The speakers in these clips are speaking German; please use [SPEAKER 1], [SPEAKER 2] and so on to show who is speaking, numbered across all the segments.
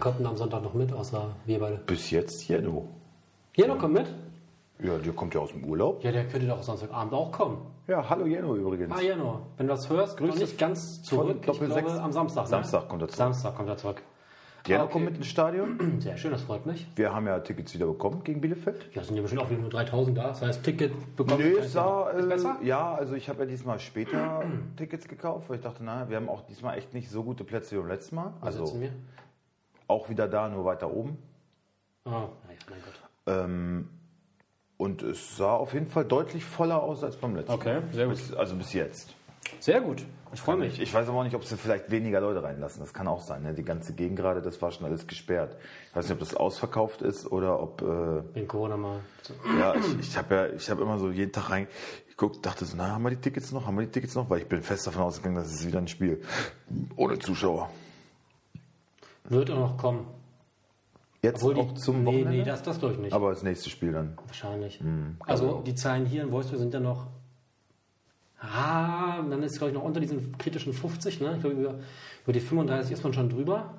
[SPEAKER 1] kommt denn am Sonntag noch mit, außer wir beide?
[SPEAKER 2] Bis jetzt Jenno.
[SPEAKER 1] Jeno kommt mit?
[SPEAKER 2] Ja, der kommt ja aus dem Urlaub.
[SPEAKER 1] Ja, der könnte doch Samstagabend auch kommen.
[SPEAKER 2] Ja, hallo Jenno übrigens.
[SPEAKER 1] Ah, Jeno, wenn du das hörst, komm
[SPEAKER 2] Grüße
[SPEAKER 1] nicht ganz
[SPEAKER 2] von
[SPEAKER 1] zurück.
[SPEAKER 2] Doppel
[SPEAKER 1] ich glaube,
[SPEAKER 2] sechs.
[SPEAKER 1] am Samstag. ne?
[SPEAKER 2] Samstag kommt er zurück.
[SPEAKER 1] Samstag kommt er zurück.
[SPEAKER 2] Jenno
[SPEAKER 1] Ah, okay.
[SPEAKER 2] kommt mit ins Stadion.
[SPEAKER 1] Hm, Sehr schön, das freut mich.
[SPEAKER 2] Wir haben ja Tickets wieder bekommen gegen Bielefeld.
[SPEAKER 1] Ja, sind ja bestimmt auch wieder nur 3000 da. Das heißt, Ticket bekommen.
[SPEAKER 2] Nee,
[SPEAKER 1] wir-
[SPEAKER 2] es sah,
[SPEAKER 1] Ist besser?
[SPEAKER 2] äh, ja, also ich habe ja diesmal später Tickets gekauft, weil ich dachte, naja, wir haben auch diesmal echt nicht so gute Plätze wie beim letzten Mal.
[SPEAKER 1] Wo sitzen
[SPEAKER 2] Also
[SPEAKER 1] wir?
[SPEAKER 2] auch wieder da, nur weiter oben.
[SPEAKER 1] Ah, naja, mein Gott.
[SPEAKER 2] Und es sah auf jeden Fall deutlich voller aus als beim letzten
[SPEAKER 1] Okay,
[SPEAKER 2] Mal.
[SPEAKER 1] sehr gut.
[SPEAKER 2] Bis, also bis jetzt.
[SPEAKER 1] Sehr gut. Ich freue mich.
[SPEAKER 2] Ich weiß aber auch nicht, ob sie vielleicht weniger Leute reinlassen. Das kann auch sein. Ne? Die ganze Gegend gerade, das war schon alles gesperrt. Ich weiß nicht, ob das ausverkauft ist oder ob. Äh,
[SPEAKER 1] Wegen Corona mal. So.
[SPEAKER 2] Ja, ich, ich habe ja, ich habe immer so jeden Tag rein geguckt, dachte so, na, haben wir die Tickets noch, haben wir die Tickets noch, weil ich bin fest davon ausgegangen, das ist wieder ein Spiel ohne Zuschauer.
[SPEAKER 1] Wird auch noch kommen.
[SPEAKER 2] Jetzt auch zum
[SPEAKER 1] nee,
[SPEAKER 2] Wochenende,
[SPEAKER 1] Nee, das, das glaube ich nicht.
[SPEAKER 2] aber das nächste Spiel dann.
[SPEAKER 1] Wahrscheinlich.
[SPEAKER 2] Hm,
[SPEAKER 1] also die Zahlen hier in Wolfsburg sind ja noch. Ah, dann ist glaube ich noch unter diesen kritischen 50. Ne? Ich glaube, über, über die 35 ist man schon drüber.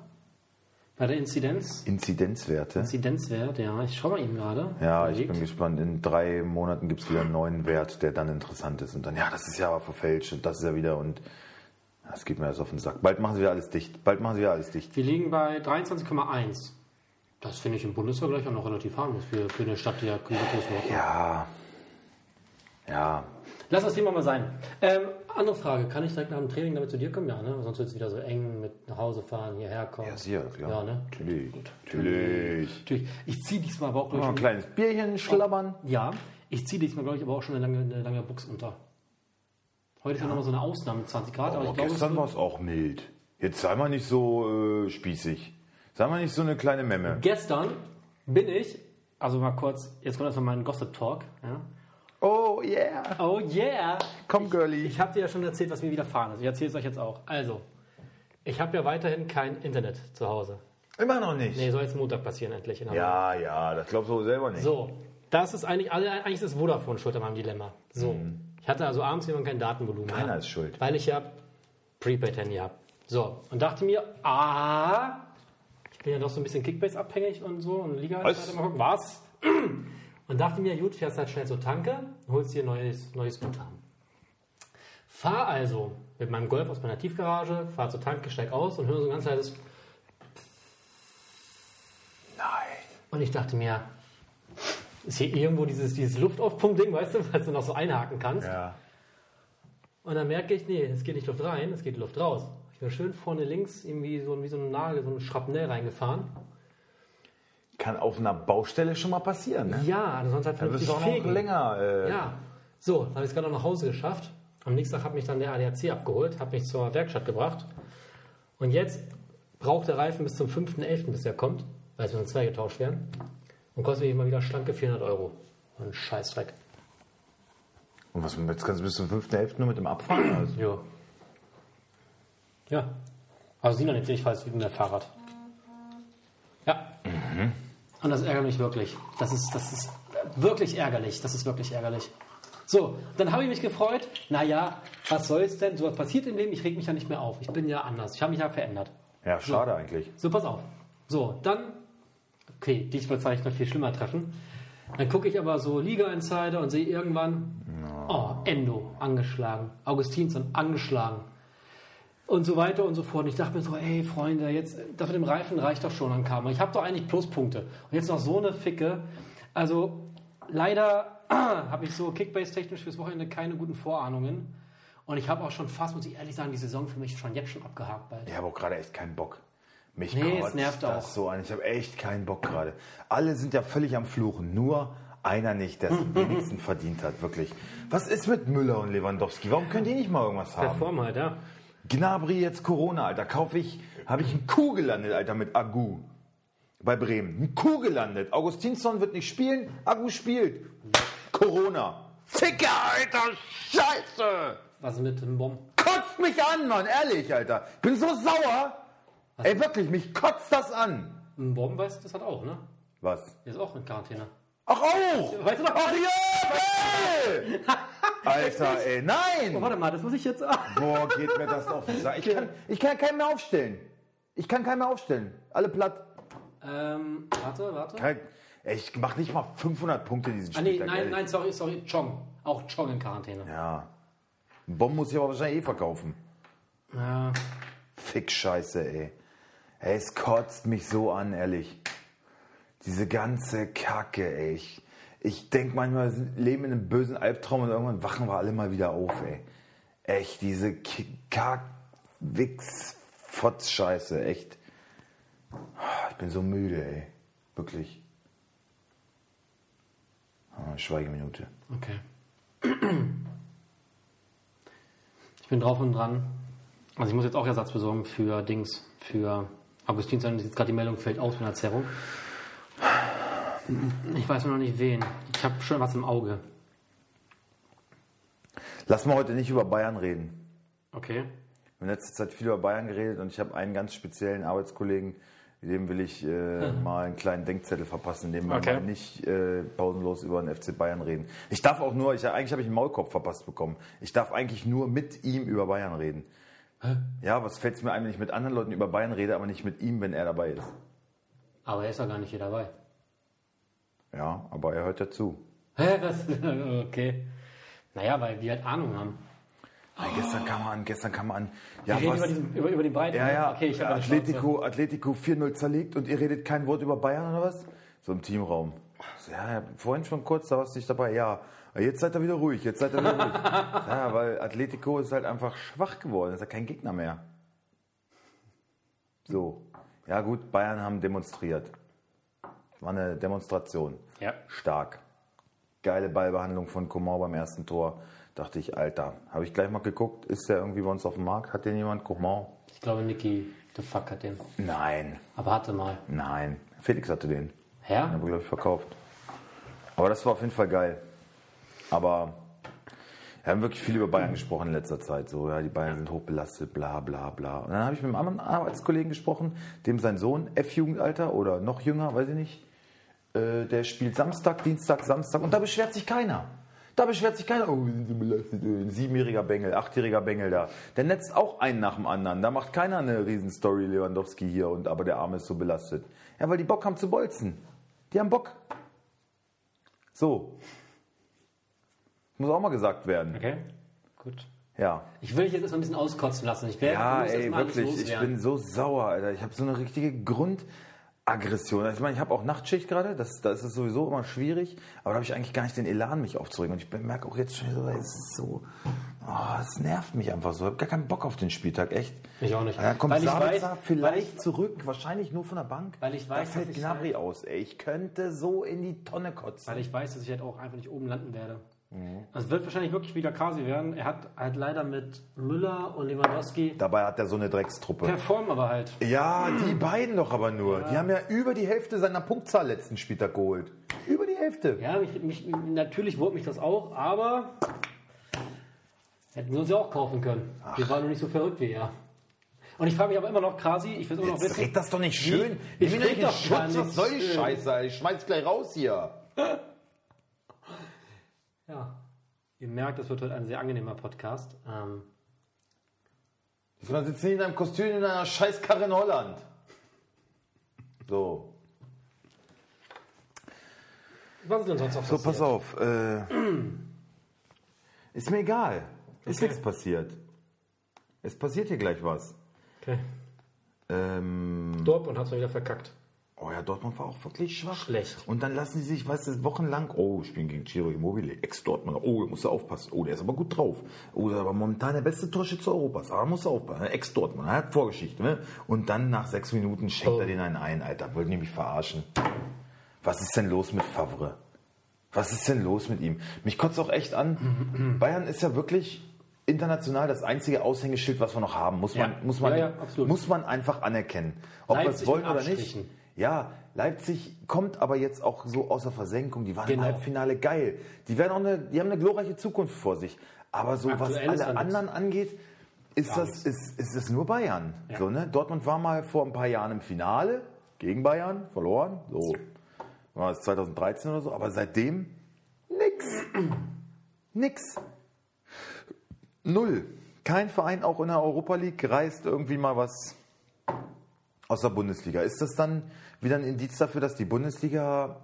[SPEAKER 1] Bei der Inzidenz.
[SPEAKER 2] Inzidenzwerte.
[SPEAKER 1] Inzidenzwert, ja. Ich schaue mal eben gerade.
[SPEAKER 2] ja,
[SPEAKER 1] Der
[SPEAKER 2] ich
[SPEAKER 1] liegt.
[SPEAKER 2] bin gespannt. In drei Monaten gibt's wieder einen neuen Wert, der dann interessant ist. Und dann, ja, das ist ja aber verfälscht und das ist ja wieder und das geht mir alles auf den Sack. Bald machen sie wieder alles dicht. Bald machen sie wieder alles dicht.
[SPEAKER 1] Wir liegen bei 23,1. Das finde ich im Bundesvergleich auch noch relativ harmlos für, für eine Stadt, die ja groß macht.
[SPEAKER 2] Ja. Ja.
[SPEAKER 1] Lass das Thema mal sein. Ähm, andere Frage, kann ich direkt nach dem Training damit zu dir kommen? Ja, ne? Sonst wird es wieder so eng mit nach Hause fahren, hierher kommen.
[SPEAKER 2] Ja, sicher, klar.
[SPEAKER 1] Ja, ne?
[SPEAKER 2] Natürlich. Natürlich.
[SPEAKER 1] Natürlich. Ich ziehe diesmal aber auch durch.
[SPEAKER 2] Noch ein kleines Bierchen schlabbern.
[SPEAKER 1] Ja, ich ziehe diesmal, glaube ich, aber auch schon eine lange, eine lange Box unter. Heute ist ja nochmal so eine Ausnahme mit 20 Grad, aber ich
[SPEAKER 2] Aber
[SPEAKER 1] glaube, es
[SPEAKER 2] Oh, gestern
[SPEAKER 1] wird-
[SPEAKER 2] war es auch mild. Jetzt sei mal nicht so äh, spießig. Sei mal nicht so eine kleine Memme.
[SPEAKER 1] gestern bin ich, also mal kurz, jetzt kommt erstmal mein Gossip Talk. Ja?
[SPEAKER 2] Oh yeah,
[SPEAKER 1] Oh yeah!
[SPEAKER 2] komm Girlie.
[SPEAKER 1] Ich habe dir ja schon erzählt, was mir widerfahren ist. Ich erzähle es euch jetzt auch. Also, ich habe ja weiterhin kein Internet zu Hause.
[SPEAKER 2] Immer noch nicht.
[SPEAKER 1] Nee, soll jetzt Montag passieren endlich. In Hamburg.
[SPEAKER 2] Ja, ja, das glaubst du selber nicht.
[SPEAKER 1] So, das ist eigentlich, alle- eigentlich ist das Vodafone schuld an meinem Dilemma. So, ich hatte also abends irgendwann kein Datenvolumen.
[SPEAKER 2] Mhm. Keiner
[SPEAKER 1] ja,
[SPEAKER 2] ist schuld.
[SPEAKER 1] Weil ich ja Prepaid-Handy habe. So, und dachte mir, ah, ich bin ja doch so ein bisschen Kickbase-abhängig und so und Liga.
[SPEAKER 2] Was?
[SPEAKER 1] Mal gucken, was? Und dachte mir, gut, fährst halt schnell zur Tanke, holst dir neues, neues Guthaben. Fahr also mit meinem Golf aus meiner Tiefgarage, fahr zur Tanke, steig aus und höre so ein ganz leises
[SPEAKER 2] Nein.
[SPEAKER 1] Und ich dachte mir, ist hier irgendwo dieses, dieses Luftaufpump-Ding, weißt du, was du noch so einhaken kannst?
[SPEAKER 2] Ja.
[SPEAKER 1] Und dann merke ich, nee, es geht nicht Luft rein, es geht Luft raus. Ich bin schön vorne links irgendwie so, wie so ein Nagel, so ein Schrapnell reingefahren.
[SPEAKER 2] Kann auf einer Baustelle schon mal passieren. Ne?
[SPEAKER 1] Ja, du sonst halt
[SPEAKER 2] Dann wirst
[SPEAKER 1] vernünftig
[SPEAKER 2] du auch noch
[SPEAKER 1] fegen.
[SPEAKER 2] länger. Äh,
[SPEAKER 1] Ja, so, dann habe ich es gerade noch nach Hause geschafft. Am nächsten Tag hat mich dann der ADAC abgeholt, hat mich zur Werkstatt gebracht. Und jetzt braucht der Reifen bis zum 5.11., bis er kommt, weil es müssen zwei getauscht werden. Und kostet mich mal wieder schlanke 400 Euro. Ein Scheißdreck.
[SPEAKER 2] Und was, jetzt kannst du bis zum 5.11. nur mit dem Abfahren? Also,
[SPEAKER 1] Ja. Ja. Also Sinan nimmt sich falls wie mit Fahrrad. Ja. Und das ärgert mich wirklich. Das ist, das ist wirklich ärgerlich. Das ist wirklich ärgerlich. So, dann habe ich mich gefreut. Naja, was soll's denn? Sowas passiert im Leben. Ich reg mich ja nicht mehr auf. Ich bin ja anders. Ich habe mich ja verändert.
[SPEAKER 2] ja, schade eigentlich.
[SPEAKER 1] So, pass auf. So, dann. Okay, dich wird es eigentlich noch viel schlimmer treffen. Dann gucke ich aber so Liga Insider und sehe irgendwann, oh, Endo angeschlagen, Augustinsson angeschlagen und so weiter und so fort. Und ich dachte mir so, ey Freunde, jetzt das mit dem Reifen reicht doch schon an Karma. Ich habe doch eigentlich Pluspunkte. Und jetzt noch so eine Ficke. Also leider habe ich so Kickbase-technisch fürs Wochenende keine guten Vorahnungen. Und ich habe auch schon fast, muss ich ehrlich sagen, die Saison für mich schon jetzt schon abgehakt bald.
[SPEAKER 2] Ich habe auch gerade echt keinen Bock. Mich
[SPEAKER 1] Nee, es
[SPEAKER 2] kotzt
[SPEAKER 1] nervt
[SPEAKER 2] das
[SPEAKER 1] auch.
[SPEAKER 2] so an. Ich habe echt keinen Bock gerade. Alle sind ja völlig am Fluchen, nur einer nicht, der es am wenigsten verdient hat, wirklich. Was ist mit Müller und Lewandowski? Warum können die nicht mal irgendwas haben?
[SPEAKER 1] Perform halt, ja.
[SPEAKER 2] Gnabry jetzt Corona, Alter. Kauf ich, habe ich einen Kuh gelandet, Alter, mit Agu. Bei Bremen. Ein Kuh gelandet. Augustinsson wird nicht spielen, Agu spielt. Corona. Ficke, Alter, Scheiße!
[SPEAKER 1] Was ist mit dem Bomb?
[SPEAKER 2] kotzt mich an, Mann, ehrlich, Alter. Ich bin so sauer. Ey, wirklich, mich kotzt das an.
[SPEAKER 1] Ein Bomb, weißt du, das hat auch, ne?
[SPEAKER 2] Was?
[SPEAKER 1] Der ist auch in Quarantäne.
[SPEAKER 2] Ach, auch!
[SPEAKER 1] Weißt du noch?
[SPEAKER 2] Ach ja! ey! Alter, ey, nein!
[SPEAKER 1] Warte mal, das muss ich jetzt. Ah.
[SPEAKER 2] Boah, geht mir das auf den Sack. Ich kann, ich kann keinen mehr aufstellen. Ich kann keinen mehr aufstellen. Alle platt.
[SPEAKER 1] Ähm, warte, warte.
[SPEAKER 2] Kein- Ey, Ich mach nicht mal 500 Punkte in diesem
[SPEAKER 1] Ah, nee,
[SPEAKER 2] Spieltag.
[SPEAKER 1] nein,
[SPEAKER 2] ehrlich.
[SPEAKER 1] nein, sorry, sorry, Chong. Auch Chong in Quarantäne.
[SPEAKER 2] Ja. Bomben muss ich aber wahrscheinlich eh verkaufen.
[SPEAKER 1] Ja.
[SPEAKER 2] Fick Scheiße, ey. Ey, es kotzt mich so an, ehrlich. Diese ganze Kacke, ey. Ich, ich denk manchmal, wir leben in einem bösen Albtraum und irgendwann wachen wir alle mal wieder auf, ey. Echt, diese Ki- Kack, Wix, Fotz Scheiße, echt. Ah, Ich bin so müde, ey. Wirklich. Ah, Schweigeminute.
[SPEAKER 1] Okay. Ich bin drauf und dran. Also ich muss jetzt auch Ersatz besorgen für Dings, für Augustin. Ist jetzt gerade die Meldung, fällt aus mit einer Zerrung. Ich weiß nur noch nicht wen. Ich habe schon was im Auge.
[SPEAKER 2] Lass mal heute nicht über Bayern reden.
[SPEAKER 1] Okay.
[SPEAKER 2] Wir haben in letzter Zeit viel über Bayern geredet und ich habe einen ganz speziellen Arbeitskollegen, dem will ich äh, mal einen kleinen Denkzettel verpassen, indem wir
[SPEAKER 1] Okay.
[SPEAKER 2] mal nicht äh, pausenlos über den FC Bayern reden. Ich darf auch nur, ich, eigentlich habe ich einen Maulkorb verpasst bekommen. Ich darf eigentlich nur mit ihm über Bayern reden. Ja, was fällt mir ein, wenn ich mit anderen Leuten über Bayern rede, aber nicht mit ihm, wenn er dabei ist?
[SPEAKER 1] Aber er ist ja gar nicht hier dabei.
[SPEAKER 2] Ja, aber er hört ja zu.
[SPEAKER 1] Hä, was? okay. Naja, weil wir halt Ahnung haben.
[SPEAKER 2] Ey, gestern kam er an, gestern kam er an. Ja,
[SPEAKER 1] Oh. Wir reden
[SPEAKER 2] was?
[SPEAKER 1] über, diesen, über, über die beiden.
[SPEAKER 2] Ja, ja,
[SPEAKER 1] Okay, ich habe
[SPEAKER 2] Atletico, Atletico 4-0 zerlegt und ihr redet kein Wort über Bayern oder was? So im Teamraum. So, Ja, ja, vorhin schon kurz, da warst du nicht dabei. Ja, jetzt seid ihr wieder ruhig, jetzt seid ihr wieder ruhig. Ja, weil Atletico ist halt einfach schwach geworden, ist ja kein Gegner mehr. So. Ja gut, Bayern haben demonstriert. War eine Demonstration.
[SPEAKER 1] Ja.
[SPEAKER 2] Stark. Geile Ballbehandlung von Komau beim ersten Tor. Dachte ich, Alter, habe ich gleich mal geguckt, ist der irgendwie bei uns auf dem Markt? Hat den jemand? Komau?
[SPEAKER 1] Ich glaube, Niki, the fuck hat den.
[SPEAKER 2] Nein,
[SPEAKER 1] Aber hatte mal.
[SPEAKER 2] nein. Felix hatte den. Den
[SPEAKER 1] Ja?
[SPEAKER 2] habe ich, glaube ich, verkauft. Aber das war auf jeden Fall geil. Aber wir haben wirklich viel über Bayern gesprochen in letzter Zeit. So, ja, die Bayern sind hochbelastet, bla, bla, bla. Und dann habe ich mit einem anderen Arbeitskollegen gesprochen, dem sein Sohn, F-Jugendalter oder noch jünger, weiß ich nicht, äh, der spielt Samstag, Dienstag, Samstag und da beschwert sich keiner. Da beschwert sich keiner. Oh, wir sind so belastet. äh, Ein siebenjähriger Bengel, achtjähriger Bengel da. Der netzt auch einen nach dem anderen. Da macht keiner eine Riesenstory Lewandowski hier und aber der Arme ist so belastet. Ja, weil die Bock haben zu bolzen. Die haben Bock. So. Muss auch mal gesagt werden.
[SPEAKER 1] Okay. Gut.
[SPEAKER 2] Ja.
[SPEAKER 1] Ich will dich jetzt erstmal ein bisschen auskotzen lassen. Ich werde
[SPEAKER 2] Ja,
[SPEAKER 1] muss
[SPEAKER 2] Ah, ey,
[SPEAKER 1] erstmal alles
[SPEAKER 2] wirklich. Ich
[SPEAKER 1] loswerden.
[SPEAKER 2] bin so sauer, Alter. Ich habe so eine richtige Grundaggression. Also Ich meine, ich habe auch Nachtschicht gerade. Das, da ist es sowieso immer schwierig. Aber da habe ich eigentlich gar nicht den Elan, mich aufzuregen. Und ich merke auch jetzt schon, so, ey, es ist so. Oh, es nervt mich einfach so. Ich habe gar keinen Bock auf den Spieltag, echt.
[SPEAKER 1] Ich auch nicht.
[SPEAKER 2] Ja, Dann kommt
[SPEAKER 1] Weil ich
[SPEAKER 2] Sabitzer
[SPEAKER 1] weiß- weil
[SPEAKER 2] vielleicht
[SPEAKER 1] ich-
[SPEAKER 2] zurück, wahrscheinlich nur von der Bank.
[SPEAKER 1] Weil ich weiß,
[SPEAKER 2] da fällt
[SPEAKER 1] dass ich halt-
[SPEAKER 2] Gnabry aus, ey. Ich könnte so in die Tonne kotzen.
[SPEAKER 1] Weil ich weiß, dass ich halt auch einfach nicht oben landen werde.
[SPEAKER 2] Mhm.
[SPEAKER 1] Also es wird wahrscheinlich wirklich wieder Kasi werden. Er hat halt leider mit Müller und Lewandowski
[SPEAKER 2] Dabei hat er so eine Dreckstruppe.
[SPEAKER 1] performt aber halt.
[SPEAKER 2] Ja, die beiden doch aber nur. Die haben ja über die Hälfte seiner Punktzahl letzten Spieltag geholt. Über die Hälfte.
[SPEAKER 1] Ja, mich, mich, natürlich wurmt mich das auch, aber hätten sie uns ja auch kaufen können. Wir waren noch nicht so verrückt wie er. Und ich frage mich aber immer noch, Kasi, ich will immer noch
[SPEAKER 2] Jetzt
[SPEAKER 1] wissen.
[SPEAKER 2] red das doch nicht schön.
[SPEAKER 1] ich
[SPEAKER 2] Nimm
[SPEAKER 1] red
[SPEAKER 2] ihn
[SPEAKER 1] doch
[SPEAKER 2] in
[SPEAKER 1] gar nicht
[SPEAKER 2] Was soll die
[SPEAKER 1] schön.
[SPEAKER 2] Scheiße? Alter? Ich schmeiß gleich raus hier.
[SPEAKER 1] Ja. Ihr merkt, das wird heute ein sehr angenehmer Podcast. Ähm,
[SPEAKER 2] Sondern sitzt nicht in deinem Kostüm in einer Scheißkarre in Holland. So.
[SPEAKER 1] was ist denn sonst noch
[SPEAKER 2] So,
[SPEAKER 1] passiert?
[SPEAKER 2] pass auf. Äh, ist mir egal. Ist nichts passiert. Es passiert hier gleich was.
[SPEAKER 1] Okay.
[SPEAKER 2] Ähm,
[SPEAKER 1] Dortmund hat's mal wieder verkackt.
[SPEAKER 2] oh ja, Dortmund war auch wirklich schwach.
[SPEAKER 1] Schlecht.
[SPEAKER 2] Und dann lassen sie sich, weißt du, wochenlang, oh, spielen gegen Ciro Immobile, Ex-Dortmunder, oh, da musst du aufpassen, oh, der ist aber gut drauf. Oh, der ist aber momentan der beste Torschütze Europas, aber musst du aufpassen, ne? Ex-Dortmunder, hat Vorgeschichte, ne? Und dann nach sechs Minuten schenkt
[SPEAKER 1] Oh.
[SPEAKER 2] er den einen ein, Alter, wollt ihr mich verarschen? Was ist denn los mit Favre? Was ist denn los mit ihm? Mich kotzt auch echt an. Bayern ist ja wirklich international das einzige Aushängeschild, was wir noch haben. Muss man,
[SPEAKER 1] Ja.
[SPEAKER 2] muss man,
[SPEAKER 1] Ja, ja, absolut.
[SPEAKER 2] muss man einfach anerkennen. Ob wir es
[SPEAKER 1] Leipzig
[SPEAKER 2] wollen
[SPEAKER 1] mit
[SPEAKER 2] oder nicht.
[SPEAKER 1] Abstrichen.
[SPEAKER 2] Ja, Leipzig kommt aber jetzt auch so außer Versenkung. Die waren
[SPEAKER 1] Genau.
[SPEAKER 2] im Halbfinale geil. Die werden auch eine, die haben eine glorreiche Zukunft vor sich. Aber so was
[SPEAKER 1] Aktuell ist da
[SPEAKER 2] alle
[SPEAKER 1] nix.
[SPEAKER 2] anderen angeht, ist
[SPEAKER 1] Gar
[SPEAKER 2] das, ist, ist es nur Bayern.
[SPEAKER 1] Ja.
[SPEAKER 2] So, ne? Dortmund war mal vor ein paar Jahren im Finale gegen Bayern, verloren. So war es 2013 oder so. Aber seitdem nix, nix, null. Kein Verein auch in der Europa League reißt irgendwie mal was aus der Bundesliga. Ist das dann wieder ein Indiz dafür, dass die Bundesliga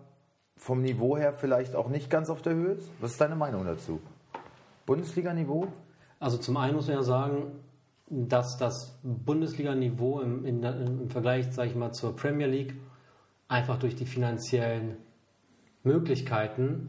[SPEAKER 2] vom Niveau her vielleicht auch nicht ganz auf der Höhe ist? Was ist deine Meinung dazu? Bundesliga-Niveau?
[SPEAKER 1] Also zum einen muss man ja sagen, dass das Bundesliga-Niveau im, in, im Vergleich, sage ich mal, zur Premier League einfach durch die finanziellen Möglichkeiten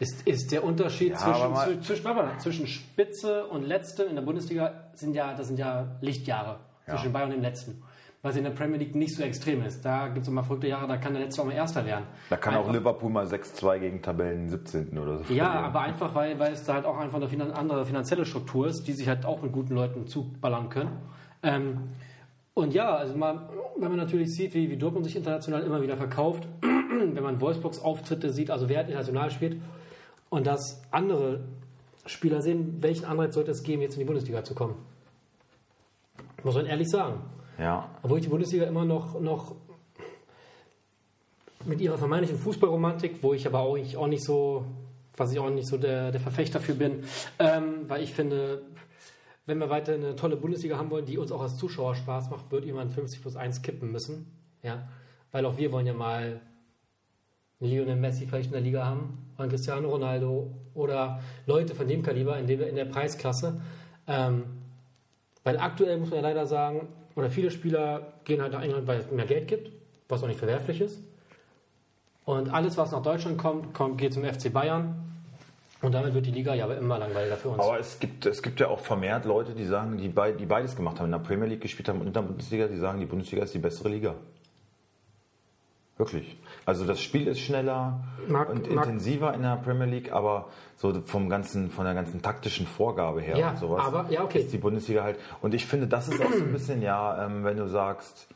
[SPEAKER 1] ist, ist der Unterschied
[SPEAKER 2] Ja, aber
[SPEAKER 1] zwischen,
[SPEAKER 2] mal-
[SPEAKER 1] zwi- zwischen, warte mal, zwischen Spitze und Letztem in der Bundesliga sind ja, das sind ja Lichtjahre
[SPEAKER 2] Ja.
[SPEAKER 1] zwischen Bayern und dem Letzten. Was in der Premier League nicht so extrem ist. Da gibt es immer verrückte Jahre, da kann der Letzte auch mal Erster werden.
[SPEAKER 2] Da kann
[SPEAKER 1] einfach,
[SPEAKER 2] auch Liverpool mal 6-2 gegen Tabellen 17. oder so.
[SPEAKER 1] Ja,
[SPEAKER 2] verlieren.
[SPEAKER 1] aber einfach, weil, weil es da halt auch einfach eine finan andere finanzielle Struktur ist, die sich halt auch mit guten Leuten zuballern können. Ähm, und ja, also mal, wenn man natürlich sieht, wie, wie Dortmund sich international immer wieder verkauft, wenn man Wolfsburgs Auftritte sieht, also wer international spielt, und dass andere Spieler sehen, welchen Anreiz sollte es geben, jetzt in die Bundesliga zu kommen. Muss man ehrlich sagen.
[SPEAKER 2] Ja,
[SPEAKER 1] Obwohl ich die Bundesliga immer noch, noch mit ihrer vermeintlichen Fußballromantik, wo ich aber auch, ich auch nicht so, was ich auch nicht so der, der Verfechter für bin, ähm, weil ich finde, wenn wir weiter eine tolle Bundesliga haben wollen, die uns auch als Zuschauer Spaß macht, wird jemand 50 plus 1 kippen müssen. Ja, weil auch wir wollen ja mal einen Lionel Messi vielleicht in der Liga haben, oder einen Cristiano Ronaldo oder Leute von dem Kaliber in, dem, in der Preisklasse. Ähm, weil aktuell muss man ja leider sagen, oder viele Spieler gehen halt nach England, weil es mehr Geld gibt, was auch nicht verwerflich ist. Und alles, was nach Deutschland kommt, kommt geht zum FC Bayern. Und damit wird die Liga ja aber immer langweiliger für uns.
[SPEAKER 2] Aber es gibt, es gibt ja auch vermehrt Leute, die sagen, die, bei, die beides gemacht haben, in der Premier League gespielt haben und in der Bundesliga, die sagen, die Bundesliga ist die bessere Liga. Wirklich. Also das Spiel ist schneller
[SPEAKER 1] Mag-
[SPEAKER 2] und
[SPEAKER 1] mag-
[SPEAKER 2] intensiver in der Premier League, aber so vom ganzen, von der ganzen taktischen Vorgabe her
[SPEAKER 1] Ja,
[SPEAKER 2] und sowas
[SPEAKER 1] aber- ja, okay.
[SPEAKER 2] ist die Bundesliga halt. Und ich finde, das ist auch so ein bisschen, ja, ähm, wenn du sagst,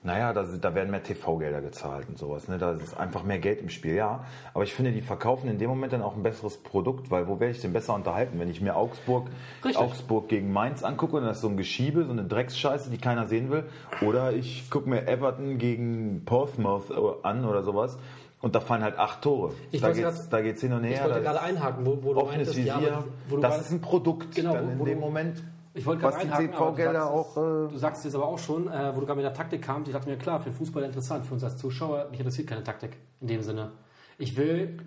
[SPEAKER 2] naja, da, sind- da werden mehr TV-Gelder gezahlt und sowas. Ne? Da ist einfach mehr Geld im Spiel, ja. Aber ich finde, die verkaufen in dem Moment dann auch ein besseres Produkt, weil wo werde ich denn besser unterhalten, wenn ich mir Augsburg,
[SPEAKER 1] Richtig.
[SPEAKER 2] Augsburg gegen Mainz angucke und das ist so ein Geschiebe, so eine Drecksscheiße, die keiner sehen will. Oder ich gucke mir Everton gegen Portsmouth äh, an oder sowas und da fallen halt acht Tore.
[SPEAKER 1] Ich
[SPEAKER 2] da
[SPEAKER 1] weiß
[SPEAKER 2] geht
[SPEAKER 1] grad-
[SPEAKER 2] da geht's hin und her.
[SPEAKER 1] ich wollte
[SPEAKER 2] da
[SPEAKER 1] gerade
[SPEAKER 2] ist-
[SPEAKER 1] einhaken, wo, wo du
[SPEAKER 2] offenes
[SPEAKER 1] meintest,
[SPEAKER 2] Visier.
[SPEAKER 1] ja, aber wo du
[SPEAKER 2] das
[SPEAKER 1] gerade-
[SPEAKER 2] ist ein Produkt.
[SPEAKER 1] Genau,
[SPEAKER 2] dann
[SPEAKER 1] wo-
[SPEAKER 2] in
[SPEAKER 1] wo
[SPEAKER 2] dem
[SPEAKER 1] du-
[SPEAKER 2] Moment,
[SPEAKER 1] Ich wollte
[SPEAKER 2] was
[SPEAKER 1] gerade
[SPEAKER 2] die
[SPEAKER 1] einhaken, aber du
[SPEAKER 2] TV-Gelder
[SPEAKER 1] sagst
[SPEAKER 2] auch. äh,
[SPEAKER 1] es- Du sagst es jetzt aber auch schon, äh, wo du gerade mit der Taktik kamst. Ich dachte mir, klar, für den Fußball interessant, für uns als Zuschauer, mich interessiert keine Taktik in dem Sinne. Ich will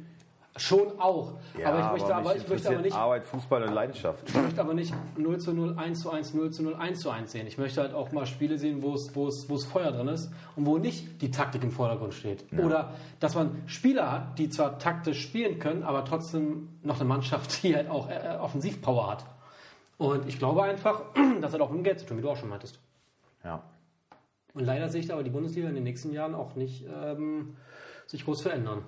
[SPEAKER 1] schon auch,
[SPEAKER 2] äh,
[SPEAKER 1] aber ich möchte aber, ich
[SPEAKER 2] mich
[SPEAKER 1] möchte aber
[SPEAKER 2] interessiert
[SPEAKER 1] nicht,
[SPEAKER 2] Arbeit, Fußball und Leidenschaft.
[SPEAKER 1] ich möchte aber nicht 0 zu 0, 1 zu 1, 0 zu 0, 1 zu 1 sehen. Ich möchte halt auch mal Spiele sehen, wo es, wo es, wo es Feuer drin ist und wo nicht die Taktik im Vordergrund steht. Oder dass man Spieler hat, die zwar taktisch spielen können, aber trotzdem noch eine Mannschaft, die halt auch äh, Offensivpower hat. Und ich glaube einfach, das hat auch mit dem Geld zu tun, wie du auch schon meintest.
[SPEAKER 2] Ja.
[SPEAKER 1] Und leider sehe ich da aber die Bundesliga in den nächsten Jahren auch nicht ähm, sich groß verändern.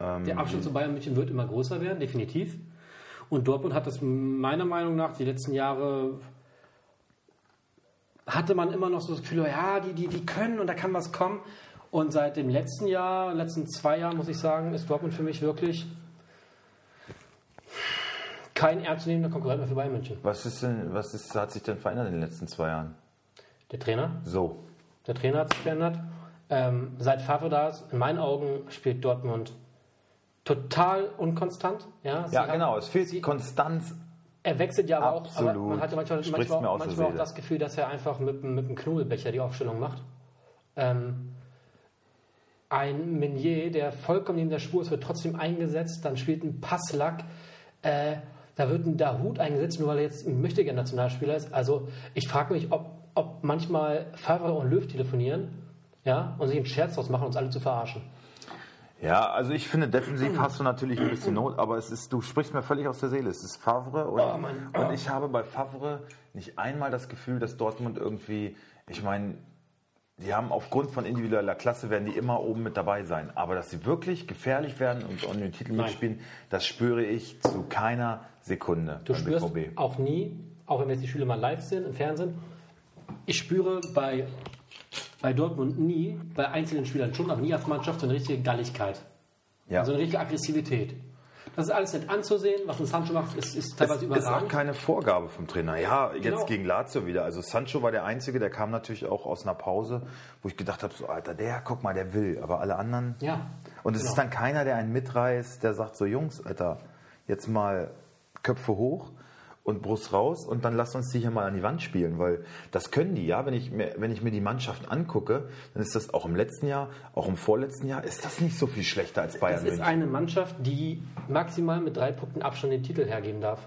[SPEAKER 1] Der Abstand zu Bayern München wird immer größer werden, definitiv. Und Dortmund hat das meiner Meinung nach die letzten Jahre hatte man immer noch so das Gefühl, ja, die, die, die können und da kann was kommen. Und seit dem letzten Jahr, letzten zwei Jahren, muss ich sagen, ist Dortmund für mich wirklich kein ernstzunehmender Konkurrent mehr für Bayern München.
[SPEAKER 2] Was, ist denn, was ist, hat sich denn verändert in den letzten zwei Jahren?
[SPEAKER 1] Der Trainer,
[SPEAKER 2] So.
[SPEAKER 1] Der Trainer hat sich verändert. Ähm, seit Favre da ist, in meinen Augen spielt Dortmund total unkonstant. Ja, Sie
[SPEAKER 2] Ja,
[SPEAKER 1] haben-
[SPEAKER 2] genau. Es fehlt Konstanz.
[SPEAKER 1] Er wechselt ja aber
[SPEAKER 2] Absolut.
[SPEAKER 1] auch. Aber man hat ja manchmal,
[SPEAKER 2] Sprichst
[SPEAKER 1] manchmal,
[SPEAKER 2] mir
[SPEAKER 1] auch,
[SPEAKER 2] aus der
[SPEAKER 1] manchmal auch
[SPEAKER 2] Seele.
[SPEAKER 1] das Gefühl, dass er einfach mit, dem- mit dem Knobelbecher die Aufstellung macht. Ähm, ein Menier, der vollkommen neben der Spur ist, wird trotzdem eingesetzt. Dann spielt ein Passlack. Äh, da wird ein Dahut eingesetzt, nur weil er jetzt ein möchtegern Nationalspieler ist. Also ich frage mich, ob, ob manchmal Favre und Löw telefonieren ja, und sich einen Scherz draus machen, uns alle zu verarschen.
[SPEAKER 2] Ja, also ich finde, defensiv hast du natürlich ein bisschen Not, aber es ist, du sprichst mir völlig aus der Seele. Es ist Favre und,
[SPEAKER 1] Oh, Mann.
[SPEAKER 2] und ich habe bei Favre nicht einmal das Gefühl, dass Dortmund irgendwie, ich meine, die haben aufgrund von individueller Klasse, werden die immer oben mit dabei sein. Aber dass sie wirklich gefährlich werden und um den Titel mitspielen, das spüre ich zu keiner Sekunde
[SPEAKER 1] Du spürst auch nie, auch wenn wir jetzt die Spiele mal live sind, im Fernsehen, ich spüre bei, bei Dortmund nie, bei einzelnen Spielern schon, aber nie als Mannschaft so eine richtige Galligkeit,
[SPEAKER 2] Ja.
[SPEAKER 1] so eine richtige Aggressivität. Das ist alles nett anzusehen, was ein Sancho macht, ist, ist
[SPEAKER 2] Das
[SPEAKER 1] teilweise
[SPEAKER 2] ist auch
[SPEAKER 1] überragend.
[SPEAKER 2] keine Vorgabe vom Trainer. Ja, jetzt
[SPEAKER 1] Genau.
[SPEAKER 2] gegen Lazio wieder. Also Sancho war der Einzige, der kam natürlich auch aus einer Pause, wo ich gedacht habe, so Alter, der, guck mal, der will. Aber alle anderen...
[SPEAKER 1] Ja,
[SPEAKER 2] Und es
[SPEAKER 1] genau.
[SPEAKER 2] ist dann keiner, der einen mitreißt, der sagt so, Jungs, Alter, jetzt mal Köpfe hoch. und Brust raus und dann lasst uns die hier mal an die Wand spielen, weil das können die, ja. Wenn ich mir, wenn ich mir die Mannschaften angucke, dann ist das auch im letzten Jahr, auch im vorletzten Jahr, ist das nicht so viel schlechter als Bayern
[SPEAKER 1] Es ist
[SPEAKER 2] München.
[SPEAKER 1] eine Mannschaft, die maximal mit drei Punkten Abstand den Titel hergeben darf.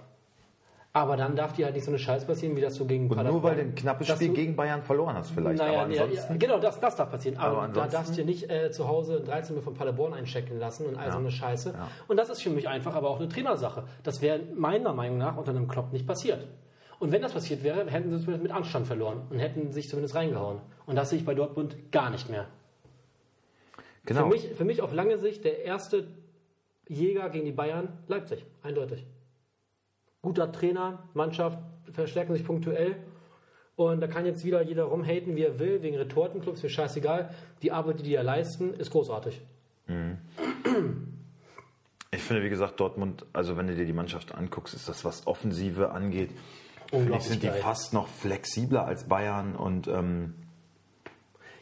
[SPEAKER 1] Aber dann darf die halt nicht so eine Scheiß passieren, wie das so gegen
[SPEAKER 2] Und nur weil du ein knappes
[SPEAKER 1] dass
[SPEAKER 2] Spiel
[SPEAKER 1] du-
[SPEAKER 2] gegen Bayern verloren hast vielleicht.
[SPEAKER 1] Naja,
[SPEAKER 2] aber
[SPEAKER 1] nee, ja,
[SPEAKER 2] ansonsten,
[SPEAKER 1] genau, das, das darf passieren. Aber,
[SPEAKER 2] Aber
[SPEAKER 1] da
[SPEAKER 2] ansonsten-
[SPEAKER 1] darfst du dir nicht äh, zu Hause 13 Uhr von Paderborn einchecken lassen und all so eine Scheiße. Und das ist für mich einfach aber auch eine Trainersache. Das wäre meiner Meinung nach unter einem Klopp nicht passiert. Und wenn das passiert wäre, hätten sie zumindest mit Anstand verloren und hätten sich zumindest reingehauen. Und das sehe ich bei Dortmund gar nicht mehr.
[SPEAKER 2] genau.
[SPEAKER 1] Für, mich, für mich auf lange Sicht der erste Jäger gegen die Bayern Leipzig, eindeutig. Guter Trainer, Mannschaft, verstärken sich punktuell. Und da kann jetzt wieder jeder rumhaten, wie er will, wegen Retortenclubs, mir scheißegal. Die Arbeit, die die da leisten, ist großartig.
[SPEAKER 2] Ich finde, wie gesagt, Dortmund, also wenn du dir die Mannschaft anguckst, ist das, was Offensive angeht, finde ich,
[SPEAKER 1] Unglaublich
[SPEAKER 2] sind die
[SPEAKER 1] geil.
[SPEAKER 2] fast noch flexibler als Bayern und ähm,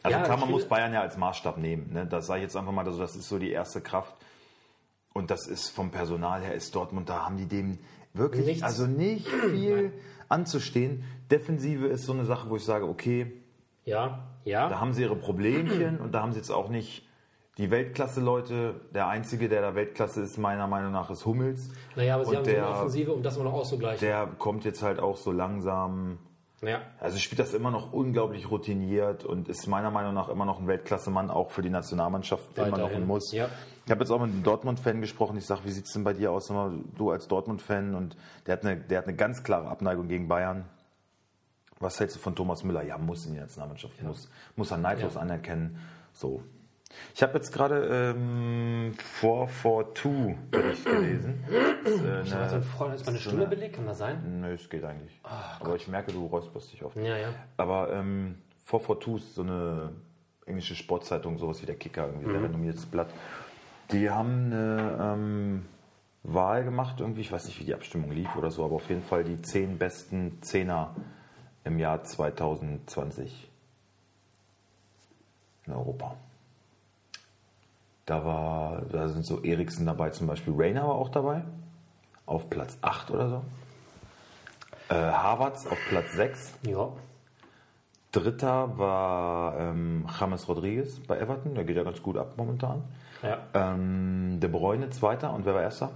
[SPEAKER 2] also
[SPEAKER 1] Ja,
[SPEAKER 2] klar,
[SPEAKER 1] ich
[SPEAKER 2] man
[SPEAKER 1] finde-
[SPEAKER 2] muss Bayern ja als Maßstab nehmen. Ne? Das sage ich jetzt einfach mal, also das ist so die erste Kraft. Und das ist vom Personal her ist Dortmund, da haben die dem wirklich
[SPEAKER 1] Nichts.
[SPEAKER 2] also nicht viel anzustehen. Defensive ist so eine Sache, wo ich sage, okay,
[SPEAKER 1] Ja, ja.
[SPEAKER 2] da haben sie ihre Problemchen und da haben sie jetzt auch nicht die Weltklasse-Leute. Der Einzige, der da Weltklasse ist, meiner Meinung nach, ist Hummels.
[SPEAKER 1] naja, aber sie
[SPEAKER 2] und
[SPEAKER 1] haben so
[SPEAKER 2] der,
[SPEAKER 1] eine Offensive, um das immer noch auszugleichen.
[SPEAKER 2] der kommt jetzt halt auch so langsam.
[SPEAKER 1] Naja.
[SPEAKER 2] Also spielt das immer noch unglaublich routiniert und ist meiner Meinung nach immer noch ein Weltklasse-Mann, auch für die Nationalmannschaft immer noch
[SPEAKER 1] Weiterhin,
[SPEAKER 2] ein Muss.
[SPEAKER 1] ja.
[SPEAKER 2] Ich habe jetzt auch mit einem Dortmund-Fan gesprochen. Ich sage, wie sieht's denn bei dir aus? Sag mal, Du als Dortmund-Fan und der hat, eine, der hat eine ganz klare Abneigung gegen Bayern. Was hältst du von Thomas Müller? Ja, muss in die Nationalmannschaft, muss, muss er neidlos anerkennen. So. Ich habe jetzt gerade ähm, 442 Bericht gelesen.
[SPEAKER 1] Ah,
[SPEAKER 2] Das ist, äh,
[SPEAKER 1] Ja.
[SPEAKER 2] eine-
[SPEAKER 1] Freund, ist meine Stimme belegt, kann das sein?
[SPEAKER 2] Nö, es geht eigentlich. Aber ich merke, du räusperst dich oft.
[SPEAKER 1] Ja, ja.
[SPEAKER 2] Aber ähm, 442 ist so eine englische Sportzeitung, sowas wie der Kicker, irgendwie sehr renommiertes Blatt. Die haben eine ähm, Wahl gemacht, irgendwie, ich weiß nicht, wie die Abstimmung lief oder so, aber auf jeden Fall die zehn besten Zehner im Jahr 2020 in Europa. Da war, da sind so Eriksen dabei, zum Beispiel Rainer war auch dabei, auf Platz 8 oder so. Äh, Harvards auf Platz 6.
[SPEAKER 1] Ja.
[SPEAKER 2] Dritter war ähm, James Rodriguez bei Everton, der geht ja ganz gut ab momentan.
[SPEAKER 1] ja.
[SPEAKER 2] Ähm, De Bruyne zweiter und wer war erster?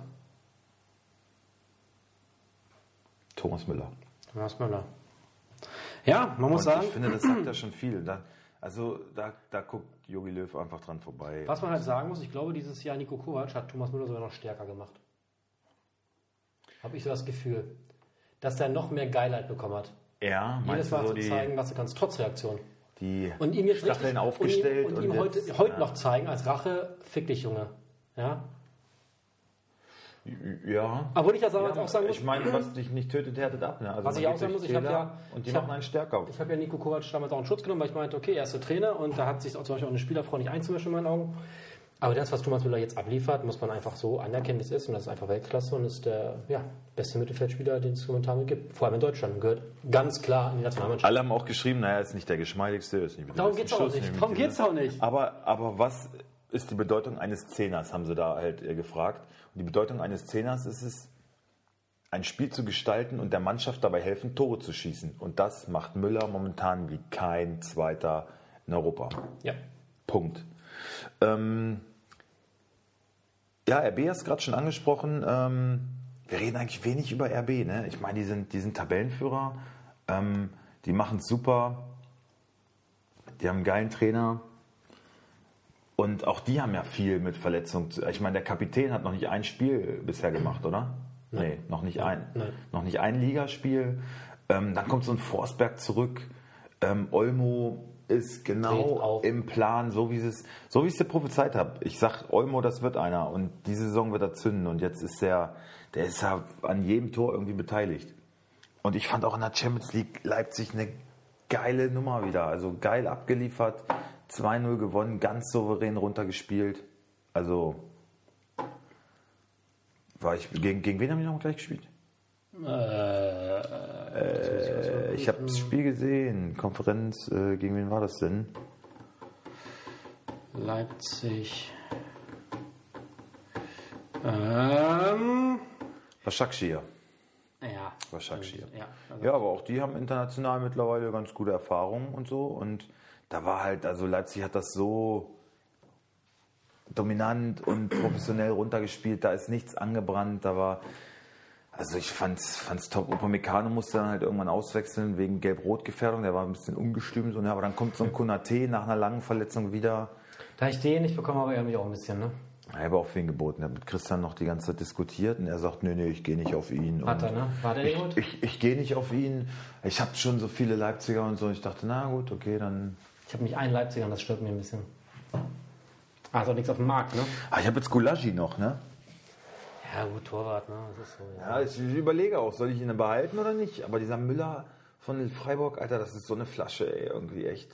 [SPEAKER 2] Thomas Müller.
[SPEAKER 1] Thomas Müller. Ja, man muss
[SPEAKER 2] Und
[SPEAKER 1] sagen.
[SPEAKER 2] ich finde, das sagt ja schon viel. Da, also da, da guckt Jogi Löw einfach dran vorbei.
[SPEAKER 1] Was man halt sagen muss, ich glaube, dieses Jahr Nico Kovac hat Thomas Müller sogar noch stärker gemacht. Habe ich so das Gefühl, dass der noch mehr Geilheit bekommen hat.
[SPEAKER 2] Ja,
[SPEAKER 1] Jedes
[SPEAKER 2] meinst
[SPEAKER 1] Mal
[SPEAKER 2] du so
[SPEAKER 1] zu
[SPEAKER 2] die,
[SPEAKER 1] zeigen, was du kannst, trotz Reaktion.
[SPEAKER 2] die
[SPEAKER 1] Und ihm jetzt
[SPEAKER 2] Stacheln
[SPEAKER 1] richtig-
[SPEAKER 2] aufgestellt?
[SPEAKER 1] und ihm, und ihm heute,
[SPEAKER 2] jetzt-
[SPEAKER 1] heute noch zeigen, als Rache, fick dich, Junge. Ja?
[SPEAKER 2] Ja,
[SPEAKER 1] Obwohl ich das aber jetzt
[SPEAKER 2] ja
[SPEAKER 1] auch sagen muss,
[SPEAKER 2] ich meine, was dich nicht tötet, härtet ab. Ne? Also
[SPEAKER 1] Was
[SPEAKER 2] man
[SPEAKER 1] ich auch
[SPEAKER 2] geht
[SPEAKER 1] sagen
[SPEAKER 2] durch
[SPEAKER 1] muss, ich hab
[SPEAKER 2] Täler
[SPEAKER 1] ja-
[SPEAKER 2] Und die
[SPEAKER 1] ich hab-
[SPEAKER 2] machen einen stärker.
[SPEAKER 1] Ich habe ja Nico Kovac damals auch in Schutz genommen, weil ich meinte, okay, er ist der Trainer und da hat sich auch zum Beispiel auch eine Spielerfrau nicht einzumischen in meinen Augen. Aber das, was Thomas Müller jetzt abliefert, muss man einfach so anerkennen, wie es ist. Und das ist einfach Weltklasse und ist der ja, beste Mittelfeldspieler, den es momentan gibt. Vor allem in Deutschland. Und Gehört ganz klar in die Nationalmannschaft.
[SPEAKER 2] Alle haben auch geschrieben, naja, ist nicht der geschmeidigste, ist nicht mit dem
[SPEAKER 1] Darum
[SPEAKER 2] besten
[SPEAKER 1] geht's auch
[SPEAKER 2] Schuss,
[SPEAKER 1] nicht.
[SPEAKER 2] mit
[SPEAKER 1] Darum
[SPEAKER 2] dem-
[SPEAKER 1] geht's auch nicht.
[SPEAKER 2] Aber, aber was ist die Bedeutung eines Zehners, haben sie da halt äh, gefragt. Und die Bedeutung eines Zehners ist es, ein Spiel zu gestalten und der Mannschaft dabei helfen, Tore zu schießen. Und das macht Müller momentan wie kein Zweiter in Europa.
[SPEAKER 1] Ja.
[SPEAKER 2] Punkt. Ähm, ja, RB hast du gerade schon angesprochen. Ähm, wir reden eigentlich wenig über RB. Ne? Ich meine, die sind, die sind Tabellenführer. Ähm, die machen es super. Die haben einen geilen Trainer. Und auch die haben ja viel mit Verletzung zu. Ich meine, der Kapitän hat noch nicht ein Spiel bisher gemacht, oder? Nee, noch nicht ein.
[SPEAKER 1] Nein.
[SPEAKER 2] Noch nicht ein Ligaspiel. Ähm, dann kommt so ein Forsberg zurück. Ähm, Olmo ist
[SPEAKER 1] Dreht
[SPEAKER 2] genau
[SPEAKER 1] auf.
[SPEAKER 2] im Plan, so wie sie es, so wie ich es dir prophezeit habe. Ich sag, Olmo, das wird einer und diese Saison wird er zünden und jetzt ist er, der ist ja an jedem Tor irgendwie beteiligt. Und ich fand auch in der Champions League Leipzig eine geile Nummer wieder. Also geil abgeliefert, 2-0 gewonnen, ganz souverän runtergespielt. Also war ich gegen, gegen wen haben die noch gleich gespielt? Äh, ich habe das Spiel gesehen, Konferenz, äh, gegen wen war das denn?
[SPEAKER 1] Leipzig. Ähm,
[SPEAKER 2] Başakşehir.
[SPEAKER 1] ja.
[SPEAKER 2] war Shakshir.
[SPEAKER 1] Ja, also-
[SPEAKER 2] ja, aber auch die haben international mittlerweile ganz gute Erfahrungen und so. Und da war halt, also Leipzig hat das so dominant und professionell runtergespielt. Da ist nichts angebrannt. Da war, also ich fand's, fand's top. Upamecano musste dann halt irgendwann auswechseln wegen Gelb-Rot-Gefährdung. Der war ein bisschen ungestüm. So, ne? Aber dann kommt so ein Konaté nach einer langen Verletzung wieder.
[SPEAKER 1] Da ich den nicht bekommen habe, ärgere ich mich auch ein bisschen. Ne?
[SPEAKER 2] Ich habe auch für ihn geboten. Ich habe mit Christian noch die ganze Zeit diskutiert und er sagt, nee, nee, ich gehe nicht auf ihn.
[SPEAKER 1] Hat
[SPEAKER 2] und
[SPEAKER 1] er, ne? War der
[SPEAKER 2] ich,
[SPEAKER 1] rot?
[SPEAKER 2] ich, ich gehe nicht auf ihn. Ich habe schon so viele Leipziger und so. Ich dachte, na gut, okay, dann.
[SPEAKER 1] Ich habe mich einen Leipziger und das stört mir ein bisschen. Ah, ist auch nichts auf dem Markt, ne?
[SPEAKER 2] Ah, ich habe jetzt Gulaschi noch, ne?
[SPEAKER 1] Ja, gut, Torwart, ne? Das ist so. Ja.
[SPEAKER 2] Ja, ich überlege auch, soll ich ihn behalten oder nicht? Aber dieser Müller von Freiburg, Alter, das ist so eine Flasche, ey, irgendwie echt.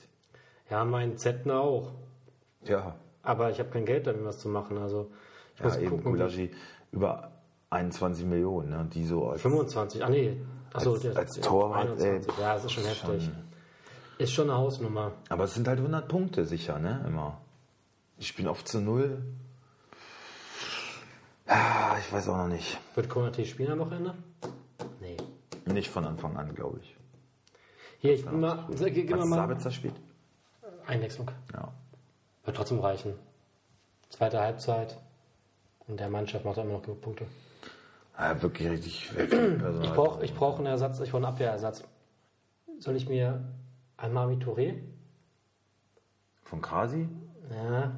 [SPEAKER 1] ja, mein Zettner auch.
[SPEAKER 2] Ja,
[SPEAKER 1] Aber ich habe kein Geld, damit was zu machen. Also, ich muss
[SPEAKER 2] ja eben
[SPEAKER 1] gucken.
[SPEAKER 2] Gulaschi über 21 Millionen, ne? Die so als.
[SPEAKER 1] 25, ah nee. Achso,
[SPEAKER 2] Als-
[SPEAKER 1] der-
[SPEAKER 2] als
[SPEAKER 1] der-
[SPEAKER 2] Torwart, ey,
[SPEAKER 1] 21. Ja, das ist schon
[SPEAKER 2] ist
[SPEAKER 1] heftig. Ist schon eine Hausnummer.
[SPEAKER 2] Aber es sind halt 100 Punkte sicher, ne? Immer. Ich bin oft zu null. Ah, ich weiß auch noch nicht.
[SPEAKER 1] Wird Konati spielen am Wochenende? Nee.
[SPEAKER 2] Nicht von Anfang an, glaube ich.
[SPEAKER 1] Hier, ich bin mal. Sag, gib mir
[SPEAKER 2] Als
[SPEAKER 1] mal.
[SPEAKER 2] Sabitzer spielt.
[SPEAKER 1] Einwechslung.
[SPEAKER 2] Ja.
[SPEAKER 1] Wird trotzdem reichen. Zweite Halbzeit. Und der Mannschaft macht immer noch genug Punkte.
[SPEAKER 2] Ja, Ah, wirklich richtig. wirklich Personal.
[SPEAKER 1] Ich brauche ich brauch einen Ersatz, ich brauche einen Abwehrersatz. Soll ich mir Amami Touré?
[SPEAKER 2] Von Krasi?
[SPEAKER 1] Ja.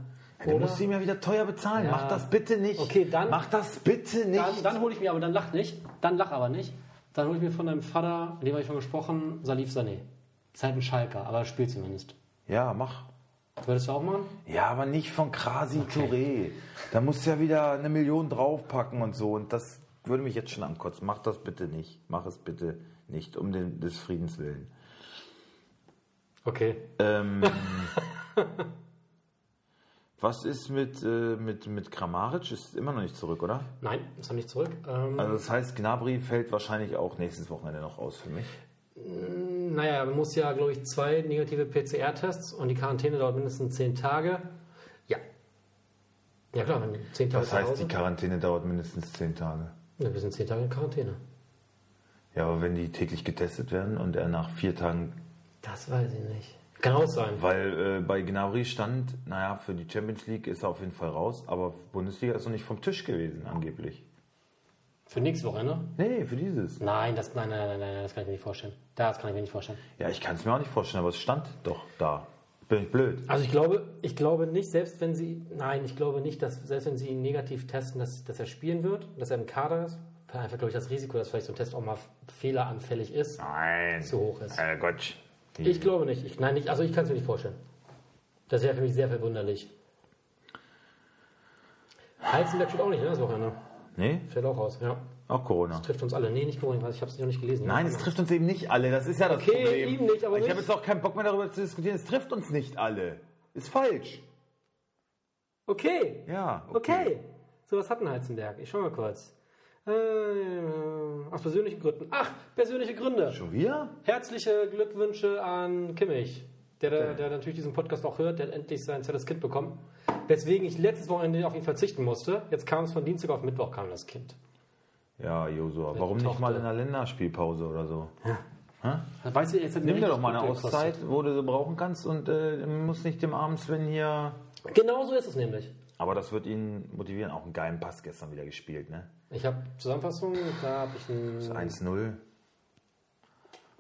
[SPEAKER 2] Du musst ihm ja wieder teuer bezahlen. Mach das bitte nicht.
[SPEAKER 1] Okay, dann-
[SPEAKER 2] Mach das bitte nicht.
[SPEAKER 1] Dann, dann hole ich mir, aber dann lach nicht. Dann lach aber nicht. Dann hole ich mir von deinem Vater, mit dem habe ich schon gesprochen, Salif Sané. Ist halt ein Schalker, aber er spielt zumindest.
[SPEAKER 2] ja, mach.
[SPEAKER 1] Würdest du auch machen?
[SPEAKER 2] Ja, aber nicht von Krasi Touré. Da musst du ja wieder eine Million draufpacken und so. Und das würde mich jetzt schon ankotzen. Mach das bitte nicht. Mach es bitte nicht. Um den, des Friedens willen.
[SPEAKER 1] Okay.
[SPEAKER 2] Ähm, was ist mit, äh, mit, mit Kramaric? Ist immer noch nicht zurück, oder?
[SPEAKER 1] Nein, ist noch nicht zurück. Ähm,
[SPEAKER 2] Also das heißt, Gnabry fällt wahrscheinlich auch nächstes Wochenende noch aus für mich.
[SPEAKER 1] naja, man muss ja, glaube ich, zwei negative PCR-Tests und die Quarantäne dauert mindestens zehn Tage. Ja. Ja klar, wenn du zehn Tage
[SPEAKER 2] Das
[SPEAKER 1] zu
[SPEAKER 2] heißt,
[SPEAKER 1] Hause-
[SPEAKER 2] die Quarantäne dauert mindestens zehn Tage.
[SPEAKER 1] Ja, wir sind zehn Tage in Quarantäne.
[SPEAKER 2] Ja, aber wenn die täglich getestet werden und er nach vier Tagen,
[SPEAKER 1] Das weiß ich nicht. Kann auch sein.
[SPEAKER 2] weil äh, bei Gnabry stand, naja, für die Champions League ist er auf jeden Fall raus, aber Bundesliga ist noch nicht vom Tisch gewesen angeblich.
[SPEAKER 1] Für nächste Woche, ne?
[SPEAKER 2] Nee, nee, für dieses.
[SPEAKER 1] Nein, das, nein, nein, nein, nein, nein, das kann ich mir nicht vorstellen. Das kann ich mir nicht vorstellen.
[SPEAKER 2] Ja, ich kann es mir auch nicht vorstellen, aber es stand doch da. Bin ich blöd.
[SPEAKER 1] Also ich glaube, ich glaube nicht, selbst wenn sie, nein, ich glaube nicht, dass selbst wenn sie ihn negativ testen, dass, dass er spielen wird, dass er im Kader ist, weil einfach glaube ich das Risiko, dass vielleicht so ein Test auch mal fehleranfällig ist.
[SPEAKER 2] Nein. Äh,
[SPEAKER 1] Zu hoch ist.
[SPEAKER 2] Herrgott. Die-
[SPEAKER 1] Ich glaube nicht. Ich, nein, ich, also ich kann es mir nicht vorstellen. Das wäre für mich sehr verwunderlich. Heizenberg steht auch nicht, ne, das Wochenende.
[SPEAKER 2] Nee?
[SPEAKER 1] Fällt auch raus, ja.
[SPEAKER 2] Auch Corona.
[SPEAKER 1] Trifft uns alle. Nee, nicht Corona, ich habe es noch nicht gelesen.
[SPEAKER 2] Nein, es trifft uns eben nicht alle. Das ist ja das
[SPEAKER 1] Okay,
[SPEAKER 2] Problem.
[SPEAKER 1] ihm nicht, aber
[SPEAKER 2] ich habe
[SPEAKER 1] nicht.
[SPEAKER 2] jetzt auch keinen Bock mehr darüber zu diskutieren. Es trifft uns nicht alle. Ist falsch.
[SPEAKER 1] Okay.
[SPEAKER 2] Ja.
[SPEAKER 1] Okay. So was hat ein Heizenberg. Ich schau mal kurz. Äh, aus persönlichen Gründen. Ach, persönliche Gründe.
[SPEAKER 2] Schon wieder?
[SPEAKER 1] Herzliche Glückwünsche an Kimmich, der, der, der natürlich diesen Podcast auch hört, der hat endlich sein zweites Kind bekommen. Weswegen ich letztes Wochenende auf ihn verzichten musste. Jetzt kam es von Dienstag auf Mittwoch, kam das Kind.
[SPEAKER 2] Ja, Josua. Warum
[SPEAKER 1] Tochter.
[SPEAKER 2] nicht mal in einer Länderspielpause oder so?
[SPEAKER 1] Weißt du, jetzt hat mir
[SPEAKER 2] Nimm dir
[SPEAKER 1] richtig
[SPEAKER 2] doch mal eine
[SPEAKER 1] Punkte gekostet.
[SPEAKER 2] Auszeit, wo du sie brauchen kannst und äh, musst nicht dem armen Sven hier.
[SPEAKER 1] Genau so ist es nämlich.
[SPEAKER 2] Aber das wird ihn motivieren. Auch einen geilen Pass gestern wieder gespielt, ne?
[SPEAKER 1] Ich habe Zusammenfassung, da habe ich ein,
[SPEAKER 2] 1-0.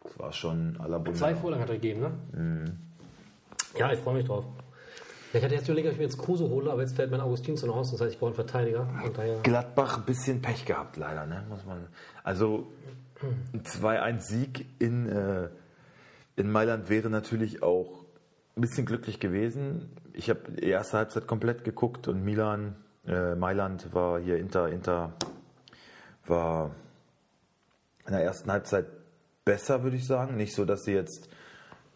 [SPEAKER 2] Das war schon à la Bunde.
[SPEAKER 1] zwei Vorlagen hat er gegeben, ne?
[SPEAKER 2] Mhm.
[SPEAKER 1] Ja, ich freue mich drauf. Ich hatte erst überlegt, ob ich mir jetzt Kruse hole, aber jetzt fällt mein Augustinsson aus, das heißt, ich brauche einen Verteidiger. Und daher
[SPEAKER 2] Gladbach ein bisschen Pech gehabt, leider, ne? Muss man. Also ein 2-1-Sieg in, äh, in Mailand wäre natürlich auch ein bisschen glücklich gewesen. Ich habe die erste Halbzeit komplett geguckt und Milan, äh, Mailand war hier Inter, Inter war in der ersten Halbzeit besser, würde ich sagen. Nicht so, dass sie jetzt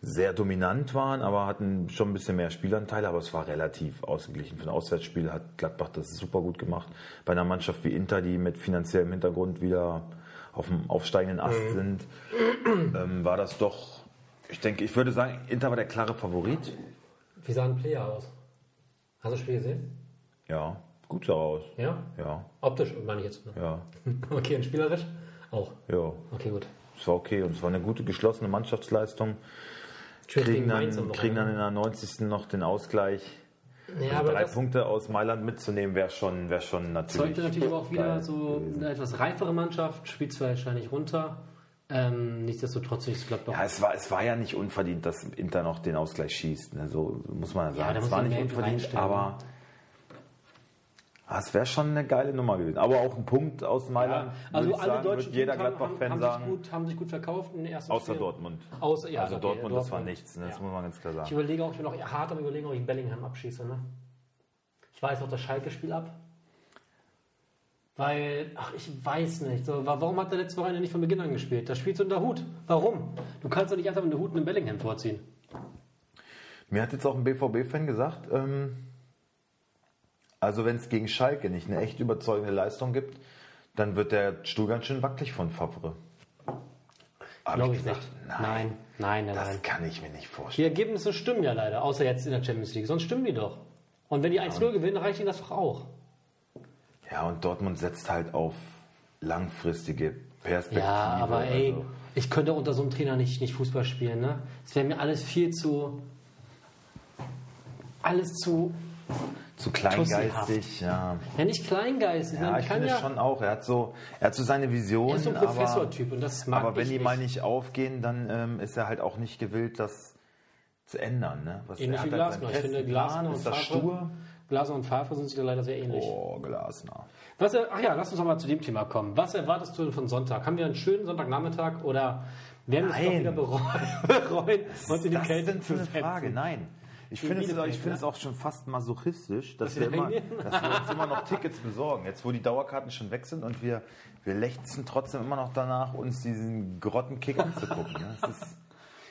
[SPEAKER 2] sehr dominant waren, aber hatten schon ein bisschen mehr Spielanteile, aber es war relativ ausgeglichen. Für ein Auswärtsspiel hat Gladbach das super gut gemacht. Bei einer Mannschaft wie Inter, die mit finanziellem Hintergrund wieder auf dem aufsteigenden Ast sind, ähm, war das doch, ich denke, ich würde sagen, Inter war der klare Favorit.
[SPEAKER 1] Wie sah ein Player aus? Hast du das Spiel gesehen?
[SPEAKER 2] Ja, gut sah er aus.
[SPEAKER 1] Ja?
[SPEAKER 2] Ja,
[SPEAKER 1] Optisch, meine ich jetzt. Ne?
[SPEAKER 2] ja.
[SPEAKER 1] Okay, und spielerisch? Auch.
[SPEAKER 2] Ja,
[SPEAKER 1] Okay, gut.
[SPEAKER 2] es war okay und es war eine gute geschlossene Mannschaftsleistung.
[SPEAKER 1] Schön
[SPEAKER 2] Kriegen
[SPEAKER 1] Mainz am
[SPEAKER 2] dann,
[SPEAKER 1] Wochenende.
[SPEAKER 2] kriegen dann in der 90. noch den Ausgleich.
[SPEAKER 1] ja, aber
[SPEAKER 2] Drei
[SPEAKER 1] das
[SPEAKER 2] Punkte aus Mailand mitzunehmen wäre schon, wär schon natürlich.
[SPEAKER 1] zeugte natürlich aber auch wieder
[SPEAKER 2] geil
[SPEAKER 1] so
[SPEAKER 2] gewesen.
[SPEAKER 1] eine etwas reifere Mannschaft, spielt zwar wahrscheinlich runter, ähm, nichtsdestotrotz ist es klappt doch.
[SPEAKER 2] Ja, es war, es war ja nicht unverdient, dass Inter noch den Ausgleich schießt. Ne? So muss man
[SPEAKER 1] da
[SPEAKER 2] sagen.
[SPEAKER 1] muss
[SPEAKER 2] es war
[SPEAKER 1] man
[SPEAKER 2] nicht
[SPEAKER 1] mehr
[SPEAKER 2] unverdient,
[SPEAKER 1] reinstellen.
[SPEAKER 2] aber ah, es wäre schon eine geile Nummer gewesen. Aber auch ein Punkt aus Mailand.
[SPEAKER 1] Ja, also
[SPEAKER 2] würde ich
[SPEAKER 1] alle
[SPEAKER 2] sagen,
[SPEAKER 1] deutschen
[SPEAKER 2] wird jeder
[SPEAKER 1] Teams haben-
[SPEAKER 2] Gladbach-Fan
[SPEAKER 1] haben,
[SPEAKER 2] sagen.
[SPEAKER 1] haben, sich gut, haben sich gut verkauft in den ersten
[SPEAKER 2] außer
[SPEAKER 1] Spielen.
[SPEAKER 2] Dortmund.
[SPEAKER 1] Außer, ja,
[SPEAKER 2] also
[SPEAKER 1] okay,
[SPEAKER 2] Dortmund, das war
[SPEAKER 1] Dortmund.
[SPEAKER 2] nichts. Ne? Das
[SPEAKER 1] Ja.
[SPEAKER 2] muss man ganz klar
[SPEAKER 1] Ich
[SPEAKER 2] sagen.
[SPEAKER 1] überlege auch, ich bin auch hart am überlegen, ob ich Bellingham abschieße. Ne? Ich weiß auch das Schalke-Spiel ab. Weil, ach, ich weiß nicht. So, wa- warum hat der letzte Wochenende nicht von Beginn an gespielt? Da spielst du unter Hut. Warum? Du kannst doch nicht einfach unter Hut einen Bellingham vorziehen.
[SPEAKER 2] Mir hat jetzt auch ein BVB-Fan gesagt, ähm, also wenn es gegen Schalke nicht eine echt überzeugende Leistung gibt, dann wird der Stuhl ganz schön wackelig von Favre. Hab
[SPEAKER 1] Glaube ich
[SPEAKER 2] gesagt,
[SPEAKER 1] nicht.
[SPEAKER 2] Nein,
[SPEAKER 1] Nein, nein, nein. nein.
[SPEAKER 2] das kann ich mir nicht
[SPEAKER 1] Die
[SPEAKER 2] vorstellen.
[SPEAKER 1] Ergebnisse stimmen ja leider, außer jetzt in der Champions League. Sonst stimmen die doch. Und wenn die 1-0 gewinnen, reicht ihnen das doch auch.
[SPEAKER 2] Ja, und Dortmund setzt halt auf langfristige Perspektive.
[SPEAKER 1] Ja, aber ey,
[SPEAKER 2] also.
[SPEAKER 1] ich könnte auch unter so einem Trainer nicht, nicht Fußball spielen. Ne? Es wäre mir alles viel zu. Alles zu.
[SPEAKER 2] zu kleingeistig, ja.
[SPEAKER 1] Ja, nicht kleingeistig.
[SPEAKER 2] Ja,
[SPEAKER 1] man
[SPEAKER 2] ich
[SPEAKER 1] kann
[SPEAKER 2] finde
[SPEAKER 1] ja,
[SPEAKER 2] schon auch. Er hat so, er hat so seine Visionen.
[SPEAKER 1] er ist so ein
[SPEAKER 2] aber,
[SPEAKER 1] Professortyp und das mag
[SPEAKER 2] Aber wenn
[SPEAKER 1] ich
[SPEAKER 2] die
[SPEAKER 1] nicht.
[SPEAKER 2] mal nicht aufgehen, dann ähm, ist er halt auch nicht gewillt, das zu ändern. Ne? Was
[SPEAKER 1] Ähnlich
[SPEAKER 2] er
[SPEAKER 1] wie
[SPEAKER 2] hat halt
[SPEAKER 1] Glasner.
[SPEAKER 2] seinen
[SPEAKER 1] Ich finde,
[SPEAKER 2] festen
[SPEAKER 1] Glasner
[SPEAKER 2] Plan,
[SPEAKER 1] und
[SPEAKER 2] ist das
[SPEAKER 1] Favre-
[SPEAKER 2] stur.
[SPEAKER 1] Glaser und Pfeiffer sind sich da leider sehr ähnlich.
[SPEAKER 2] Oh, Glasner.
[SPEAKER 1] Was, er- ach ja, lass uns doch mal zu dem Thema kommen. Was erwartest du denn von Sonntag? Haben wir einen schönen Sonntagnachmittag oder werden wir es doch
[SPEAKER 2] Nein.
[SPEAKER 1] wieder bereuen, bereuen
[SPEAKER 2] Was
[SPEAKER 1] uns in die
[SPEAKER 2] das
[SPEAKER 1] Kälte
[SPEAKER 2] denn für eine
[SPEAKER 1] zu setzen?
[SPEAKER 2] Frage? Nein. Ich
[SPEAKER 1] In
[SPEAKER 2] finde es,
[SPEAKER 1] Bielefeld,
[SPEAKER 2] ich finde
[SPEAKER 1] ne?
[SPEAKER 2] es auch schon fast masochistisch, dass,
[SPEAKER 1] Dass
[SPEAKER 2] wir,
[SPEAKER 1] wir
[SPEAKER 2] immer,
[SPEAKER 1] hingehen?
[SPEAKER 2] dass wir uns immer noch Tickets besorgen. Jetzt, wo die Dauerkarten schon weg sind und wir, wir lechzen trotzdem immer noch danach, uns diesen Grottenkick anzugucken. Ne? Das ist,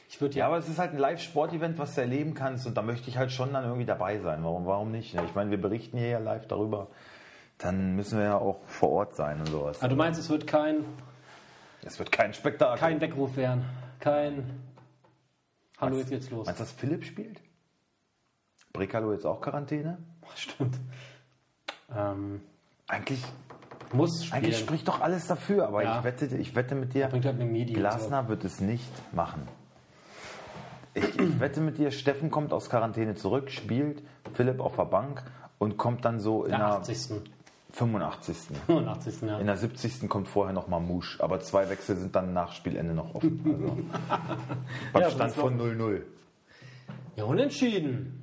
[SPEAKER 1] Ich würde
[SPEAKER 2] Ja, aber es ist halt ein Live-Sport-Event, was du erleben kannst und da möchte ich halt schon dann irgendwie dabei sein. Warum, warum nicht? ne? Ich meine, wir berichten hier ja live darüber. Dann müssen wir ja auch vor Ort sein und sowas.
[SPEAKER 1] Ah, du meinst, es wird kein,
[SPEAKER 2] Es wird kein Spektakel.
[SPEAKER 1] kein Weckruf werden? Kein. Hallo, jetzt geht's los.
[SPEAKER 2] Meinst du, dass Philipp spielt? Brekalo jetzt auch Quarantäne?
[SPEAKER 1] Stimmt. Ähm,
[SPEAKER 2] Eigentlich,
[SPEAKER 1] muss spielen.
[SPEAKER 2] eigentlich spricht doch alles dafür, aber
[SPEAKER 1] Ja.
[SPEAKER 2] ich, wette, ich wette mit dir,
[SPEAKER 1] Bringt halt eine Medien.
[SPEAKER 2] Glasner wird es nicht machen. Ich, ich wette mit dir, Steffen kommt aus Quarantäne zurück, spielt Philipp auf der Bank und kommt dann so in
[SPEAKER 1] Der
[SPEAKER 2] der
[SPEAKER 1] 80.
[SPEAKER 2] 85.
[SPEAKER 1] 85. Ja.
[SPEAKER 2] In der 70. kommt vorher noch mal Mouche, aber zwei Wechsel sind dann nach Spielende noch offen. Also, beim
[SPEAKER 1] Ja,
[SPEAKER 2] Stand
[SPEAKER 1] so.
[SPEAKER 2] von 0-0.
[SPEAKER 1] ja, unentschieden.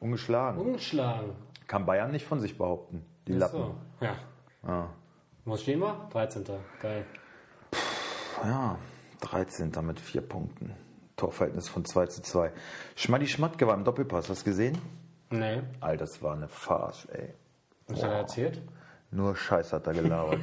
[SPEAKER 2] Ungeschlagen.
[SPEAKER 1] Ungeschlagen.
[SPEAKER 2] Kann Bayern nicht von sich behaupten. Die Lappen. Ah.
[SPEAKER 1] So, ja. Wo stehen wir? 13. Geil.
[SPEAKER 2] Ja, 13. mit vier Punkten. Torverhältnis von 2 zu 2. Schmaddi Schmatke war im Doppelpass. Hast du gesehen?
[SPEAKER 1] Nee,
[SPEAKER 2] Alter, das war eine Farce, ey.
[SPEAKER 1] was hat er erzählt?
[SPEAKER 2] Nur Scheiß hat er gelabert.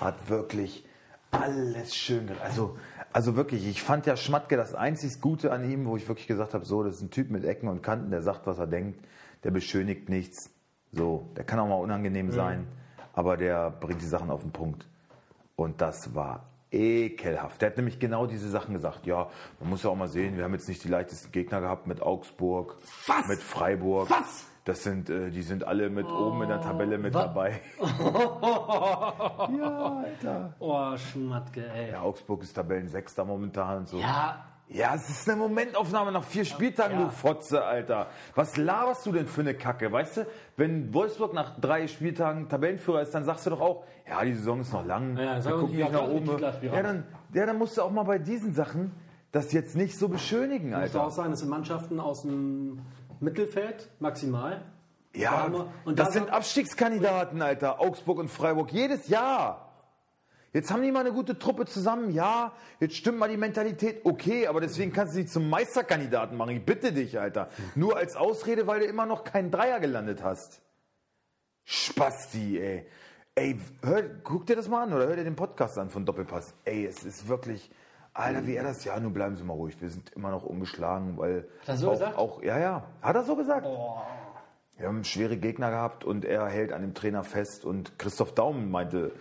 [SPEAKER 2] hat wirklich alles schön ge- also also wirklich, ich fand ja Schmatke das einzig Gute an ihm, wo ich wirklich gesagt habe, so, das ist ein Typ mit Ecken und Kanten, der sagt, was er denkt, der beschönigt nichts. So, der kann auch mal unangenehm
[SPEAKER 1] Mhm.
[SPEAKER 2] sein, aber der bringt die Sachen auf den Punkt. Und das war ekelhaft. Der hat nämlich genau diese Sachen gesagt. Ja, man muss ja auch mal sehen, wir haben jetzt nicht die leichtesten Gegner gehabt mit Augsburg,
[SPEAKER 1] Was?
[SPEAKER 2] mit Freiburg.
[SPEAKER 1] Was? Oh.
[SPEAKER 2] Das sind, äh, die sind alle mit oben in der Tabelle mit dabei. ja, Alter.
[SPEAKER 1] Oh, Schmatke, ey.
[SPEAKER 2] Ja, Augsburg ist Tabellensechster momentan und so.
[SPEAKER 1] Ja,
[SPEAKER 2] Ja, es ist eine Momentaufnahme nach vier Spieltagen,
[SPEAKER 1] Ja.
[SPEAKER 2] du Fotze, Alter. Was laberst du denn für eine Kacke, weißt du? Wenn Wolfsburg nach drei Spieltagen Tabellenführer ist, dann sagst du doch auch, ja, die Saison ist noch lang.
[SPEAKER 1] Ja,
[SPEAKER 2] wir
[SPEAKER 1] sag uns
[SPEAKER 2] gucken
[SPEAKER 1] die
[SPEAKER 2] nicht nach oben.
[SPEAKER 1] Titelspirale.
[SPEAKER 2] Ja dann, ja, dann musst du auch mal bei diesen Sachen das jetzt nicht so beschönigen,
[SPEAKER 1] muss auch
[SPEAKER 2] Alter.
[SPEAKER 1] sagen, das sind Mannschaften aus dem Mittelfeld, maximal.
[SPEAKER 2] Ja,
[SPEAKER 1] Da haben wir-
[SPEAKER 2] und
[SPEAKER 1] und da
[SPEAKER 2] das sind
[SPEAKER 1] sagt-
[SPEAKER 2] Abstiegskandidaten, Alter. Augsburg und Freiburg, jedes Jahr. Jetzt haben die mal eine gute Truppe zusammen, ja. Jetzt stimmt mal die Mentalität, okay, aber deswegen kannst du die zum Meisterkandidaten machen. Ich bitte dich, Alter. Nur als Ausrede, weil du immer noch keinen Dreier gelandet hast. Spasti, ey. Ey, hör, guck dir das mal an oder hör dir den Podcast an von Doppelpass. Ey, es ist wirklich. Alter, wie er das. Ja, nun bleiben Sie mal ruhig. Wir sind immer noch ungeschlagen, weil.
[SPEAKER 1] er so
[SPEAKER 2] auch,
[SPEAKER 1] gesagt?
[SPEAKER 2] Auch, ja, ja. Hat er so gesagt. Wir haben schwere Gegner gehabt und er hält an dem Trainer fest. Und Christoph Daum meinte: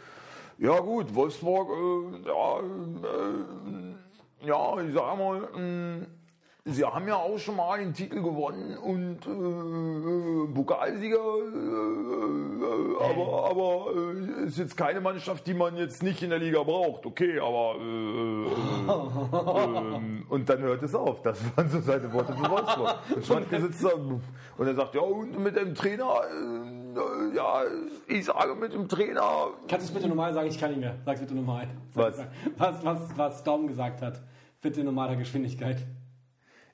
[SPEAKER 2] Ja, gut, Wolfsburg, äh, ja, äh, ja, ich sag mal, mh, Sie haben ja auch schon mal den Titel gewonnen und äh, Pokalsieger, äh, aber, aber äh, ist jetzt keine Mannschaft, die man jetzt nicht in der Liga braucht. Okay, aber äh, äh, ähm, und dann hört es auf. Das waren so seine Worte für Wolfsburg. Und Schmatke sitzt da und er sagt, ja und mit dem Trainer, äh, ja, ich sage mit dem Trainer,
[SPEAKER 3] Kannst du es bitte normal sagen? Ich kann nicht mehr. Sag's bitte normal. Sag's- Was, was, was Daumen gesagt hat. Bitte in normaler Geschwindigkeit.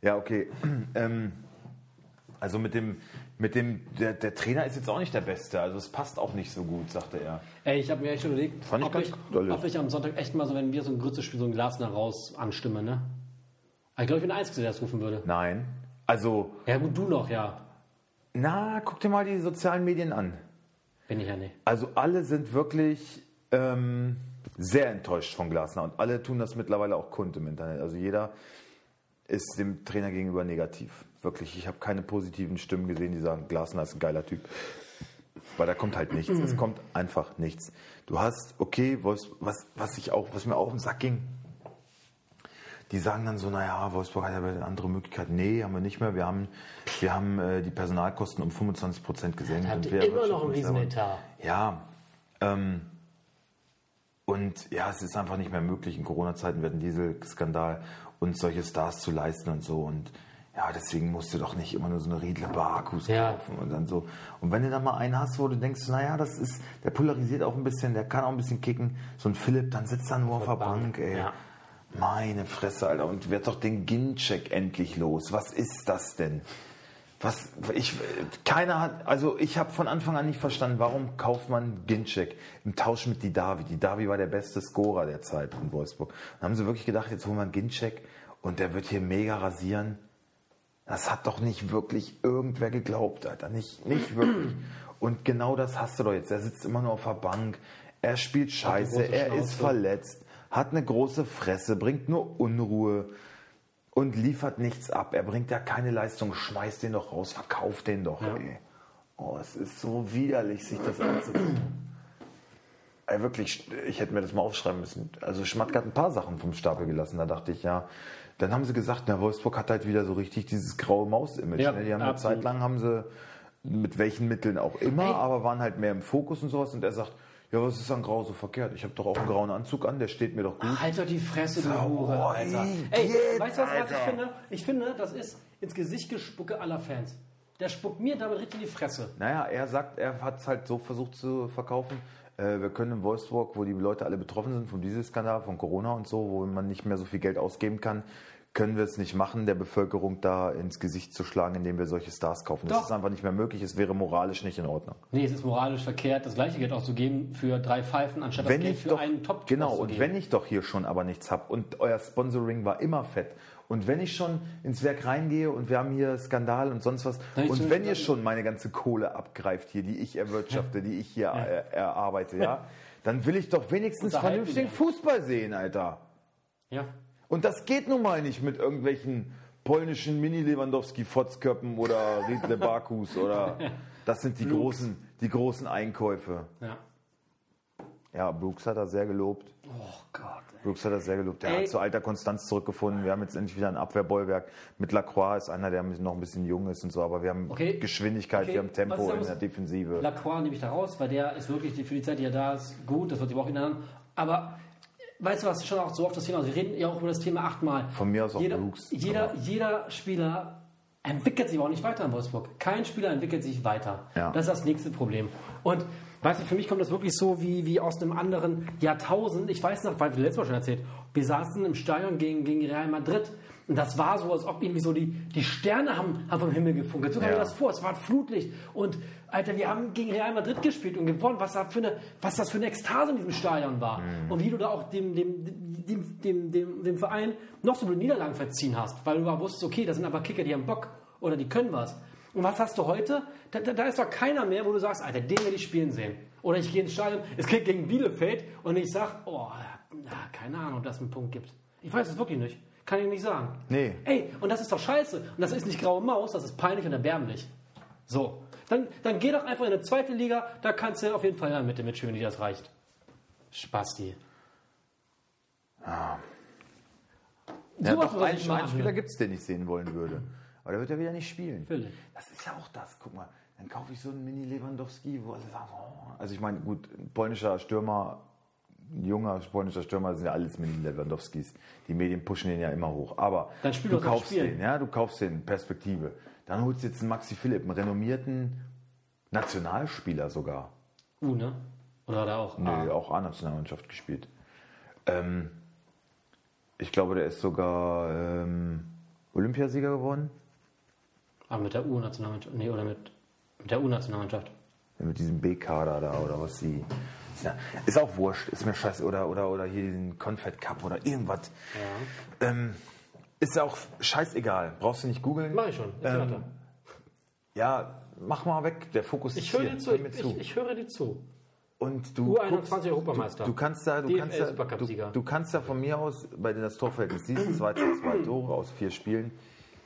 [SPEAKER 2] Ja, okay. Ähm, also mit dem, mit dem, der, der Trainer ist jetzt auch nicht der Beste. Also es passt auch nicht so gut, sagte er.
[SPEAKER 1] Ey, ich habe mir echt schon überlegt,
[SPEAKER 2] Fand ich
[SPEAKER 1] ob,
[SPEAKER 2] ganz
[SPEAKER 1] ich,
[SPEAKER 2] gut alles.
[SPEAKER 1] ob ich am Sonntag echt mal so, wenn wir so ein Grützespiel, so ein Glas nach raus anstimme, ne? Aber Ich glaube, ich bin der Einzige, der das rufen würde.
[SPEAKER 2] Nein. Also,
[SPEAKER 1] Ja gut, du noch, ja.
[SPEAKER 2] na, guck dir mal die sozialen Medien an.
[SPEAKER 1] Bin ich ja nicht.
[SPEAKER 2] Also alle sind wirklich ähm, sehr enttäuscht von Glasner und alle tun das mittlerweile auch kund im Internet. Also jeder ist dem Trainer gegenüber negativ. Wirklich, ich habe keine positiven Stimmen gesehen, die sagen, Glasner ist ein geiler Typ. Weil da kommt halt nichts. Es kommt einfach nichts. Du hast, okay, Wolfs- was, was, ich auch, was mir auch im Sack ging, die sagen dann so, naja, Wolfsburg hat ja eine andere Möglichkeit. Nee, haben wir nicht mehr. Wir haben, wir haben äh, die Personalkosten um 25 Prozent gesenkt.
[SPEAKER 1] Hat
[SPEAKER 2] und wir
[SPEAKER 1] immer noch einen
[SPEAKER 2] erwirtschaften-
[SPEAKER 1] Riesenetat.
[SPEAKER 2] ja. Ähm, und ja, es ist einfach nicht mehr möglich. In Corona-Zeiten wird ein Dieselskandal uns solche Stars zu leisten und so. Und ja, deswegen musst du doch nicht immer nur so eine Riedle Barkus
[SPEAKER 1] Ja.
[SPEAKER 2] kaufen und dann so. Und wenn du dann mal einen hast, wo du denkst, naja, das ist, der polarisiert auch ein bisschen, der kann auch ein bisschen kicken. So ein Philipp, dann sitzt er nur auf der Bank, ey.
[SPEAKER 1] Ja.
[SPEAKER 2] Meine Fresse, Alter. Und wird doch den Gincheck endlich los. Was ist das denn? Was, ich, keiner hat, also ich habe von Anfang an nicht verstanden, warum kauft man Ginczek im Tausch mit Didavi? Didavi war der beste Scorer der Zeit in Wolfsburg. Dann haben sie wirklich gedacht, jetzt holen wir Ginczek und der wird hier mega rasieren. Das hat doch nicht wirklich irgendwer geglaubt, Alter. Nicht, nicht wirklich. Und genau das hast du doch jetzt. Er sitzt immer nur auf der Bank. Er spielt scheiße.
[SPEAKER 1] große
[SPEAKER 2] Er ist
[SPEAKER 1] Schnauze.
[SPEAKER 2] verletzt. Hat eine große Fresse. Bringt nur Unruhe. Und liefert nichts ab. Er bringt ja keine Leistung. Schmeißt den doch raus. Verkauft den doch, ey. Oh, es ist so widerlich, sich das anzugucken. Ey, wirklich, ich hätte mir das mal aufschreiben müssen. Also Schmatke hat ein paar Sachen vom Stapel gelassen, da dachte ich, ja. Dann haben sie gesagt, na, Wolfsburg hat halt wieder so richtig dieses graue Maus-Image.
[SPEAKER 1] Ja,
[SPEAKER 2] ne? Die haben eine
[SPEAKER 1] absolut.
[SPEAKER 2] Zeit lang, haben sie mit welchen Mitteln auch immer, aber waren halt mehr im Fokus und sowas. Und er sagt, ja, was ist an grau so verkehrt? Ich habe doch auch einen grauen Anzug an, der steht mir doch gut.
[SPEAKER 1] Halt doch die Fresse, du Hure, Alter.
[SPEAKER 2] ey,
[SPEAKER 1] Ey,
[SPEAKER 2] geht,
[SPEAKER 1] weißt du, was, was ich
[SPEAKER 2] Alter.
[SPEAKER 1] finde? Ich finde, das ist ins Gesicht gespucke aller Fans. Der spuckt mir damit richtig in die Fresse.
[SPEAKER 2] Naja, er sagt, er hat es halt so versucht zu verkaufen. Äh, wir können in Wolfsburg, wo die Leute alle betroffen sind vom Dieselskandal, von Corona und so, wo man nicht mehr so viel Geld ausgeben kann, können wir es nicht machen, der Bevölkerung da ins Gesicht zu schlagen, indem wir solche Stars kaufen. Das
[SPEAKER 1] Doch.
[SPEAKER 2] ist einfach nicht mehr möglich. Es wäre moralisch nicht in Ordnung.
[SPEAKER 1] Nee, es ist moralisch verkehrt, das gleiche Geld auszugeben für drei Pfeifen, anstatt
[SPEAKER 2] wenn
[SPEAKER 1] das Geld
[SPEAKER 2] ich
[SPEAKER 1] für
[SPEAKER 2] doch,
[SPEAKER 1] einen top
[SPEAKER 2] Genau, und
[SPEAKER 1] auszugeben.
[SPEAKER 2] wenn ich doch hier schon aber nichts habe und euer Sponsoring war immer fett und wenn ich schon ins Werk reingehe und wir haben hier Skandal und sonst was
[SPEAKER 1] Dann ich
[SPEAKER 2] und
[SPEAKER 1] zum-
[SPEAKER 2] wenn ihr schon meine ganze Kohle abgreift hier, die ich erwirtschafte, die ich hier äh, erarbeite, ja, dann will ich doch wenigstens
[SPEAKER 1] Unterhalten
[SPEAKER 2] vernünftigen
[SPEAKER 1] werden.
[SPEAKER 2] Fußball sehen, Alter.
[SPEAKER 1] Ja.
[SPEAKER 2] Und das geht nun mal nicht mit irgendwelchen polnischen Mini-Lewandowski-Fotzköppen oder Riedle Bakus oder das sind die großen, die großen Einkäufe.
[SPEAKER 1] Ja.
[SPEAKER 2] Ja, Brooks hat er sehr gelobt.
[SPEAKER 1] Oh Gott. Ey.
[SPEAKER 2] Brooks hat das sehr gelobt. Der
[SPEAKER 1] Ey.
[SPEAKER 2] hat zu alter Konstanz zurückgefunden. Wir haben jetzt endlich wieder ein Abwehrbollwerk. Mit Lacroix ist einer, der noch ein bisschen jung ist und so, aber wir haben
[SPEAKER 1] Okay.
[SPEAKER 2] Geschwindigkeit,
[SPEAKER 1] Okay.
[SPEAKER 2] wir haben
[SPEAKER 1] Was
[SPEAKER 2] Tempo
[SPEAKER 1] ist da
[SPEAKER 2] in
[SPEAKER 1] los?
[SPEAKER 2] der Defensive.
[SPEAKER 1] Lacroix nehme ich da raus, weil der ist wirklich die- für die Zeit, die er da ist, gut, das wird sich auch ändern. Aber weißt du, was schon auch so oft das Thema ist? Wir reden ja auch über das Thema achtmal.
[SPEAKER 2] Von mir aus auch
[SPEAKER 1] jeder,
[SPEAKER 2] Brooks,
[SPEAKER 1] Jeder,
[SPEAKER 2] aber-
[SPEAKER 1] jeder Spieler entwickelt sich aber auch nicht weiter in Wolfsburg. Kein Spieler entwickelt sich weiter.
[SPEAKER 2] Ja.
[SPEAKER 1] Das ist das nächste Problem. Und weißt du, für mich kommt das wirklich so wie, wie aus einem anderen Jahrtausend. Ich weiß noch, weil wir letztes Mal schon erzählt, wir saßen im Stadion gegen, gegen Real Madrid. Und das war so, als ob irgendwie so die, die Sterne haben, haben vom Himmel gefunkelt. So kam
[SPEAKER 2] Ja.
[SPEAKER 1] mir das vor. Es war ein Flutlicht. Und Alter, wir haben gegen Real Madrid gespielt und gewonnen. Was, da für eine, was das für eine Ekstase in diesem Stadion war. Und wie du da auch dem, dem, dem, dem, dem, dem Verein noch so viele Niederlagen verziehen hast. Weil du aber wusstest, okay, das sind aber Kicker, die haben Bock oder die können was. Und was hast du heute? Da, da, da ist doch keiner mehr, wo du sagst, Alter, den will ich spielen sehen. Oder ich gehe ins Stadion, es geht gegen Bielefeld und ich sag, oh, na, keine Ahnung, ob das einen Punkt gibt. Ich weiß es wirklich nicht. Kann ich nicht sagen.
[SPEAKER 2] Nee.
[SPEAKER 1] Ey, und das ist doch scheiße. Und das ist nicht graue Maus, das ist peinlich und erbärmlich. So. Dann, dann geh doch einfach in eine zweite Liga, da kannst du auf jeden Fall ja, mit dem mitspielen, die das reicht. Spasti.
[SPEAKER 2] Ja,
[SPEAKER 1] Sowas
[SPEAKER 2] doch,
[SPEAKER 1] würde
[SPEAKER 2] einen,
[SPEAKER 1] ich mal
[SPEAKER 2] einen Spieler
[SPEAKER 1] anhören.
[SPEAKER 2] gibt es, den ich sehen wollen würde. Aber der wird ja wieder nicht spielen.
[SPEAKER 1] Philipp.
[SPEAKER 2] Das ist ja auch das. Guck mal, dann kaufe ich so einen Mini-Lewandowski, wo alle sagen, oh. also ich meine, gut, ein polnischer Stürmer, ein junger polnischer Stürmer sind ja alles Mini-Lewandowskis. Die Medien pushen den ja immer hoch. Aber
[SPEAKER 1] Dann spiel
[SPEAKER 2] du
[SPEAKER 1] doch das
[SPEAKER 2] kaufst
[SPEAKER 1] Spiel.
[SPEAKER 2] den, ja, du kaufst den, Perspektive. Dann holst du jetzt einen Maxi Philipp, einen renommierten Nationalspieler sogar.
[SPEAKER 1] U, ne? Oder da auch.
[SPEAKER 2] Nö,
[SPEAKER 1] A.
[SPEAKER 2] auch A-Nationalmannschaft gespielt. Ähm, ich glaube, der ist sogar ähm, Olympiasieger geworden.
[SPEAKER 1] Ah, mit der U-Nationalmannschaft. Nee, oder mit, mit der U-Nationalmannschaft.
[SPEAKER 2] Mit diesem B-Kader da oder was sie. Ist ja- Ist auch wurscht, ist mir scheiße. Oder, oder, oder hier diesen Confed Cup oder irgendwas. Ähm, ist ja auch scheißegal. Brauchst du nicht googeln.
[SPEAKER 1] Mach ich schon. Jetzt
[SPEAKER 2] Ähm,
[SPEAKER 1] weiter.
[SPEAKER 2] ja, mach mal weg. Der Fokus
[SPEAKER 1] Ich
[SPEAKER 2] ist
[SPEAKER 1] höre
[SPEAKER 2] hier.
[SPEAKER 1] dir zu.
[SPEAKER 2] Hör mir
[SPEAKER 1] Ich, ich, ich höre dir zu.
[SPEAKER 2] Und du
[SPEAKER 1] U21
[SPEAKER 2] guckst-
[SPEAKER 1] Europameister.
[SPEAKER 2] Du, du kannst da, du
[SPEAKER 1] DFL
[SPEAKER 2] kannst da, du,
[SPEAKER 1] Supercup-Sieger.
[SPEAKER 2] du kannst da von mir aus bei dir das Torverhältnis siehst, zwei, zu zwei Tore aus vier Spielen.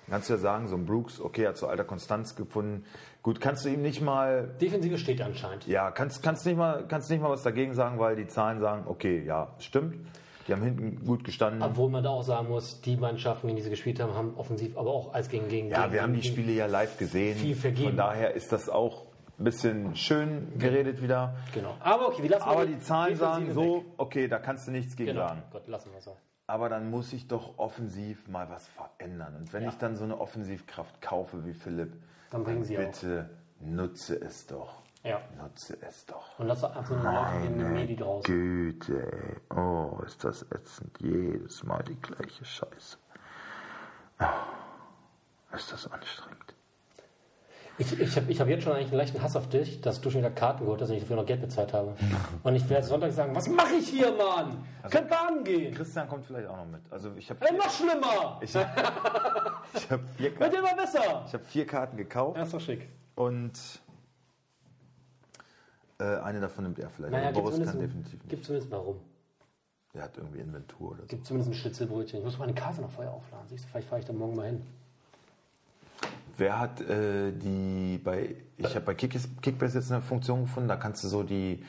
[SPEAKER 2] Kannst du ja sagen, so ein Brooks, okay, hat zu alter Konstanz gefunden. Gut, kannst du ihm nicht mal,
[SPEAKER 1] Defensive steht anscheinend.
[SPEAKER 2] ja, kannst, kannst nicht mal, kannst nicht mal was dagegen sagen, weil die Zahlen sagen, okay, ja, stimmt. Die haben hinten gut gestanden.
[SPEAKER 1] Obwohl man da auch sagen muss, die Mannschaften, gegen die sie gespielt haben, haben offensiv aber auch als gegen gegen
[SPEAKER 2] Ja,
[SPEAKER 1] gegen-
[SPEAKER 2] wir haben die
[SPEAKER 1] gegen-
[SPEAKER 2] Spiele ja live gesehen.
[SPEAKER 1] Viel vergeben.
[SPEAKER 2] Von daher ist das auch ein bisschen schön geredet wieder.
[SPEAKER 1] Genau. Aber okay, wir lassen
[SPEAKER 2] Aber
[SPEAKER 1] mal
[SPEAKER 2] die Zahlen sagen
[SPEAKER 1] Defensive
[SPEAKER 2] so,
[SPEAKER 1] weg.
[SPEAKER 2] okay, da kannst du nichts gegen
[SPEAKER 1] Genau.
[SPEAKER 2] sagen.
[SPEAKER 1] Gott, lassen wir es auch.
[SPEAKER 2] Aber dann muss ich doch offensiv mal was verändern. Und wenn ich dann so eine Offensivkraft kaufe wie Philipp,
[SPEAKER 1] Dann bringen sie auch.
[SPEAKER 2] bitte nutze es doch.
[SPEAKER 1] Ja.
[SPEAKER 2] Nutze es doch.
[SPEAKER 1] Und lass doch einfach nur Leute gegen die
[SPEAKER 2] ne.
[SPEAKER 1] Medi draußen.
[SPEAKER 2] Güte, ey. Oh, ist das ätzend. Jedes Mal die gleiche Scheiße. Oh, ist das anstrengend.
[SPEAKER 1] Ich, ich habe ich hab jetzt schon eigentlich einen leichten Hass auf dich, dass du schon wieder Karten geholt hast und ich dafür noch Geld bezahlt habe. Und ich werde Sonntag sagen, was mache ich hier, Mann? Könnt baden gehen.
[SPEAKER 2] Christian kommt vielleicht auch noch mit. Also ich habe
[SPEAKER 1] Ey, noch schlimmer.
[SPEAKER 2] ich hab, ich hab vier, Karten-
[SPEAKER 1] Wird immer besser.
[SPEAKER 2] ich hab vier Karten gekauft
[SPEAKER 1] ist doch schick.
[SPEAKER 2] und äh, eine davon nimmt er vielleicht.
[SPEAKER 1] Naja,
[SPEAKER 2] Aber
[SPEAKER 1] gib
[SPEAKER 2] Boris
[SPEAKER 1] zumindest,
[SPEAKER 2] kann
[SPEAKER 1] ein,
[SPEAKER 2] definitiv nicht.
[SPEAKER 1] gib zumindest mal rum.
[SPEAKER 2] Der hat irgendwie Inventur oder so.
[SPEAKER 1] Gib zumindest ein Schnitzelbrötchen. Ich muss meine Karte noch vorher aufladen. Siehst du, vielleicht fahre ich da morgen mal hin.
[SPEAKER 2] Wer hat äh, die bei ich habe bei Kickis- Kickbase jetzt eine Funktion gefunden, da kannst du so die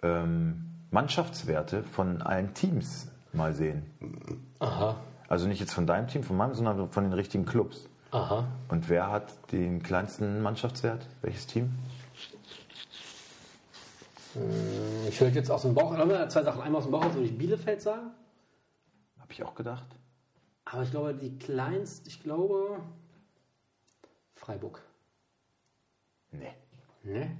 [SPEAKER 2] ähm, Mannschaftswerte von allen Teams mal sehen.
[SPEAKER 1] Aha,
[SPEAKER 2] Also nicht jetzt von deinem Team, von meinem, sondern von den richtigen Clubs.
[SPEAKER 1] aha.
[SPEAKER 2] Und wer hat den kleinsten Mannschaftswert? Welches Team?
[SPEAKER 1] Ich höre jetzt aus dem Bauch, aber zwei Sachen. Einmal aus dem Bauch, raus würde ich Bielefeld sagen.
[SPEAKER 2] Habe ich auch gedacht.
[SPEAKER 1] Aber ich glaube, die kleinst, ich glaube, Freiburg.
[SPEAKER 2] Nee.
[SPEAKER 1] Ne?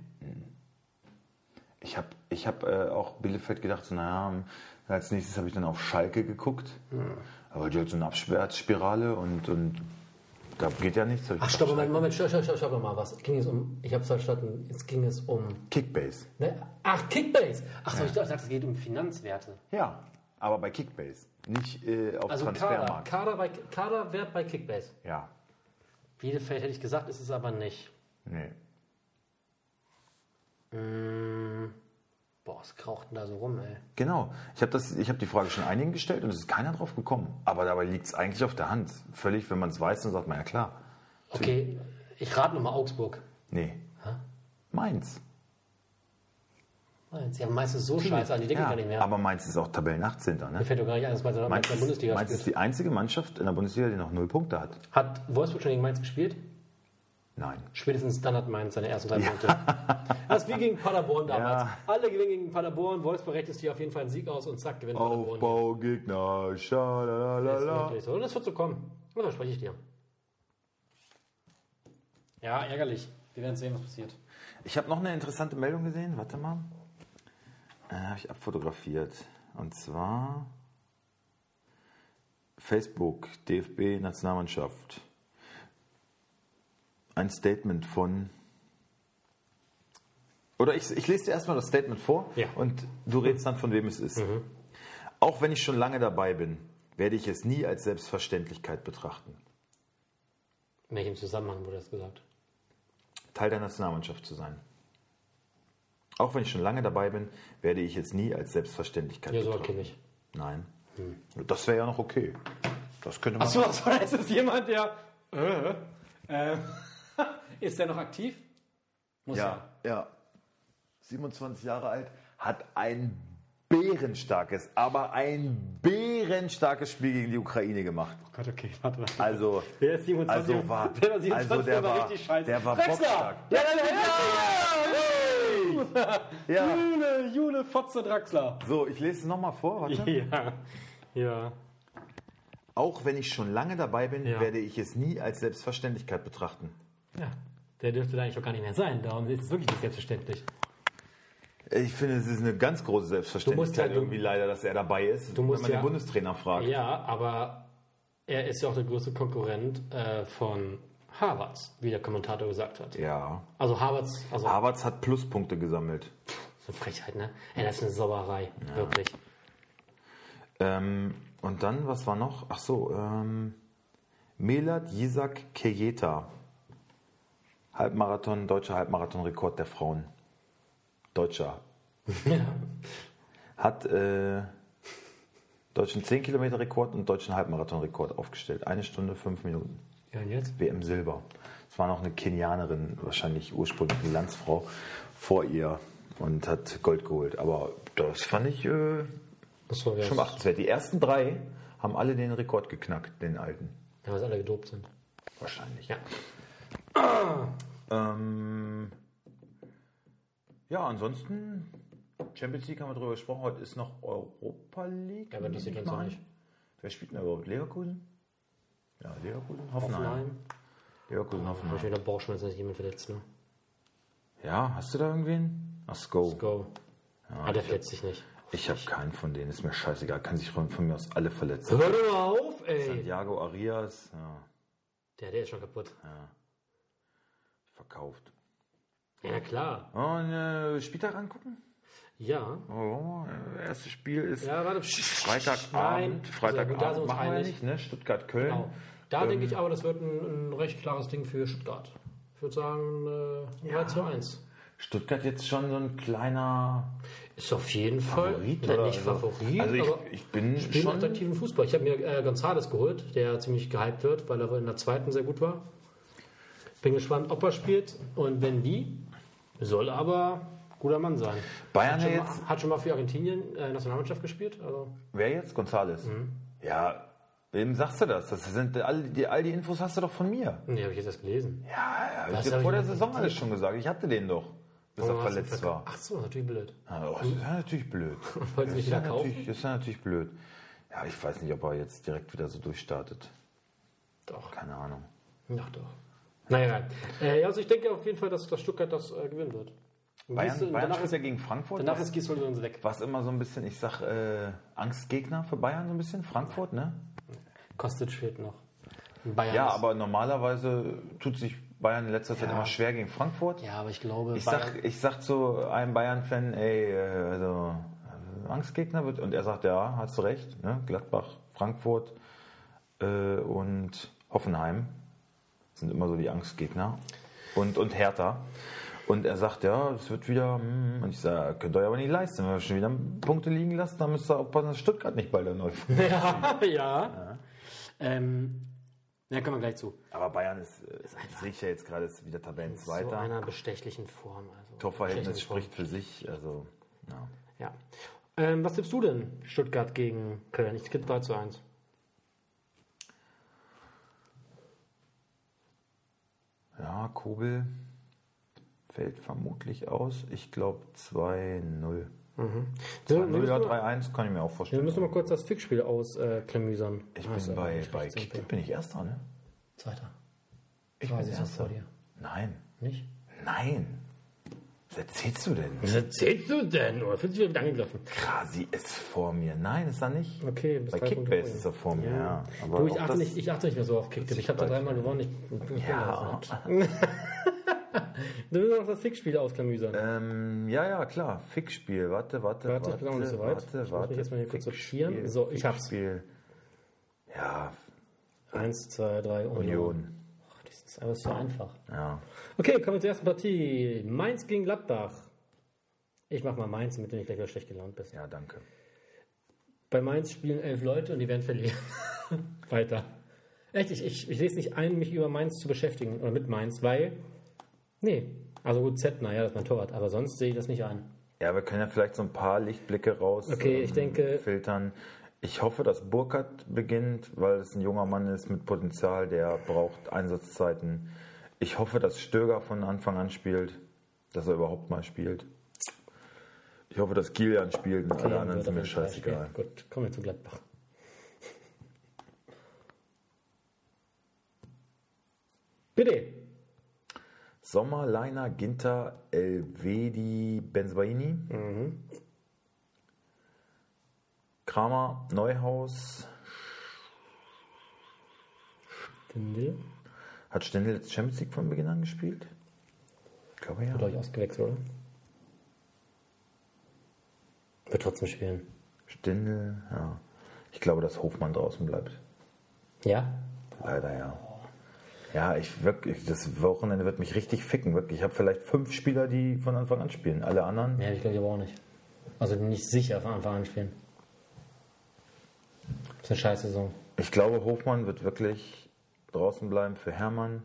[SPEAKER 2] Ich habe ich hab, äh, auch Bielefeld gedacht, so, naja, hm, als nächstes habe ich dann auf Schalke geguckt.
[SPEAKER 1] Hm.
[SPEAKER 2] Aber die hat so eine Abwärtsspirale und, und da geht ja nichts. Hab ich
[SPEAKER 1] Ach,
[SPEAKER 2] gedacht,
[SPEAKER 1] stopp, Moment, Moment, stopp, stopp, stopp, stopp mal was. Ging es um, ich hab's verstanden, es ging es um,
[SPEAKER 2] Kickbase.
[SPEAKER 1] ne? Ach, Kickbase. Ach so, ich dachte, es geht um Finanzwerte.
[SPEAKER 2] Ja, aber bei Kickbase, nicht äh, auf
[SPEAKER 1] Also Kader,
[SPEAKER 2] Transfermarkt.
[SPEAKER 1] Kader, bei, Kaderwert bei Kickbase.
[SPEAKER 2] Ja,
[SPEAKER 1] Bielefeld hätte ich gesagt, ist es aber nicht.
[SPEAKER 2] nee.
[SPEAKER 1] Boah, es kraucht denn da so rum, ey.
[SPEAKER 2] Genau. Ich habe hab die Frage schon einigen gestellt und es ist keiner drauf gekommen. Aber dabei liegt es eigentlich auf der Hand. Völlig, wenn man es weiß, dann sagt man ja klar.
[SPEAKER 1] Okay, ich rate nochmal Augsburg.
[SPEAKER 2] Nee. Mainz.
[SPEAKER 1] Nein, Sie haben meistens so scheiße an, die denken
[SPEAKER 2] ja,
[SPEAKER 1] gar nicht mehr.
[SPEAKER 2] Aber Mainz ist auch Tabellen 18.
[SPEAKER 1] Mir
[SPEAKER 2] Ne?
[SPEAKER 1] fällt doch gar nicht ein, dass Mainz in
[SPEAKER 2] Mainz,
[SPEAKER 1] der
[SPEAKER 2] ist,
[SPEAKER 1] Bundesliga
[SPEAKER 2] Mainz ist
[SPEAKER 1] spielt.
[SPEAKER 2] die einzige Mannschaft in der Bundesliga, die noch null Punkte hat.
[SPEAKER 1] Hat Wolfsburg schon gegen Mainz gespielt?
[SPEAKER 2] Nein.
[SPEAKER 1] Spätestens dann hat Mainz seine ersten drei Punkte. Das ist wie gegen Paderborn damals.
[SPEAKER 2] Ja.
[SPEAKER 1] Alle gewinnen gegen Paderborn, Wolfsburg rechnet sich auf jeden Fall einen Sieg aus und zack, gewinnt Paderborn.
[SPEAKER 2] Aufbaugegner,
[SPEAKER 1] Das ist
[SPEAKER 2] schalalala.
[SPEAKER 1] wirklich so. Und das wird so kommen. Das verspreche ich dir. Ja, ärgerlich. Wir werden sehen, was passiert.
[SPEAKER 2] Ich habe noch eine interessante Meldung gesehen. Warte mal. Äh, habe ich abfotografiert. Und zwar Facebook, DFB, Nationalmannschaft. Ein Statement von. Oder ich, ich lese dir erstmal das Statement vor
[SPEAKER 1] Ja.
[SPEAKER 2] und du redest dann, von wem es ist. Auch wenn ich schon lange dabei bin, werde ich es nie als Selbstverständlichkeit betrachten,
[SPEAKER 1] In welchem Zusammenhang wurde das gesagt?
[SPEAKER 2] Teil der Nationalmannschaft zu sein. Auch wenn ich schon lange dabei bin, werde ich es nie als Selbstverständlichkeit
[SPEAKER 1] Ja, so
[SPEAKER 2] betrachten.
[SPEAKER 1] kenne ich.
[SPEAKER 2] Nein.
[SPEAKER 4] Hm.
[SPEAKER 2] Das wäre ja noch okay. Das könnte man.
[SPEAKER 3] Achso, also ist es jemand, der. Äh, äh, ist der noch aktiv? Muss
[SPEAKER 2] ja, ja. 27 Jahre alt, hat einen bärenstarkes, aber ein bärenstarkes Spiel gegen die Ukraine gemacht.
[SPEAKER 4] Oh Gott, okay, warte, warte.
[SPEAKER 2] Also,
[SPEAKER 4] Der ist 27.
[SPEAKER 2] also war,
[SPEAKER 4] der war 27,
[SPEAKER 2] also der war,
[SPEAKER 4] richtig scheiße.
[SPEAKER 2] der war
[SPEAKER 4] Drexler!
[SPEAKER 2] bockstark.
[SPEAKER 4] Ja, der
[SPEAKER 2] Ja,
[SPEAKER 4] Hm.
[SPEAKER 1] Jule, Jule, Fotze Draxler.
[SPEAKER 2] so, ich lese es nochmal vor. Warte.
[SPEAKER 4] Ja, ja.
[SPEAKER 2] Auch wenn ich schon lange dabei bin,
[SPEAKER 4] Ja.
[SPEAKER 2] werde ich es nie als Selbstverständlichkeit betrachten.
[SPEAKER 4] ja. Der dürfte da eigentlich auch gar nicht mehr sein. Darum ist es wirklich nicht selbstverständlich.
[SPEAKER 2] Ich finde, es ist eine ganz große Selbstverständlichkeit
[SPEAKER 4] Du musst ja- du-
[SPEAKER 2] irgendwie leider, dass er dabei ist.
[SPEAKER 4] Du
[SPEAKER 2] wenn
[SPEAKER 4] musst
[SPEAKER 2] man
[SPEAKER 4] ja-
[SPEAKER 2] den Bundestrainer fragt.
[SPEAKER 4] Ja, aber er ist ja auch der größte Konkurrent äh, von Harvards, wie der Kommentator gesagt hat.
[SPEAKER 2] ja.
[SPEAKER 4] Also Harvards, also
[SPEAKER 2] Havertz hat Pluspunkte gesammelt.
[SPEAKER 4] so eine Frechheit, ne? Ey, das ist eine Sauerei, wirklich.
[SPEAKER 2] Ähm, und dann, was war noch? Ach so, ähm, Melat Yisak Kejeta. Halbmarathon, deutscher Halbmarathon-Rekord der Frauen. Deutscher. Hat äh, deutschen 10-Kilometer-Rekord und deutschen Halbmarathon-Rekord aufgestellt. Eine Stunde, fünf Minuten.
[SPEAKER 4] Ja, und jetzt?
[SPEAKER 2] WM Silber. Es war noch eine Kenianerin, wahrscheinlich ursprünglich eine Landsfrau, vor ihr und hat Gold geholt. Aber das fand ich äh,
[SPEAKER 4] Das war
[SPEAKER 2] schon beachtenswert. Die ersten drei haben alle den Rekord geknackt, den alten.
[SPEAKER 4] Ja, weil sie alle gedopt sind.
[SPEAKER 2] Wahrscheinlich.
[SPEAKER 4] Ja.
[SPEAKER 2] Ähm, ja, ansonsten Champions League haben wir drüber gesprochen. Heute ist noch Europa League.
[SPEAKER 4] Ja, aber
[SPEAKER 2] nehme
[SPEAKER 4] das sieht
[SPEAKER 2] ich
[SPEAKER 4] uns
[SPEAKER 2] mal
[SPEAKER 4] auch
[SPEAKER 2] an.
[SPEAKER 4] nicht.
[SPEAKER 2] Wer spielt denn überhaupt? Leverkusen? Ja, Leverkusen. Hoffenheim.
[SPEAKER 4] Nein.
[SPEAKER 2] Leverkusen,
[SPEAKER 4] Da habe
[SPEAKER 2] Hoffenheim.
[SPEAKER 4] ich wieder Bauchschmerzen, dass ich jemand verletzt. Ne?
[SPEAKER 2] Ja, hast du da irgendwen? Ach, Sko.
[SPEAKER 4] Let's go. ah, der verletzt sich nicht.
[SPEAKER 2] Ich habe keinen von denen, ist mir scheißegal. Kann sich von, von mir aus alle verletzen.
[SPEAKER 4] Hör doch mal auf, ey.
[SPEAKER 2] Santiago Arias, ja,
[SPEAKER 4] Der, der ist schon kaputt.
[SPEAKER 2] verkauft.
[SPEAKER 4] Ja, klar.
[SPEAKER 2] Und äh, Spieltag angucken?
[SPEAKER 4] Ja.
[SPEAKER 2] Oh, äh, erstes Spiel ist
[SPEAKER 4] Ja, warte.
[SPEAKER 2] Freitagabend.
[SPEAKER 4] Nein. Also, da sind wir uns
[SPEAKER 2] Freitagabend machen wir
[SPEAKER 4] einig.
[SPEAKER 2] nicht, ne? Stuttgart-Köln.
[SPEAKER 4] Genau.
[SPEAKER 2] Ähm.
[SPEAKER 4] Da denke ich aber, das wird ein, ein recht klares Ding für Stuttgart. Ich würde sagen äh, 3 zu 1.
[SPEAKER 2] Stuttgart jetzt schon so ein kleiner
[SPEAKER 4] Ist auf jeden Fall
[SPEAKER 2] Favorit
[SPEAKER 4] Nein,
[SPEAKER 2] oder
[SPEAKER 4] nicht
[SPEAKER 2] so.
[SPEAKER 4] Favorit,
[SPEAKER 2] Also ich,
[SPEAKER 4] aber
[SPEAKER 2] ich bin
[SPEAKER 4] spielen
[SPEAKER 2] schon.
[SPEAKER 4] attraktiven Fußball. Ich habe mir äh, Gonzales geholt, der ziemlich gehypt wird, weil er in der zweiten sehr gut war. Bin gespannt, ob er spielt und wenn wie, soll aber guter Mann sein.
[SPEAKER 2] Bayern
[SPEAKER 4] Hat
[SPEAKER 2] ja
[SPEAKER 4] schon,
[SPEAKER 2] jetzt.
[SPEAKER 4] mal, hat schon mal für Argentinien äh, Nationalmannschaft gespielt. Also,
[SPEAKER 2] Wer jetzt? Gonzales.
[SPEAKER 4] Mhm.
[SPEAKER 2] Ja, wem sagst du das? Das sind all die, all die Infos hast du doch von mir.
[SPEAKER 4] nee, habe ich jetzt erst gelesen. Ja,
[SPEAKER 2] Ja, ja, hab ich
[SPEAKER 4] hab
[SPEAKER 2] dir vor
[SPEAKER 4] ich
[SPEAKER 2] der
[SPEAKER 4] mir
[SPEAKER 2] Saison alles schon gesagt. Ich hatte den doch, bis er verletzt war.
[SPEAKER 4] Ach so, natürlich blöd.
[SPEAKER 2] Ja, oh, das ist ja natürlich blöd.
[SPEAKER 4] Wollen
[SPEAKER 2] Das
[SPEAKER 4] Sie mich
[SPEAKER 2] ist
[SPEAKER 4] wieder
[SPEAKER 2] ja
[SPEAKER 4] kaufen?
[SPEAKER 2] natürlich, das ist ja natürlich blöd. Ja, ich weiß nicht, ob er jetzt direkt wieder so durchstartet.
[SPEAKER 4] Doch,
[SPEAKER 2] Keine Ahnung.
[SPEAKER 4] ach doch. Naja, egal. äh, also ich denke auf jeden Fall, dass, dass Stuttgart das äh, gewinnen wird. Und Gießen-
[SPEAKER 2] Bayern, Bayern
[SPEAKER 4] danach
[SPEAKER 2] spielt
[SPEAKER 4] ist,
[SPEAKER 2] ja gegen Frankfurt.
[SPEAKER 4] danach
[SPEAKER 2] was-
[SPEAKER 4] ist Gießen übrigens weg.
[SPEAKER 2] was immer so ein bisschen, ich sag, äh, Angstgegner für Bayern so ein bisschen, Frankfurt, ne?
[SPEAKER 4] Kostet fehlt noch. Bayern
[SPEAKER 2] Ja,
[SPEAKER 4] ist-
[SPEAKER 2] aber normalerweise tut sich Bayern in letzter Zeit immer schwer gegen Frankfurt.
[SPEAKER 4] ja, aber ich glaube,
[SPEAKER 2] Ich
[SPEAKER 4] Bayern-
[SPEAKER 2] sag, ich sag zu einem Bayern-Fan, ey, äh, also äh, Angstgegner wird. Und er sagt, ja, hast du recht. Ne? Gladbach, Frankfurt äh, und Hoffenheim sind immer so die Angstgegner. Und, und Hertha. Und er sagt, ja, es wird wieder. hm. Und ich sage, könnt ihr euch aber nicht leisten. Wenn wir schon wieder Punkte liegen lassen, dann müsst ihr aufpassen, dass Stuttgart nicht bald erneut.
[SPEAKER 4] ja. ja. Ähm, da kommen wir gleich zu.
[SPEAKER 2] aber Bayern ist, äh, ist sehe ich ja jetzt gerade, ist wieder Tabellenzweiter.
[SPEAKER 4] So einer bestechlichen Form. Also
[SPEAKER 2] Torverhältnis
[SPEAKER 4] Bestechlichen Form.
[SPEAKER 2] spricht für sich. Also, ja.
[SPEAKER 4] Ja. Ähm, was tippst du denn? Stuttgart gegen Köln. Ich tippe 3 zu 1.
[SPEAKER 2] Ja, Kobel fällt vermutlich aus. Ich glaube 2-0.
[SPEAKER 4] So, wir,
[SPEAKER 2] 0
[SPEAKER 4] müssen
[SPEAKER 2] oder
[SPEAKER 4] mal,
[SPEAKER 2] 3-1 kann ich mir auch
[SPEAKER 4] wir
[SPEAKER 2] vorstellen.
[SPEAKER 4] müssen mal kurz das Fixspiel ausklamüsern. Äh,
[SPEAKER 2] ich
[SPEAKER 4] Ah, ist
[SPEAKER 2] bin
[SPEAKER 4] aber
[SPEAKER 2] bei,
[SPEAKER 4] nicht
[SPEAKER 2] bei
[SPEAKER 4] rechts am
[SPEAKER 2] Kicktipp
[SPEAKER 4] Bild.
[SPEAKER 2] bin ich Erster, ne?
[SPEAKER 4] Zweiter.
[SPEAKER 2] Ich
[SPEAKER 4] Ah,
[SPEAKER 2] bin
[SPEAKER 4] sie ist
[SPEAKER 2] Erster.
[SPEAKER 4] vor dir.
[SPEAKER 2] Nein,
[SPEAKER 4] Nicht?
[SPEAKER 2] nein. Was erzählst du denn?
[SPEAKER 4] Was erzählst du denn? Oder fühlst du dich wieder angegriffen?
[SPEAKER 2] Krasi ist vor mir. Nein, ist er nicht.
[SPEAKER 4] Okay, bis
[SPEAKER 2] Bei
[SPEAKER 4] drei Punkte
[SPEAKER 2] Kickbase
[SPEAKER 4] vor
[SPEAKER 2] ist er vor mir, ja. Aber
[SPEAKER 4] Du, ich
[SPEAKER 2] auch
[SPEAKER 4] achte,
[SPEAKER 2] das-
[SPEAKER 4] nicht, ich achte nicht mehr so auf Kicktipp. Ich habe da
[SPEAKER 2] bald
[SPEAKER 4] dreimal gewonnen. Ich, ich
[SPEAKER 2] Ja.
[SPEAKER 4] Du willst noch das Fixspiel ausklamüsern.
[SPEAKER 2] Ähm, ja, ja, klar. Fickspiel. Warte, warte,
[SPEAKER 4] Warte, ich bin auch nicht so weit. Ich
[SPEAKER 2] Warte,
[SPEAKER 4] muss
[SPEAKER 2] warte.
[SPEAKER 4] mich jetzt mal hier kurz
[SPEAKER 2] Fickspiel,
[SPEAKER 4] sortieren. So, ich hab's.
[SPEAKER 2] Fickspiel. Ja,
[SPEAKER 4] Eins, zwei, drei, Union.
[SPEAKER 2] Union.
[SPEAKER 4] Ach, das ist einfach so einfach.
[SPEAKER 2] Ja.
[SPEAKER 4] Okay, kommen wir zur ersten Partie. Mainz gegen Gladbach. Ich mach mal Mainz, damit du nicht gleich wieder schlecht gelaunt bist.
[SPEAKER 2] ja, danke.
[SPEAKER 4] Bei Mainz spielen elf Leute und die werden verlieren. Weiter. Echt, ich, ich, ich lese nicht ein, mich über Mainz zu beschäftigen oder mit Mainz, weil. Nee. Also gut, Zettner, ja, das ist mein Torwart, aber sonst sehe ich das nicht ein.
[SPEAKER 2] Ja, wir können ja vielleicht so ein paar Lichtblicke raus ähm,
[SPEAKER 4] Okay, ich denke-
[SPEAKER 2] filtern. Ich hoffe, dass Burkhardt beginnt, weil es ein junger Mann ist mit Potenzial, der braucht Einsatzzeiten. Ich hoffe, dass Stöger von Anfang an spielt, dass er überhaupt mal spielt. Ich hoffe, dass Kilian spielt und alle anderen sind mir scheißegal.
[SPEAKER 4] Gut, kommen wir zu Gladbach. Bitte.
[SPEAKER 2] Sommer, Leiner, Ginter, Elvedi, Benzaini.
[SPEAKER 4] Mhm.
[SPEAKER 2] Kramer, Neuhaus.
[SPEAKER 4] Stindl.
[SPEAKER 2] Hat Stendel jetzt Champions League von Beginn an gespielt? Ich glaube ja.
[SPEAKER 4] Wird euch ausgewechselt, oder? Wird trotzdem spielen.
[SPEAKER 2] Stindel, ja. Ich glaube, dass Hofmann draußen bleibt.
[SPEAKER 4] Ja?
[SPEAKER 2] Leider ja. Ja, ich wirklich, das Wochenende wird mich richtig ficken, wirklich. Ich habe vielleicht fünf Spieler, die von Anfang an spielen. Alle anderen.
[SPEAKER 4] Ja, ich glaube ich aber auch nicht. Also nicht sicher von Anfang an spielen. Das ist eine scheiß Saison.
[SPEAKER 2] Ich glaube, Hofmann wird wirklich draußen bleiben für Hermann.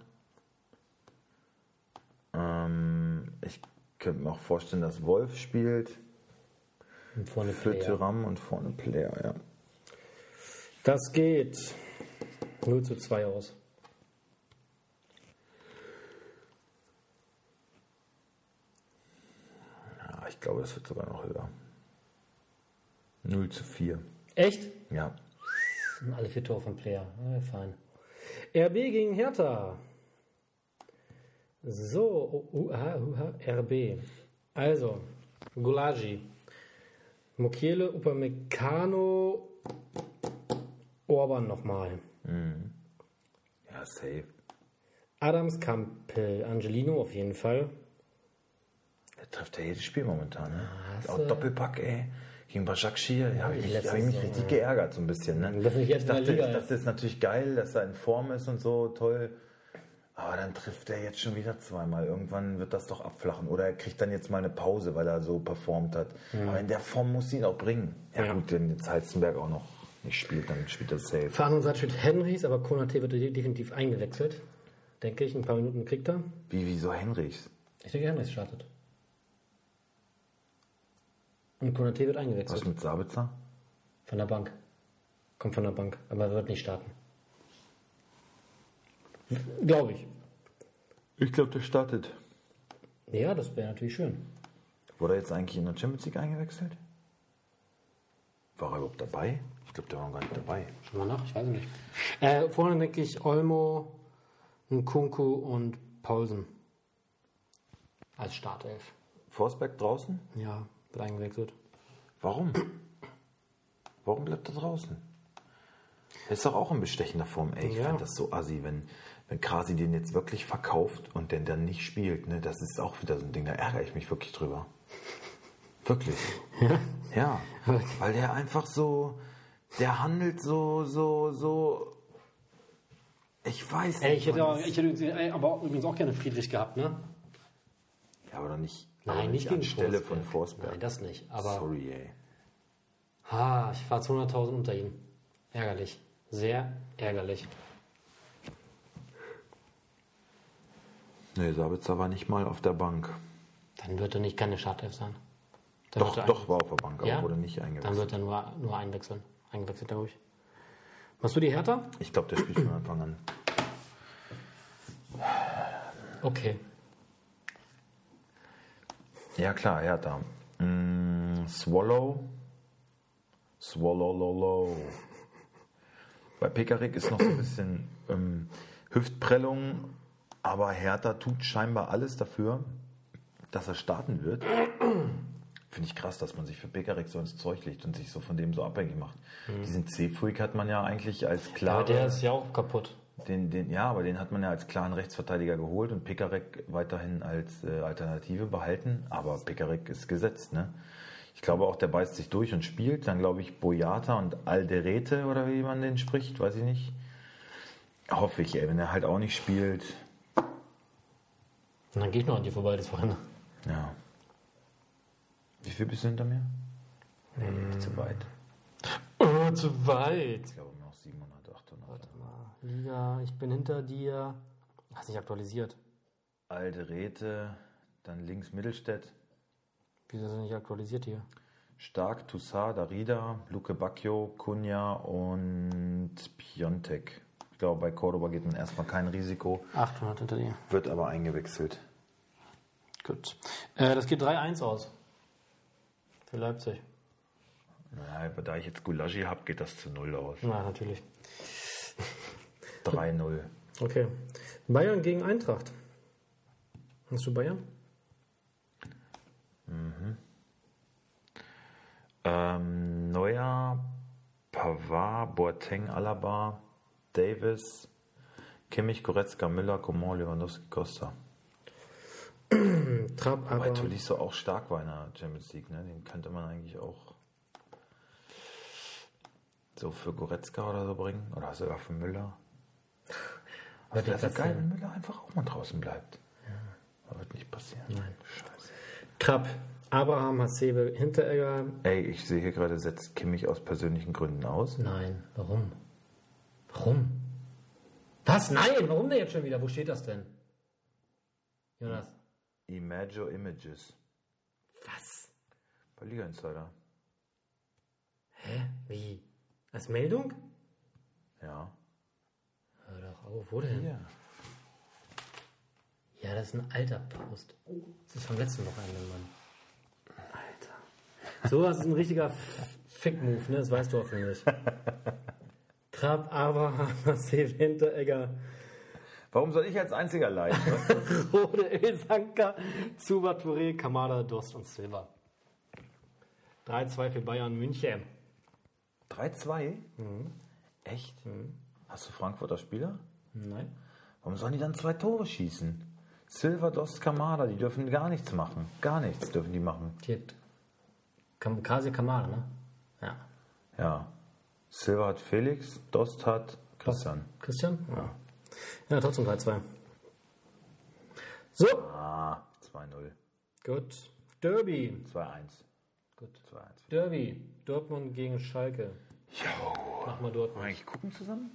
[SPEAKER 2] Ähm, ich könnte mir auch vorstellen, dass Wolf spielt.
[SPEAKER 4] Und vorne
[SPEAKER 2] Für
[SPEAKER 4] Player.
[SPEAKER 2] Tyram und vorne Player, ja.
[SPEAKER 4] Das geht 0 zu 2 aus.
[SPEAKER 2] ja. Ah, Ich glaube, das wird sogar noch höher. 0 zu 4.
[SPEAKER 4] Echt?
[SPEAKER 2] Ja.
[SPEAKER 4] Das sind alle vier Tore von Player. Ah, fein. RB gegen Hertha. So, oh, uha, uha, RB. Also, Gulagi. Mokiele, Upamecano, Orban nochmal.
[SPEAKER 2] Ja, safe.
[SPEAKER 4] Adams, Kampel, Angelino auf jeden Fall.
[SPEAKER 2] Der trifft ja jedes Spiel momentan, ne?
[SPEAKER 4] hast
[SPEAKER 2] Auch
[SPEAKER 4] du-
[SPEAKER 2] Doppelpack, ey. Gegen Başakşehir, ja, hab ich, mich-
[SPEAKER 4] letzte
[SPEAKER 2] hab ich mich
[SPEAKER 4] Saison,
[SPEAKER 2] richtig geärgert so ein bisschen, ne?
[SPEAKER 4] Das ist nicht jetzt
[SPEAKER 2] ich
[SPEAKER 4] in der
[SPEAKER 2] dachte,
[SPEAKER 4] Liga,
[SPEAKER 2] das ist natürlich geil, dass er in Form ist und so, toll. Aber dann trifft er jetzt schon wieder zweimal. Irgendwann wird das doch abflachen. Oder er kriegt dann jetzt mal eine Pause, weil er so performt hat. Aber in der Form muss sie ihn auch bringen. Ja,
[SPEAKER 4] Mhm. Ja.
[SPEAKER 2] gut, wenn jetzt Heizenberg auch noch nicht spielt, dann spielt er safe.
[SPEAKER 4] Auf der anderen Seite steht Henrys, aber Konate wird de- definitiv eingewechselt. Denke ich, ein paar Minuten kriegt er.
[SPEAKER 2] Wie, wieso Henrichs?
[SPEAKER 4] Ich denke, Henrys startet. Und Konate wird eingewechselt.
[SPEAKER 2] Was mit Sabitzer?
[SPEAKER 4] Von der Bank. Kommt von der Bank, aber er wird nicht starten. Glaube ich.
[SPEAKER 2] Ich glaube, der startet.
[SPEAKER 4] Ja, das wäre natürlich schön.
[SPEAKER 2] Wurde er jetzt eigentlich in der Champions League eingewechselt? War er überhaupt dabei? Ich glaube, der war noch gar nicht dabei.
[SPEAKER 4] Schauen wir nach, ich weiß es nicht. Äh, vorne denke ich Olmo, Nkunku und Paulsen. Als Startelf.
[SPEAKER 2] Forsberg draußen?
[SPEAKER 4] Ja, wird eingewechselt.
[SPEAKER 2] Warum? Warum bleibt er draußen? Er ist doch auch in bestechender Form. Ey, ich
[SPEAKER 4] Ja.
[SPEAKER 2] fand das so assi, wenn, wenn Krasi den jetzt wirklich verkauft und den dann nicht spielt. Ne? Das ist auch wieder so ein Ding, da ärgere ich mich wirklich drüber. Wirklich. Ja. Weil der einfach so, der handelt so, so, so. Ich weiß
[SPEAKER 4] Ey, Äh, ich hätte,
[SPEAKER 2] man
[SPEAKER 4] auch, ich hätte übrigens- ey, aber übrigens auch gerne Friedrich gehabt, ne?
[SPEAKER 2] Ja, aber doch nicht, aber
[SPEAKER 4] Nein, nicht
[SPEAKER 2] an
[SPEAKER 4] gegen
[SPEAKER 2] Stelle von
[SPEAKER 4] Forsberg.
[SPEAKER 2] Forsberg.
[SPEAKER 4] Nein, das nicht. Aber
[SPEAKER 2] Sorry, ey.
[SPEAKER 4] ha, ich war zu 100.000 unter ihm. Ärgerlich. Sehr ärgerlich.
[SPEAKER 2] Nee, Sabitzer war nicht mal auf der Bank.
[SPEAKER 4] Dann wird er nicht keine Startelf sein. Dann
[SPEAKER 2] Doch,
[SPEAKER 4] wird er
[SPEAKER 2] doch, war auf der Bank, aber
[SPEAKER 4] Ja?
[SPEAKER 2] wurde nicht
[SPEAKER 4] Dann
[SPEAKER 2] eingewechselt.
[SPEAKER 4] wird er nur, nur einwechseln. Eingewechselt, glaube ich. Machst du die Hertha?
[SPEAKER 2] Ich glaube, der spielt von Anfang an.
[SPEAKER 4] Okay.
[SPEAKER 2] Ja, klar, Hertha. Mm, Swallow. Swallow, lolo. Bei Pekarik ist noch so ein bisschen ähm, Hüftprellung, aber Hertha tut scheinbar alles dafür, dass er starten wird. Finde ich krass, dass man sich für Pekarik so ins Zeug legt und sich so von dem so abhängig macht. Diesen C-Freak hat man ja eigentlich als
[SPEAKER 4] Aber
[SPEAKER 2] klare,
[SPEAKER 4] der ist Mhm. ja äh, auch kaputt.
[SPEAKER 2] den, den, ja, aber den hat man ja als klaren Rechtsverteidiger geholt und Pekarek weiterhin als äh, Alternative behalten. Aber Pekarek ist gesetzt, ne? Ich glaube auch, der beißt sich durch und spielt. Dann glaube ich Boyata und Alderete oder wie man den spricht, weiß ich nicht. Hoffe ich, ey, wenn er halt auch nicht spielt.
[SPEAKER 4] Und dann gehe ich noch an dir vorbei, das vorhin.
[SPEAKER 2] Ja. Wie viel bist du hinter mir? Nee, nicht zu weit.
[SPEAKER 4] Oh, zu weit.
[SPEAKER 2] Ich glaube noch 700, 800.
[SPEAKER 4] Liga, ich bin hinter dir. Hast nicht aktualisiert.
[SPEAKER 2] Alderete, dann links Mittelstädt.
[SPEAKER 4] Wieso ist er nicht aktualisiert hier?
[SPEAKER 2] Stark, Toussaint, Darida, Luke Bacchio, Kunja und Piontek. Ich glaube, bei Cordoba geht man erstmal kein Risiko,
[SPEAKER 4] 800 hinter dir.
[SPEAKER 2] wird aber eingewechselt.
[SPEAKER 4] Gut. Äh, das geht 3-1 aus. Für Leipzig.
[SPEAKER 2] Naja, aber da ich jetzt Gulagi habe, geht das zu Null aus.
[SPEAKER 4] Na, natürlich.
[SPEAKER 2] 3-0.
[SPEAKER 4] Okay. Bayern gegen Eintracht. Hast du Bayern?
[SPEAKER 2] Ähm, Neuer, Pavard, Boateng, Alaba, Davis, Kimmich, Goretzka, Müller, Coman, Lewandowski, Costa.
[SPEAKER 4] Trapp,
[SPEAKER 2] Weil
[SPEAKER 4] aber
[SPEAKER 2] Tolisso auch stark war in der Champions League, ne? Den könnte man eigentlich auch so für Goretzka oder so bringen. Oder sogar für Müller. Aber wäre so geil, wenn Müller einfach auch mal draußen bleibt. Aber wird nicht passieren. Nein. Scheiße.
[SPEAKER 4] Trapp, Abraham, Hasebe, Hinteregger.
[SPEAKER 2] Ey, ich sehe hier gerade, setzt Kimmich aus persönlichen Gründen aus.
[SPEAKER 4] Nein, warum? Warum? Was? Nein, warum denn jetzt schon wieder? Wo steht das denn? Jonas.
[SPEAKER 2] Imagio Images.
[SPEAKER 4] Was?
[SPEAKER 2] Bei Liga Insider.
[SPEAKER 4] Hä? Wie? Als Meldung?
[SPEAKER 2] Ja.
[SPEAKER 4] Hör doch auf, wo denn?
[SPEAKER 2] Ja.
[SPEAKER 4] Ja, das ist ein alter Post. Oh, das ist vom letzten Wochenende, Mann. Alter. Sowas ist ein richtiger F- Fick-Move, ne? Das weißt du hoffentlich. Trapp, Abraham, Marcel Hinteregger,
[SPEAKER 2] Warum soll ich als einziger leiden? weißt du?
[SPEAKER 4] Rode, Ilsanka, Zuba, Touré, Kamada, Durst und Silva. 3-2 für Bayern München.
[SPEAKER 2] 3-2? Echt? Hast du Frankfurter Spieler?
[SPEAKER 4] Nein.
[SPEAKER 2] Warum sollen die dann zwei Tore schießen? Silva, Dost, Kamada, die dürfen gar nichts machen. Gar nichts dürfen die machen.
[SPEAKER 4] Die hat Kam Kasi Kamada, ne? Ja.
[SPEAKER 2] Ja. Silva hat Felix, Dost hat Christian.
[SPEAKER 4] Christian? Ja. Ja, trotzdem 3-2. So.
[SPEAKER 2] Ah, 2-0.
[SPEAKER 4] Gut. Derby.
[SPEAKER 2] 2-1.
[SPEAKER 4] Gut.
[SPEAKER 2] 2-1.
[SPEAKER 4] Derby. Dortmund gegen Schalke.
[SPEAKER 2] Jo.
[SPEAKER 4] Mach mal Dortmund.
[SPEAKER 2] Eigentlich gucken zusammen?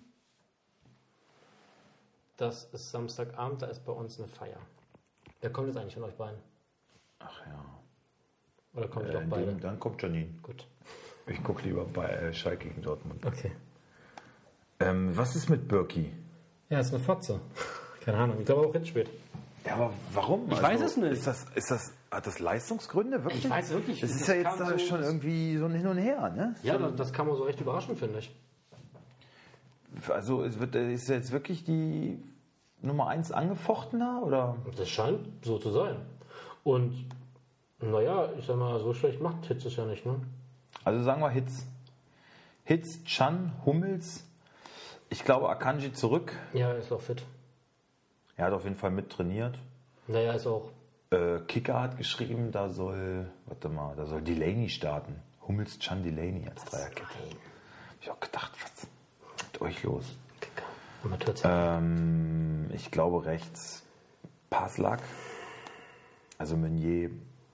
[SPEAKER 4] Das ist Samstagabend, da ist bei uns eine Feier. Wer kommt jetzt eigentlich von euch beiden?
[SPEAKER 2] Ach ja.
[SPEAKER 4] Oder kommt ihr
[SPEAKER 2] Äh,
[SPEAKER 4] doch beide?
[SPEAKER 2] dem, dann kommt Janine.
[SPEAKER 4] Gut.
[SPEAKER 2] Ich gucke lieber bei äh, Schalke gegen Dortmund.
[SPEAKER 4] Okay.
[SPEAKER 2] Ähm, was ist mit Birki?
[SPEAKER 4] Ja, ist eine Fotze. Keine Ahnung. Ich glaube auch jetzt spät.
[SPEAKER 2] Ja, aber warum? Ich
[SPEAKER 4] weiß es nicht.
[SPEAKER 2] Ist das, ist das, hat das Leistungsgründe? Wirklich?
[SPEAKER 4] Ich weiß es wirklich
[SPEAKER 2] Es
[SPEAKER 4] nicht.
[SPEAKER 2] ist
[SPEAKER 4] Das
[SPEAKER 2] ja jetzt
[SPEAKER 4] kam
[SPEAKER 2] da
[SPEAKER 4] so-
[SPEAKER 2] schon irgendwie so ein Hin und Her, ne?
[SPEAKER 4] Ja, das, das kam so recht überraschend, finde ich.
[SPEAKER 2] Also es wird, ist jetzt wirklich die Nummer 1 angefochtener oder?
[SPEAKER 4] Das scheint so zu sein. Und naja, ich sag mal, so schlecht macht Hitz es ja nicht, ne?
[SPEAKER 2] Also sagen wir Hitz. Hitz, Chan, Hummels. Ich glaube Akanji zurück.
[SPEAKER 4] Ja, ist auch fit.
[SPEAKER 2] Er hat auf jeden Fall mittrainiert.
[SPEAKER 4] Naja, ist auch.
[SPEAKER 2] Äh, Kicker hat geschrieben, da soll, warte mal, da soll Delaney starten. Hummels, Chan, Delaney als Dreierkette.
[SPEAKER 4] Nein.
[SPEAKER 2] Hab ich auch gedacht, was ist mit euch los?
[SPEAKER 4] Kicker. Amateurzeug.
[SPEAKER 2] Äh, Ähm, ich glaube rechts Paslak. Also Meunier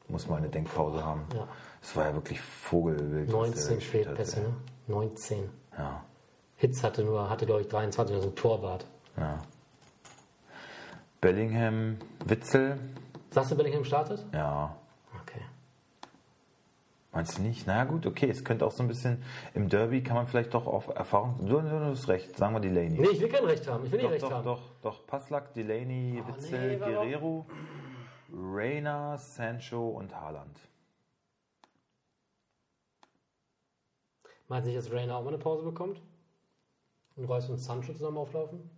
[SPEAKER 2] muss mal eine Denkpause haben.
[SPEAKER 4] Ja.
[SPEAKER 2] Es war ja wirklich Vogelwild. was der da
[SPEAKER 4] 19
[SPEAKER 2] gespielt hat,
[SPEAKER 4] Fehlpässe,
[SPEAKER 2] ey.
[SPEAKER 4] ne? 19.
[SPEAKER 2] Ja,
[SPEAKER 4] Hitz hatte nur, hatte glaube ich 23 oder so ein Torwart.
[SPEAKER 2] ja. Bellingham, Witzel,
[SPEAKER 4] Sagst du, Bellingham startet?
[SPEAKER 2] ja.
[SPEAKER 4] Okay.
[SPEAKER 2] Meinst du nicht? Na ja, gut, okay. Es könnte auch so ein bisschen im Derby kann man vielleicht doch auf Erfahrung. Du, du, du hast recht, sagen wir Delaney.
[SPEAKER 4] Nee, ich will kein Recht haben. Ich will nicht
[SPEAKER 2] doch,
[SPEAKER 4] Recht
[SPEAKER 2] doch,
[SPEAKER 4] haben.
[SPEAKER 2] doch, doch. Paslak, Delaney,
[SPEAKER 4] Oh,
[SPEAKER 2] Witzel,
[SPEAKER 4] nee, warum?
[SPEAKER 2] Guerrero, Reina, Sancho und Haaland.
[SPEAKER 4] Meinst du nicht, dass Rainer auch mal eine Pause bekommt? Und Reus und Sancho zusammen auflaufen?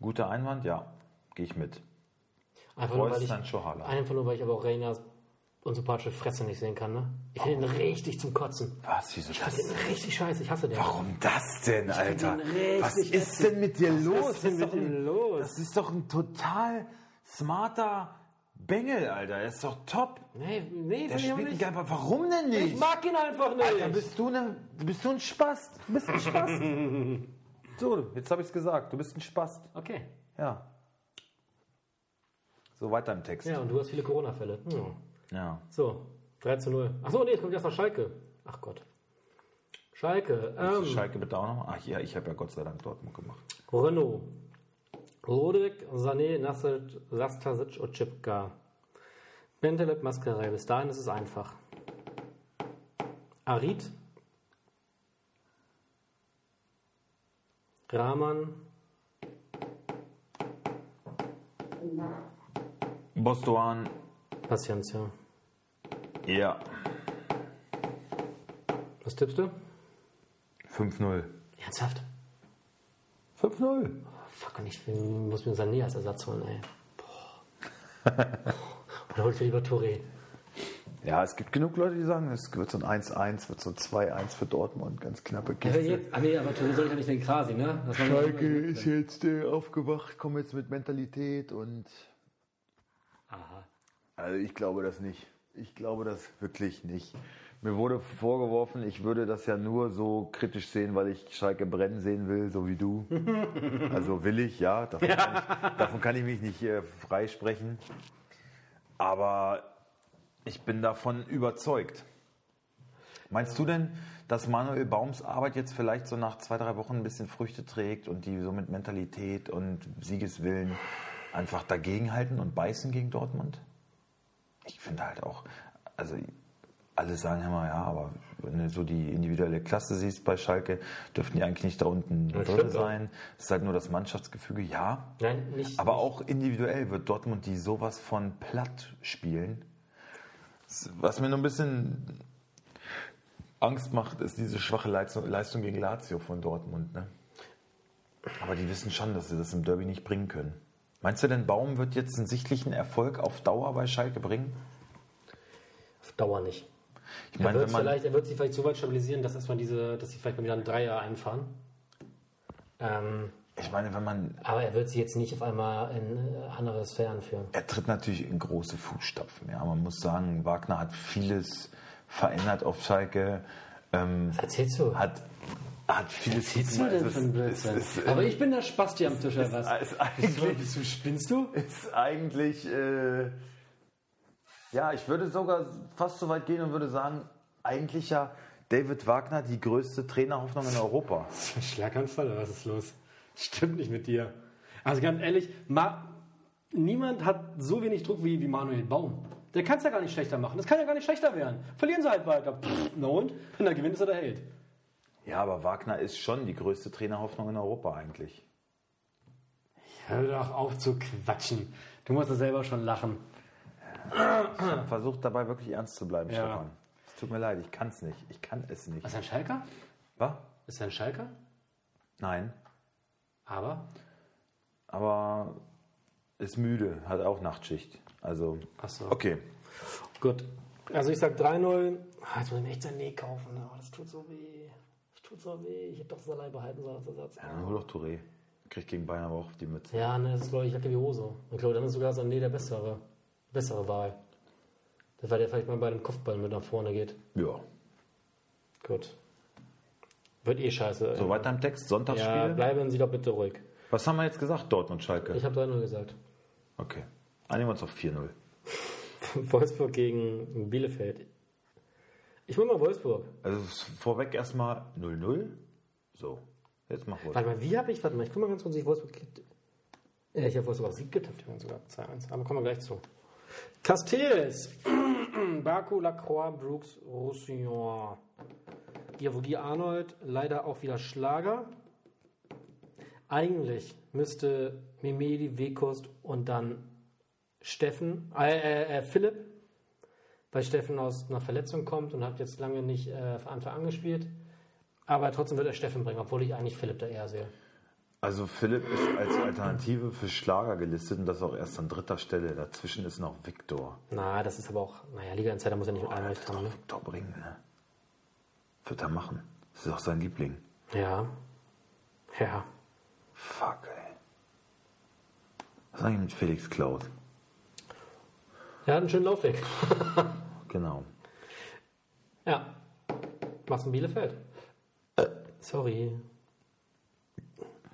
[SPEAKER 2] Guter Einwand, ja. Gehe ich mit.
[SPEAKER 4] Einfach nur, weil
[SPEAKER 2] Reus
[SPEAKER 4] ich,
[SPEAKER 2] Sancho Haaland.
[SPEAKER 4] einfach nur, weil ich aber auch Rainers unsympathische Fresse nicht sehen kann, ne? Ich finde ihn richtig zum Kotzen.
[SPEAKER 2] Was? Wieso
[SPEAKER 4] Ich finde
[SPEAKER 2] das?
[SPEAKER 4] ihn richtig scheiße. Ich hasse den.
[SPEAKER 2] Warum das denn, Alter?
[SPEAKER 4] ihn richtig
[SPEAKER 2] Was ist denn mit dir los?
[SPEAKER 4] Was ist denn
[SPEAKER 2] Das
[SPEAKER 4] mit
[SPEAKER 2] doch ein-
[SPEAKER 4] ihm los?
[SPEAKER 2] Das ist doch ein total smarter Bengel, Alter. Der ist doch top. Der
[SPEAKER 4] Nee, nee, finde ich aber
[SPEAKER 2] spielt nicht
[SPEAKER 4] nicht.
[SPEAKER 2] geil, aber warum denn nicht?
[SPEAKER 4] Ich mag ihn einfach nicht.
[SPEAKER 2] Alter, bist du, ne, bist du ein Spast? Du bist ein Spast. so, jetzt habe ich es gesagt. Du bist ein Spast.
[SPEAKER 4] okay.
[SPEAKER 2] Ja. So, weiter im Text.
[SPEAKER 4] Ja, und du hast viele Corona-Fälle. Hm.
[SPEAKER 2] ja.
[SPEAKER 4] So, 3 zu 0. Achso, nee, es kommt erst noch Schalke. Ach Gott. Schalke, ähm,
[SPEAKER 2] Ähm. Schalke bitte auch nochmal. Ach ja, ich habe ja Gott sei Dank Dortmund gemacht.
[SPEAKER 4] Renault, Rodek, Sané, Nasic, Sastasic, Otschipka. Bentaleb, Mascarell. Bis dahin ist es einfach. Arid. Rahman.
[SPEAKER 2] Bostoan,
[SPEAKER 4] Paciencia.
[SPEAKER 2] ja.
[SPEAKER 4] Was tippst du?
[SPEAKER 2] 5-0.
[SPEAKER 4] Ernsthaft?
[SPEAKER 2] 5-0.
[SPEAKER 4] Fuck, und ich will, muss mir Sané als Ersatz holen, ey. Boah. Oder holst du lieber Touré?
[SPEAKER 2] Ja, es gibt genug Leute, die sagen, es wird so ein 1-1, wird so ein 2-1 für Dortmund, ganz knappe
[SPEAKER 3] Aber
[SPEAKER 2] Kiste.
[SPEAKER 3] jetzt, ah nee, aber Tobi soll ich ja nicht den Krasi, ne? Das war
[SPEAKER 2] Schalke ist jetzt äh, aufgewacht, kommen jetzt mit Mentalität und. Also ich glaube das nicht. Ich glaube das wirklich nicht. Mir wurde vorgeworfen, ich würde das ja nur so kritisch sehen, weil ich Schalke brennen sehen will, so wie du. Also will ich, ja. Davon, Kann, ich, davon kann ich mich nicht äh, freisprechen. Aber ich bin davon überzeugt. Meinst du denn, dass Manuel Baums Arbeit jetzt vielleicht so nach zwei, drei Wochen ein bisschen Früchte trägt und die so mit Mentalität und Siegeswillen einfach dagegenhalten und beißen gegen Dortmund? Ich finde halt auch, also alle sagen immer, ja, aber wenn du so die individuelle Klasse siehst bei Schalke, dürften die eigentlich nicht da unten drin
[SPEAKER 4] stimmt, ja.
[SPEAKER 2] sein. Es ist halt nur das Mannschaftsgefüge, ja.
[SPEAKER 4] Nein, nicht.
[SPEAKER 2] Aber auch individuell wird Dortmund die sowas von platt spielen. Was mir nur ein bisschen Angst macht, ist diese schwache Leistung, Leistung gegen Lazio von Dortmund. Ne? Aber die wissen schon, dass sie das im Derby nicht bringen können. Meinst du denn, Baum wird jetzt einen sichtlichen Erfolg auf Dauer bei Schalke bringen?
[SPEAKER 4] auf Dauer nicht.
[SPEAKER 2] Ich
[SPEAKER 4] Er
[SPEAKER 2] meine,
[SPEAKER 4] wird,
[SPEAKER 2] wenn man,
[SPEAKER 4] vielleicht, er wird sie vielleicht so weit stabilisieren, dass erstmal diese, dass sie vielleicht mal wieder einen Dreier einfahren. Ähm,
[SPEAKER 2] ich meine, wenn man,
[SPEAKER 4] aber er wird sie jetzt nicht auf einmal in äh, andere Sphären führen.
[SPEAKER 2] er tritt natürlich in große Fußstapfen. Ja, man muss sagen, Wagner hat vieles verändert auf Schalke. Ähm,
[SPEAKER 4] Was erzählst du?
[SPEAKER 2] hat, hat vieles also
[SPEAKER 3] Was ist denn für ein Blödsinn?
[SPEAKER 1] ähm,
[SPEAKER 3] aber ich bin der Spasti am Tisch, oder was?
[SPEAKER 2] ist eigentlich,
[SPEAKER 3] Wieso spinnst du?
[SPEAKER 2] ist eigentlich äh, ja, ich würde sogar fast so weit gehen und würde sagen, eigentlich ja David Wagner die größte Trainerhoffnung in Europa.
[SPEAKER 1] Ein Schlaganfall oder was ist los? Stimmt nicht mit dir. Also ganz ehrlich, Ma niemand hat so wenig Druck wie, wie Manuel Baum. Der kann es ja gar nicht schlechter machen. Das kann ja gar nicht schlechter werden. Verlieren sie halt weiter. Pff, na und? Wenn er gewinnt, ist er der Held.
[SPEAKER 2] Ja, aber Wagner ist schon die größte Trainerhoffnung in Europa eigentlich.
[SPEAKER 1] Hör doch auf zu quatschen. Du musst ja selber schon lachen.
[SPEAKER 2] Versucht dabei wirklich ernst zu bleiben,
[SPEAKER 1] Ja.
[SPEAKER 2] Stefan. Es tut mir leid, ich kann es nicht. Ich kann es nicht.
[SPEAKER 1] Ist er ein Schalker?
[SPEAKER 2] Was?
[SPEAKER 1] Ist er ein Schalker?
[SPEAKER 2] Nein,
[SPEAKER 1] Aber?
[SPEAKER 2] aber ist müde, hat auch Nachtschicht. Also,
[SPEAKER 1] Ach so.
[SPEAKER 2] okay.
[SPEAKER 4] Gut. Also ich sag 3-0. Ah, Jetzt muss ich mir echt Sané kaufen. ne? Oh, das tut so weh. Das tut so weh. Ich hätte doch Sané behalten sollen als Ersatz.
[SPEAKER 2] Dann hol doch Touré. Kriegt gegen Bayern aber auch die Mütze.
[SPEAKER 4] Ja, ne, das ist, glaube ich, Jacke wie Hose. Und ich glaube, dann ist sogar Sané der bessere, bessere Wahl. Das war der vielleicht mal bei dem Kopfball mit nach vorne geht.
[SPEAKER 2] Ja.
[SPEAKER 4] Gut. Wird eh scheiße.
[SPEAKER 2] So, weiter im Text. Sonntagsspiel.
[SPEAKER 4] ja, bleiben Sie doch bitte ruhig.
[SPEAKER 2] Was haben wir jetzt gesagt? Dortmund, Schalke.
[SPEAKER 4] Ich habe 3-0 gesagt.
[SPEAKER 2] Okay. Einigen wir uns auf 4-0.
[SPEAKER 4] Wolfsburg gegen Bielefeld. Ich will mal Wolfsburg.
[SPEAKER 2] Also es ist vorweg erstmal 0-0. So. Jetzt mach ruhig.
[SPEAKER 4] Warte mal, wie habe ich, warte mal, ich guck mal ganz kurz, ich Wolfsburg. Äh, ich habe Wolfsburg auf Sieg getippt, übrigens sogar 2-1. Aber kommen wir gleich zu. Castells, Baku, Lacroix, Brooks, Roussillon. Diavogie Arnold, leider auch wieder Schlager. Eigentlich müsste Memedi, Wekost und dann Steffen, äh, äh, äh, Philipp, weil Steffen aus einer Verletzung kommt und hat jetzt lange nicht äh, von Anfang an gespielt. Aber trotzdem wird er Steffen bringen, obwohl ich eigentlich Philipp da eher sehe.
[SPEAKER 2] Also Philipp ist als Alternative für Schlager gelistet und das auch erst an dritter Stelle. Dazwischen ist noch Viktor.
[SPEAKER 4] Na, das ist aber auch, naja, Liga-Insider muss ja nicht mit einem Recht haben, ne?
[SPEAKER 2] Viktor bringen, ne? Wird er machen. Das ist auch sein Liebling.
[SPEAKER 4] Ja. Ja.
[SPEAKER 2] Fuck, ey. Was sag ich mit Felix Klaus?
[SPEAKER 4] Er hat einen schönen Laufweg.
[SPEAKER 2] Genau.
[SPEAKER 4] Ja. Machst ein Bielefeld. Äh. Sorry.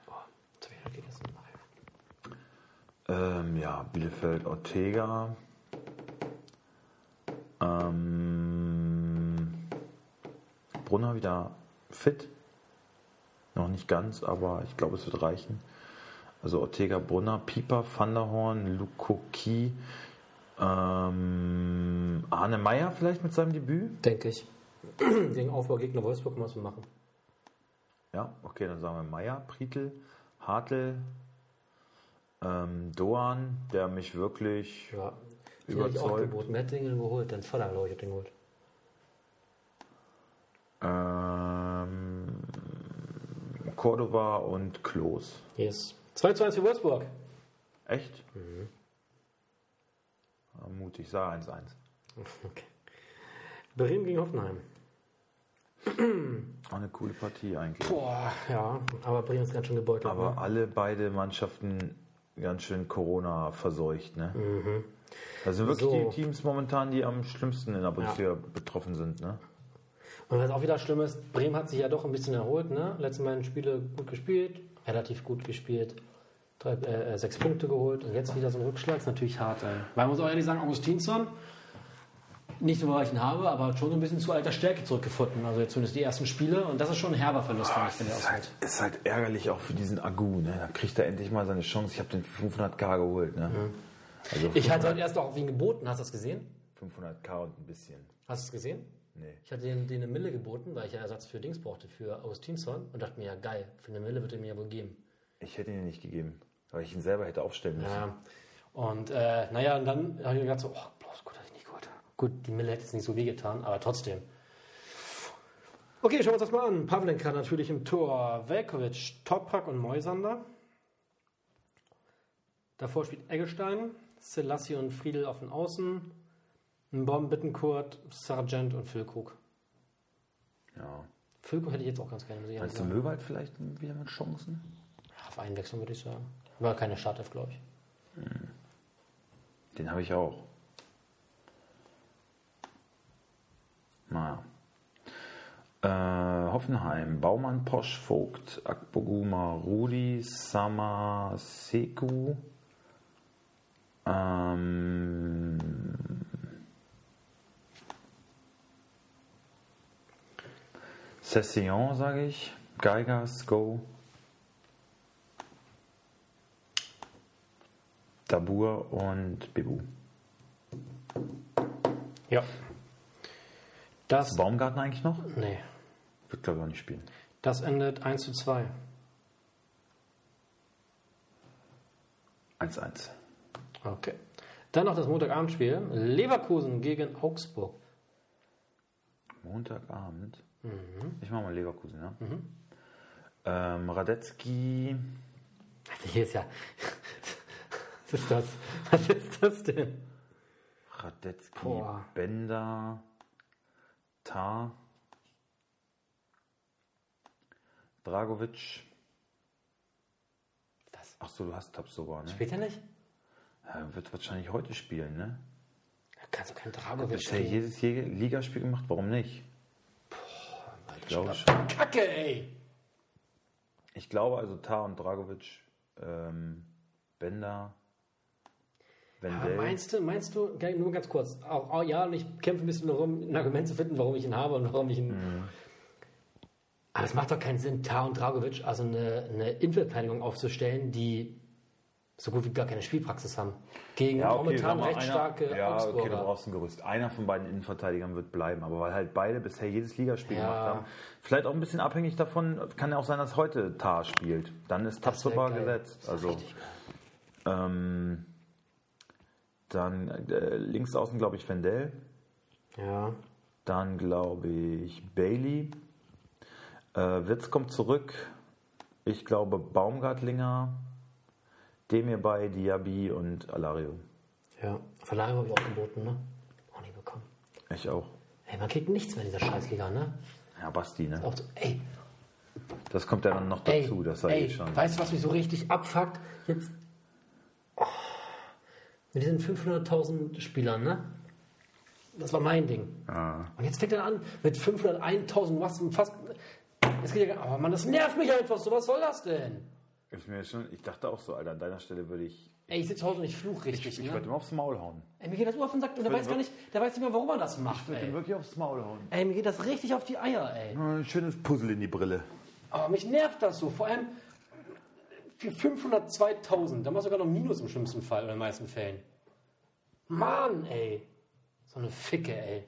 [SPEAKER 4] Oh, jetzt hab ich halt gegessen. Ach ja.
[SPEAKER 2] Ähm, ja, Bielefeld, Ortega. Ähm, Brunner wieder fit. Noch nicht ganz, aber ich glaube, es wird reichen. Also Ortega Brunner, Pieper, Vanderhorn, Lukoki, ähm, Arne Meyer vielleicht mit seinem Debüt?
[SPEAKER 4] Denke ich. Gegen Aufbaugegner Wolfsburg kann man es machen.
[SPEAKER 2] Ja, okay, dann sagen wir Meyer, Prietl, Hartl, ähm, Doan, der mich wirklich
[SPEAKER 4] Ja. Den hätte ich auch
[SPEAKER 2] Überzeugt.
[SPEAKER 4] geboten. Wer hat den denn geholt? Dann Vater, glaube ich, hat den geholt.
[SPEAKER 2] ähm, Cordova und Klos.
[SPEAKER 4] Yes. 2 zu 1 für Wolfsburg.
[SPEAKER 2] Echt? Ah, Mutig, sah 1-1.
[SPEAKER 4] Okay. Bremen gegen Hoffenheim.
[SPEAKER 2] War eine coole Partie eigentlich.
[SPEAKER 4] Boah, ja, aber Bremen ist ganz schön gebeutelt.
[SPEAKER 2] Aber
[SPEAKER 4] ne?
[SPEAKER 2] alle beide Mannschaften ganz schön Corona verseucht, ne? Das sind wirklich
[SPEAKER 4] Mhm. So.
[SPEAKER 2] die Teams momentan, die am schlimmsten in der Bundesliga betroffen sind, ne?
[SPEAKER 4] Und was auch wieder schlimm ist, Bremen hat sich ja doch ein bisschen erholt, ne? Letzten beiden Spiele gut gespielt, relativ gut gespielt, drei, äh, äh, sechs Punkte geholt und jetzt wieder so ein Rückschlag. Ist natürlich hart, ey.
[SPEAKER 1] Weil man muss auch ehrlich sagen, Augustinsson, nicht nur weil ich ihn habe, aber hat schon so ein bisschen zu alter Stärke zurückgefunden. Also jetzt zumindest die ersten Spiele. Und das ist schon ein herber Verlust, wenn ich finde.
[SPEAKER 2] Ist halt, ist halt ärgerlich auch für diesen Agu, ne? Da kriegt er endlich mal seine Chance. Ich habe den 500k geholt, ne?
[SPEAKER 4] Mhm.
[SPEAKER 2] Also
[SPEAKER 4] Ich hatte heute erst auch auf ihn geboten, hast du das gesehen?
[SPEAKER 2] 500k und ein bisschen.
[SPEAKER 4] Hast du es gesehen?
[SPEAKER 2] Nee.
[SPEAKER 4] Ich hatte denen, denen eine Mille geboten, weil ich ja Ersatz für Dings brauchte, für Augustinsson und dachte mir, ja geil, für eine Mille wird er mir ja wohl geben.
[SPEAKER 2] Ich hätte ihn nicht gegeben, weil ich ihn selber hätte aufstellen müssen.
[SPEAKER 4] Ja. Und äh, naja, und dann habe ich mir gedacht, so, oh, bloß gut, dass ich nicht geholt habe. Gut, die Mille hätte es nicht so wehgetan, aber trotzdem. Okay, schauen wir uns das mal an. Pavlenka natürlich im Tor, Velkovic, Toprak und Moisander. Davor spielt Eggestein, Selassie und Friedel auf den Außen, Bomb, Bittenkurt, Sargent und Füllkrug.
[SPEAKER 2] Ja.
[SPEAKER 4] Füllkrug hätte ich jetzt auch ganz gerne gesehen.
[SPEAKER 2] Meinst du Möwald vielleicht wieder mit Chancen?
[SPEAKER 4] Auf Einwechslung würde ich sagen. War keine Startelf, glaube ich.
[SPEAKER 2] Den habe ich auch. Naja. Äh, Hoffenheim, Baumann, Posch, Vogt, Akboguma, Rudi, Samaseku, ähm, Session, sage ich, Geigers, Go, Dabur und Bebu.
[SPEAKER 4] Ja. Das.
[SPEAKER 2] Ist Baumgarten eigentlich noch?
[SPEAKER 4] Nee.
[SPEAKER 2] Wird, glaube ich, auch nicht spielen.
[SPEAKER 4] Das endet 1 zu 2.
[SPEAKER 2] 1-1.
[SPEAKER 4] Okay. Dann noch das Montagabendspiel. Leverkusen gegen Augsburg.
[SPEAKER 2] Montagabend.
[SPEAKER 4] Mhm.
[SPEAKER 2] Ich mache mal Leverkusen, ja. Ähm, Radetzky,
[SPEAKER 4] Also hier ist ja. Was ist das? Was ist das denn?
[SPEAKER 2] Radetzky,
[SPEAKER 4] Boah.
[SPEAKER 2] Bender, Tar, Dragovic.
[SPEAKER 4] Was?
[SPEAKER 2] Achso, du hast Tabsoba, ne?
[SPEAKER 4] Spielt er nicht?
[SPEAKER 2] Er wird wahrscheinlich heute spielen, ne?
[SPEAKER 4] Da kannst du keinen Dragovic
[SPEAKER 2] Bisher
[SPEAKER 4] spielen.
[SPEAKER 2] jedes Je- Ligaspiel gemacht, warum nicht? ich glaube schon.
[SPEAKER 4] Kacke, ey!
[SPEAKER 2] Ich glaube also Tar und Dragovic, ähm, Bender,
[SPEAKER 4] Aber
[SPEAKER 2] Wendell.
[SPEAKER 4] Ah, meinst du, meinst du, gell, nur ganz kurz, auch, auch, ja, und ich kämpfe ein bisschen darum, ein Argument zu finden, warum ich ihn habe und warum ich ihn. Aber es macht doch keinen Sinn, Tar und Dragovic, also eine, eine Innenverteidigung aufzustellen, die so gut wie gar keine Spielpraxis haben. Gegen momentan
[SPEAKER 2] sagen wir
[SPEAKER 4] recht
[SPEAKER 2] einer-
[SPEAKER 4] starke
[SPEAKER 2] Ja,
[SPEAKER 4] Augsburger.
[SPEAKER 2] okay, du brauchst ein Gerüst. Einer von beiden Innenverteidigern wird bleiben, aber weil halt beide bisher jedes Ligaspiel
[SPEAKER 4] Ja.
[SPEAKER 2] gemacht haben. Vielleicht auch ein bisschen abhängig davon, kann ja auch sein, dass heute Tar spielt. Dann ist
[SPEAKER 4] wär
[SPEAKER 2] Tapsoba
[SPEAKER 4] geil.
[SPEAKER 2] gesetzt. Also, ähm, dann äh, links außen, glaube ich, Wendell.
[SPEAKER 4] ja.
[SPEAKER 2] Dann glaube ich Bailey. Äh, Witz kommt zurück. Ich glaube Baumgartlinger, Demir bei Diaby und Alario.
[SPEAKER 4] Ja. Verleihung habe ich auch geboten, ne? Auch nicht bekommen.
[SPEAKER 2] Ich auch.
[SPEAKER 4] Ey, man kriegt nichts mehr in dieser Scheißliga, ne?
[SPEAKER 2] Ja, Basti, ne?
[SPEAKER 1] Oh.
[SPEAKER 4] Auch so, ey,
[SPEAKER 2] Das kommt ja dann noch
[SPEAKER 4] Ey,
[SPEAKER 2] dazu, das sage
[SPEAKER 4] ey,
[SPEAKER 2] ich schon.
[SPEAKER 4] Weißt du, was mich so richtig abfuckt? Jetzt. Oh. mit diesen 500.000 Spielern, ne? Das war mein Ding.
[SPEAKER 2] Ah.
[SPEAKER 4] Und jetzt fängt er an mit 501.000 was und fast. Es geht ja gar Oh Mann, das nervt mich einfach so. Was soll das denn?
[SPEAKER 2] Ist mir schon, ich dachte auch so, Alter, an deiner Stelle würde ich.
[SPEAKER 4] Ey, ich sitze zu Hause und ich fluch richtig.
[SPEAKER 2] Ich
[SPEAKER 4] ne?
[SPEAKER 2] würde ihm aufs Maul hauen.
[SPEAKER 4] Ey, mir geht das Ohr auf den Sack und der weiß gar nicht, der weiß nicht mehr, warum er das macht.
[SPEAKER 2] Ich würde ihm
[SPEAKER 4] Ey.
[SPEAKER 2] wirklich aufs Maul hauen.
[SPEAKER 4] ey, mir geht das richtig auf die Eier, ey.
[SPEAKER 2] Ein schönes Puzzle in die Brille.
[SPEAKER 4] Aber mich nervt das so. Vor allem
[SPEAKER 1] für 502.000. Da war sogar noch Minus im schlimmsten Fall oder in den meisten Fällen. Mann, ey. So eine Ficke, ey.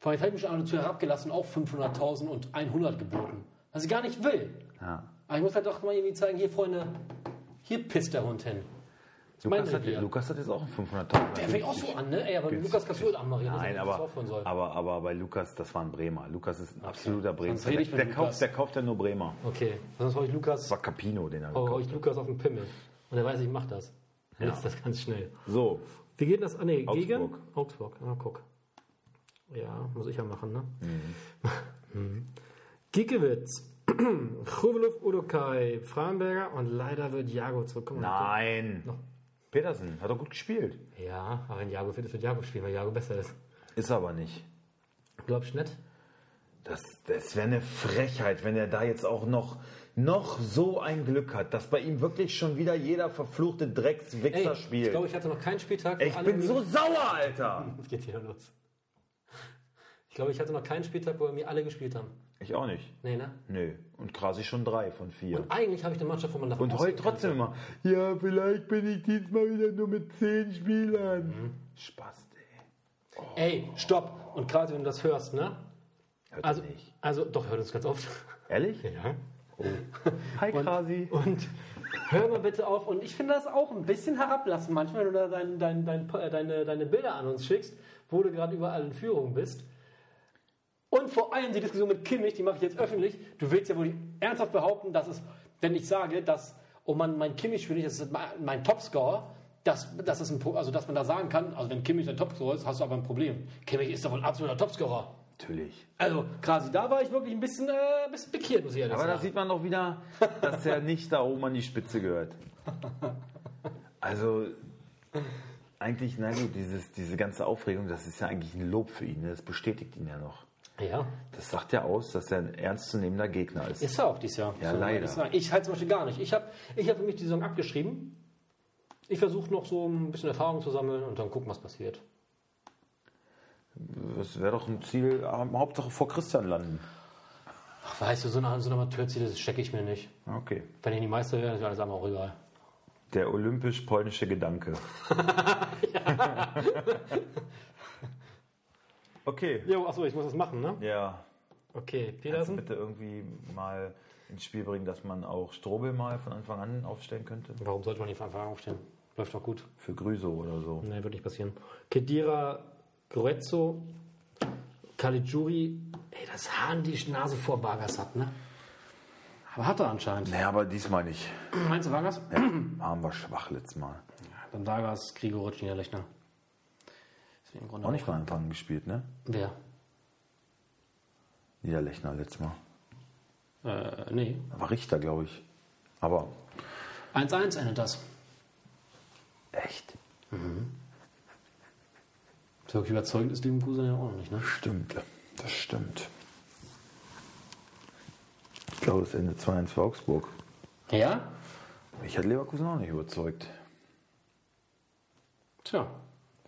[SPEAKER 1] Vor allem hat mich eine Tür herabgelassen, auch 500.000 und 100 geboten. Was ich gar nicht will.
[SPEAKER 2] Ja.
[SPEAKER 1] Aber ich muss halt doch mal irgendwie zeigen, hier, Freunde, hier pisst der Hund hin.
[SPEAKER 2] Lukas,
[SPEAKER 1] meinen
[SPEAKER 2] hat,
[SPEAKER 1] wir.
[SPEAKER 2] Lukas hat jetzt auch einen 500.000.
[SPEAKER 1] Der fängt auch so an, ne? Ey, aber mit
[SPEAKER 2] Gibt's-
[SPEAKER 1] Lukas Kassel anmarieren.
[SPEAKER 2] Nein, aber, aber, aber bei Lukas, das war ein Bremer. Lukas ist ein absoluter Bremer.
[SPEAKER 1] Sonst rede
[SPEAKER 2] Der,
[SPEAKER 1] ich mit
[SPEAKER 2] der,
[SPEAKER 1] Lukas.
[SPEAKER 2] kauft, der kauft ja nur Bremer.
[SPEAKER 4] Okay, sonst hau ich Lukas,
[SPEAKER 2] Das war Capino, den er
[SPEAKER 4] hau
[SPEAKER 2] gekauft
[SPEAKER 4] Oh, ich Lukas auf den Pimmel. Und er weiß, ich mach das. Dann ist das ganz schnell.
[SPEAKER 2] hat. So,
[SPEAKER 4] Wie geht das an? Nee,
[SPEAKER 2] Augsburg.
[SPEAKER 4] gegen Augsburg. Ah, guck. Ja, muss ich ja machen, ne? Mhm. Giekewitz, Chovelow, Udokai, Framberger und leider wird Jago zurückkommen.
[SPEAKER 2] nein.
[SPEAKER 4] Noch.
[SPEAKER 2] Petersen hat doch gut gespielt.
[SPEAKER 4] Ja, aber wenn Jago fit ist, wird Jago spielen, weil Jago besser ist.
[SPEAKER 2] Ist aber nicht.
[SPEAKER 4] Glaubst du nicht?
[SPEAKER 2] Das, das wäre eine Frechheit, wenn er da jetzt auch noch, noch so ein Glück hat, dass bei ihm wirklich schon wieder jeder verfluchte Dreckswichser
[SPEAKER 4] ich
[SPEAKER 2] spielt.
[SPEAKER 4] glaube, ich hatte noch keinen Spieltag. wo
[SPEAKER 2] Ey, ich
[SPEAKER 4] alle
[SPEAKER 2] bin
[SPEAKER 4] mir-
[SPEAKER 2] so sauer, Alter.
[SPEAKER 4] Es geht wieder los. Ich glaube, ich hatte noch keinen Spieltag, wo wir mir alle gespielt haben.
[SPEAKER 2] Ich auch nicht.
[SPEAKER 4] Nee, ne?
[SPEAKER 2] Nö. Und Krasi schon drei von vier.
[SPEAKER 4] Und eigentlich habe ich eine Mannschaft, wo man davon
[SPEAKER 2] Und heute
[SPEAKER 4] ausgehen kann.
[SPEAKER 2] trotzdem immer. Ja, vielleicht bin ich diesmal wieder nur mit zehn Spielern.
[SPEAKER 4] Mhm.
[SPEAKER 2] Spaß, ey.
[SPEAKER 4] Ey, stopp! Und gerade wenn du das hörst, ne?
[SPEAKER 2] Hört
[SPEAKER 4] Also,
[SPEAKER 2] ihr nicht.
[SPEAKER 4] also doch, hört uns ganz oft.
[SPEAKER 2] Ehrlich?
[SPEAKER 4] Ja.
[SPEAKER 2] Hi, Krasi.
[SPEAKER 4] Und
[SPEAKER 1] Hör mal bitte auf. Und ich finde das auch ein bisschen herablassen manchmal, wenn du da dein, dein, dein, äh, deine, deine Bilder an uns schickst, wo du gerade überall in Führung bist. Und vor allem die Diskussion mit Kimmich, die mache ich jetzt öffentlich. Du willst ja wohl nicht ernsthaft behaupten, dass es, wenn ich sage, dass, oh Mann, mein Kimmich spielt nicht, das ist mein, mein Topscorer, dass, das ist ein, Pro- also dass man da sagen kann, also wenn Kimmich ein Topscorer ist, hast du aber ein Problem. Kimmich ist doch wohl ein absoluter Topscorer.
[SPEAKER 2] Natürlich.
[SPEAKER 1] Also, Krasi, da war ich wirklich ein bisschen, äh, ein bisschen pikiert, muss ich ehrlich
[SPEAKER 2] Aber da
[SPEAKER 1] sagen.
[SPEAKER 2] sieht man doch wieder, dass er nicht da oben an die Spitze gehört. Also, eigentlich, na gut, dieses, diese ganze Aufregung, das ist ja eigentlich ein Lob für ihn. ne? Das bestätigt ihn ja noch.
[SPEAKER 1] ja.
[SPEAKER 2] Das sagt ja aus, dass er ein ernstzunehmender Gegner ist.
[SPEAKER 1] Ist er auch dieses Jahr. muss man
[SPEAKER 2] leider.
[SPEAKER 1] ehrlich Sagen. Ich halt zum Beispiel gar nicht. Ich habe ich hab für mich die Saison abgeschrieben. Ich versuche noch so ein bisschen Erfahrung zu sammeln und dann gucken, was passiert.
[SPEAKER 2] Das wäre doch ein Ziel, ähm, Hauptsache vor Christian landen.
[SPEAKER 1] Ach, weißt du, so eine, so eine Amateurziele, das stecke ich mir nicht.
[SPEAKER 2] Okay.
[SPEAKER 1] Wenn ich die Meister wäre, das wäre alles andere auch egal.
[SPEAKER 2] Der olympisch-polnische Gedanke. okay.
[SPEAKER 4] Jo, achso, ich muss das machen, ne?
[SPEAKER 2] Ja.
[SPEAKER 4] Okay,
[SPEAKER 2] Kannst du
[SPEAKER 4] Petersen.
[SPEAKER 2] bitte irgendwie mal ins Spiel bringen, dass man auch Strobel mal von Anfang an aufstellen könnte?
[SPEAKER 4] Warum sollte man nicht von Anfang an aufstehen?
[SPEAKER 1] Läuft doch gut.
[SPEAKER 2] Für Grüso oder so.
[SPEAKER 4] Nee, wird nicht passieren. Kedira, Grezzo, Caligiuri. Ey, das Hahn die Nase vor Vargas hat, ne?
[SPEAKER 1] Aber hat er anscheinend.
[SPEAKER 2] Naja, aber diesmal nicht.
[SPEAKER 1] Meinst du Vargas?
[SPEAKER 2] Waren wir schwach letztes Mal.
[SPEAKER 1] Dann Vargas, Grigoritsch, Niederlechner. Deswegen ne? im Grunde
[SPEAKER 2] Auch nicht von Anfang an gespielt, ne?
[SPEAKER 1] Wer?
[SPEAKER 2] Niederlechner letztes Mal.
[SPEAKER 1] Äh, nee.
[SPEAKER 2] Da War Richter, glaube ich. Aber
[SPEAKER 1] 1-1 endet das.
[SPEAKER 2] echt.
[SPEAKER 1] So wirklich überzeugend ist Leverkusen ja auch noch nicht, ne?
[SPEAKER 2] Stimmt. Das stimmt. Ich glaube, das Ende 2-1 für Augsburg.
[SPEAKER 1] Ja?
[SPEAKER 2] Mich hat Leverkusen auch nicht überzeugt.
[SPEAKER 1] Tja.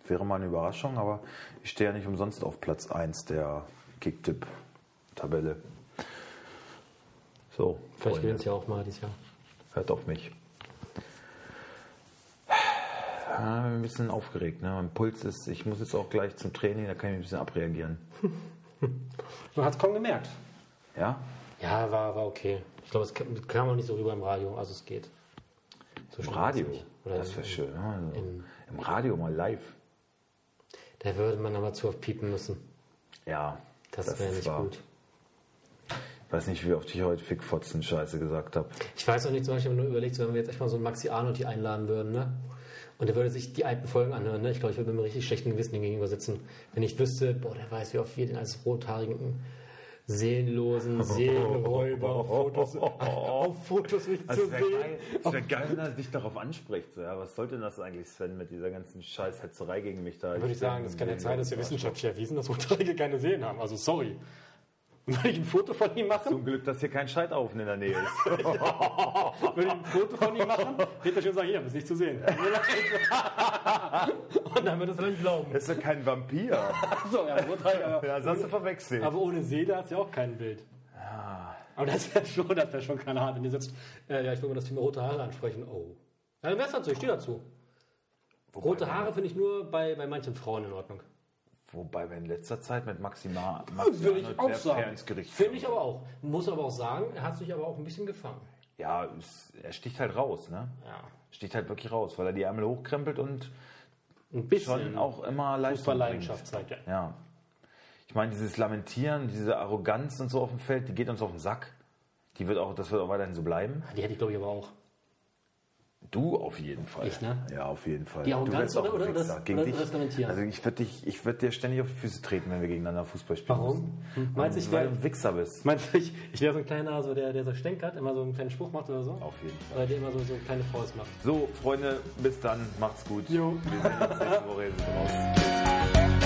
[SPEAKER 2] Wäre mal eine Überraschung, aber ich stehe ja nicht umsonst auf Platz 1 der Kicktipp-Tabelle. So,
[SPEAKER 4] Vielleicht
[SPEAKER 2] Freunde,
[SPEAKER 4] gewinnt es ja auch mal dieses Jahr.
[SPEAKER 2] hört auf mich. Ah, Ein bisschen aufgeregt, ne? Mein Puls ist, ich muss jetzt auch gleich zum Training, da kann ich ein bisschen abreagieren.
[SPEAKER 1] Man hat es kaum gemerkt.
[SPEAKER 2] Ja?
[SPEAKER 4] Ja, war, war okay. Ich glaube, es kam- kam auch nicht so rüber im Radio. Also es geht. So
[SPEAKER 2] Im
[SPEAKER 4] schlimm
[SPEAKER 2] Radio.
[SPEAKER 4] ist es nicht. Oder
[SPEAKER 2] Das wäre schön. Ne? Also,
[SPEAKER 4] im-
[SPEAKER 2] Im Radio mal live.
[SPEAKER 4] Da würde man aber zu oft piepen müssen.
[SPEAKER 2] Ja.
[SPEAKER 4] Das, wäre
[SPEAKER 2] ist
[SPEAKER 4] nicht
[SPEAKER 2] wahr.
[SPEAKER 4] gut.
[SPEAKER 2] Ich weiß nicht, wie oft ich heute Fickfotzen-Scheiße gesagt habe.
[SPEAKER 4] Ich weiß noch nicht, zum Beispiel, wenn du überlegst, wenn wir jetzt echt mal so einen Maxi Arnold hier einladen würden, ne? Und der würde sich die alten Folgen anhören, ne? Ich glaube, ich würde mit einem richtig schlechten Gewissen dem gegenüber sitzen, wenn ich wüsste, boah, der weiß, wie oft wir den als rothaarigen, seelenlosen Seelenräuber auf Fotos, auf Fotos nicht zu
[SPEAKER 2] Also Es wäre
[SPEAKER 4] sehen.
[SPEAKER 2] geil, es wär geil, wenn er dich darauf anspricht. So, ja, was sollte denn das eigentlich, Sven, mit dieser ganzen scheiß Hetzerei gegen mich da?
[SPEAKER 4] Würde ich sagen, das kann jetzt sein, dass wir wissenschaftlich erwiesen, dass Rothaarige keine Seelen haben. Also sorry.
[SPEAKER 1] Würde ich ein Foto von ihm machen?
[SPEAKER 2] Zum Glück, dass hier kein Scheiterhaufen in der Nähe ist.
[SPEAKER 1] Würde ich ein Foto von ihm machen, wird er schon sagen, hier, bist nicht zu sehen.
[SPEAKER 4] Und dann wird das dann glauben.
[SPEAKER 2] Das ist ja kein Vampir.
[SPEAKER 1] So, ja, Rothaariger.
[SPEAKER 4] Also
[SPEAKER 2] Ja, das hast du verwechselt.
[SPEAKER 1] Aber ohne Seele hat sie auch kein Bild.
[SPEAKER 4] Aber das wäre schon, das wäre schon keine Hart. Wenn ihr sitzt, äh, ja, ich will mal das Thema rote Haare ansprechen. Oh. Ja, dann wär's natürlich, steh dazu. rote Haare finde ich nur bei, bei manchen Frauen in Ordnung.
[SPEAKER 2] Wobei wir in letzter Zeit mit Maxima,
[SPEAKER 4] Würde ich auch
[SPEAKER 2] fair
[SPEAKER 4] sagen.
[SPEAKER 2] ins Gericht
[SPEAKER 4] Finde ich aber auch. Muss aber auch sagen, er hat sich aber auch ein bisschen gefangen.
[SPEAKER 2] Ja, es, er sticht halt raus, ne?
[SPEAKER 4] Ja.
[SPEAKER 2] Sticht halt wirklich raus, weil er die Ärmel hochkrempelt und
[SPEAKER 4] Ein
[SPEAKER 2] schon
[SPEAKER 4] bisschen
[SPEAKER 2] auch immer Leistung
[SPEAKER 4] Fußballleidenschaft zeigt er.
[SPEAKER 2] bringt. Ja. Ich meine, dieses Lamentieren, diese Arroganz und so auf dem Feld, die geht uns auf den Sack. Die wird auch, das wird auch weiterhin so bleiben.
[SPEAKER 4] Die hätte ich, glaube ich, aber auch.
[SPEAKER 2] Du auf jeden Fall.
[SPEAKER 4] Ich, ne?
[SPEAKER 2] Ja, auf jeden Fall.
[SPEAKER 4] Die Arroganz
[SPEAKER 2] du wärst auch
[SPEAKER 4] oder-
[SPEAKER 2] ein
[SPEAKER 4] oder das-
[SPEAKER 2] Wichser. gegen
[SPEAKER 4] oder
[SPEAKER 2] dich.
[SPEAKER 4] das Lamentieren?
[SPEAKER 2] Also ich würde dich, ich würde dir ständig auf die Füße treten, wenn wir gegeneinander Fußball spielen.
[SPEAKER 4] Warum?
[SPEAKER 2] müssen.
[SPEAKER 4] Meinst du, ich
[SPEAKER 2] weil
[SPEAKER 4] wär-
[SPEAKER 2] du ein Wichser bist?
[SPEAKER 4] Meinst du, ich, ich wäre so ein kleiner, so der, der so stänkert, immer so einen kleinen Spruch macht oder so?
[SPEAKER 2] Auf jeden Fall.
[SPEAKER 4] Oder der immer so, so kleine Faust macht.
[SPEAKER 2] So, Freunde, bis dann. Macht's gut. Wir sehen uns nächste Woche. Wir sind raus.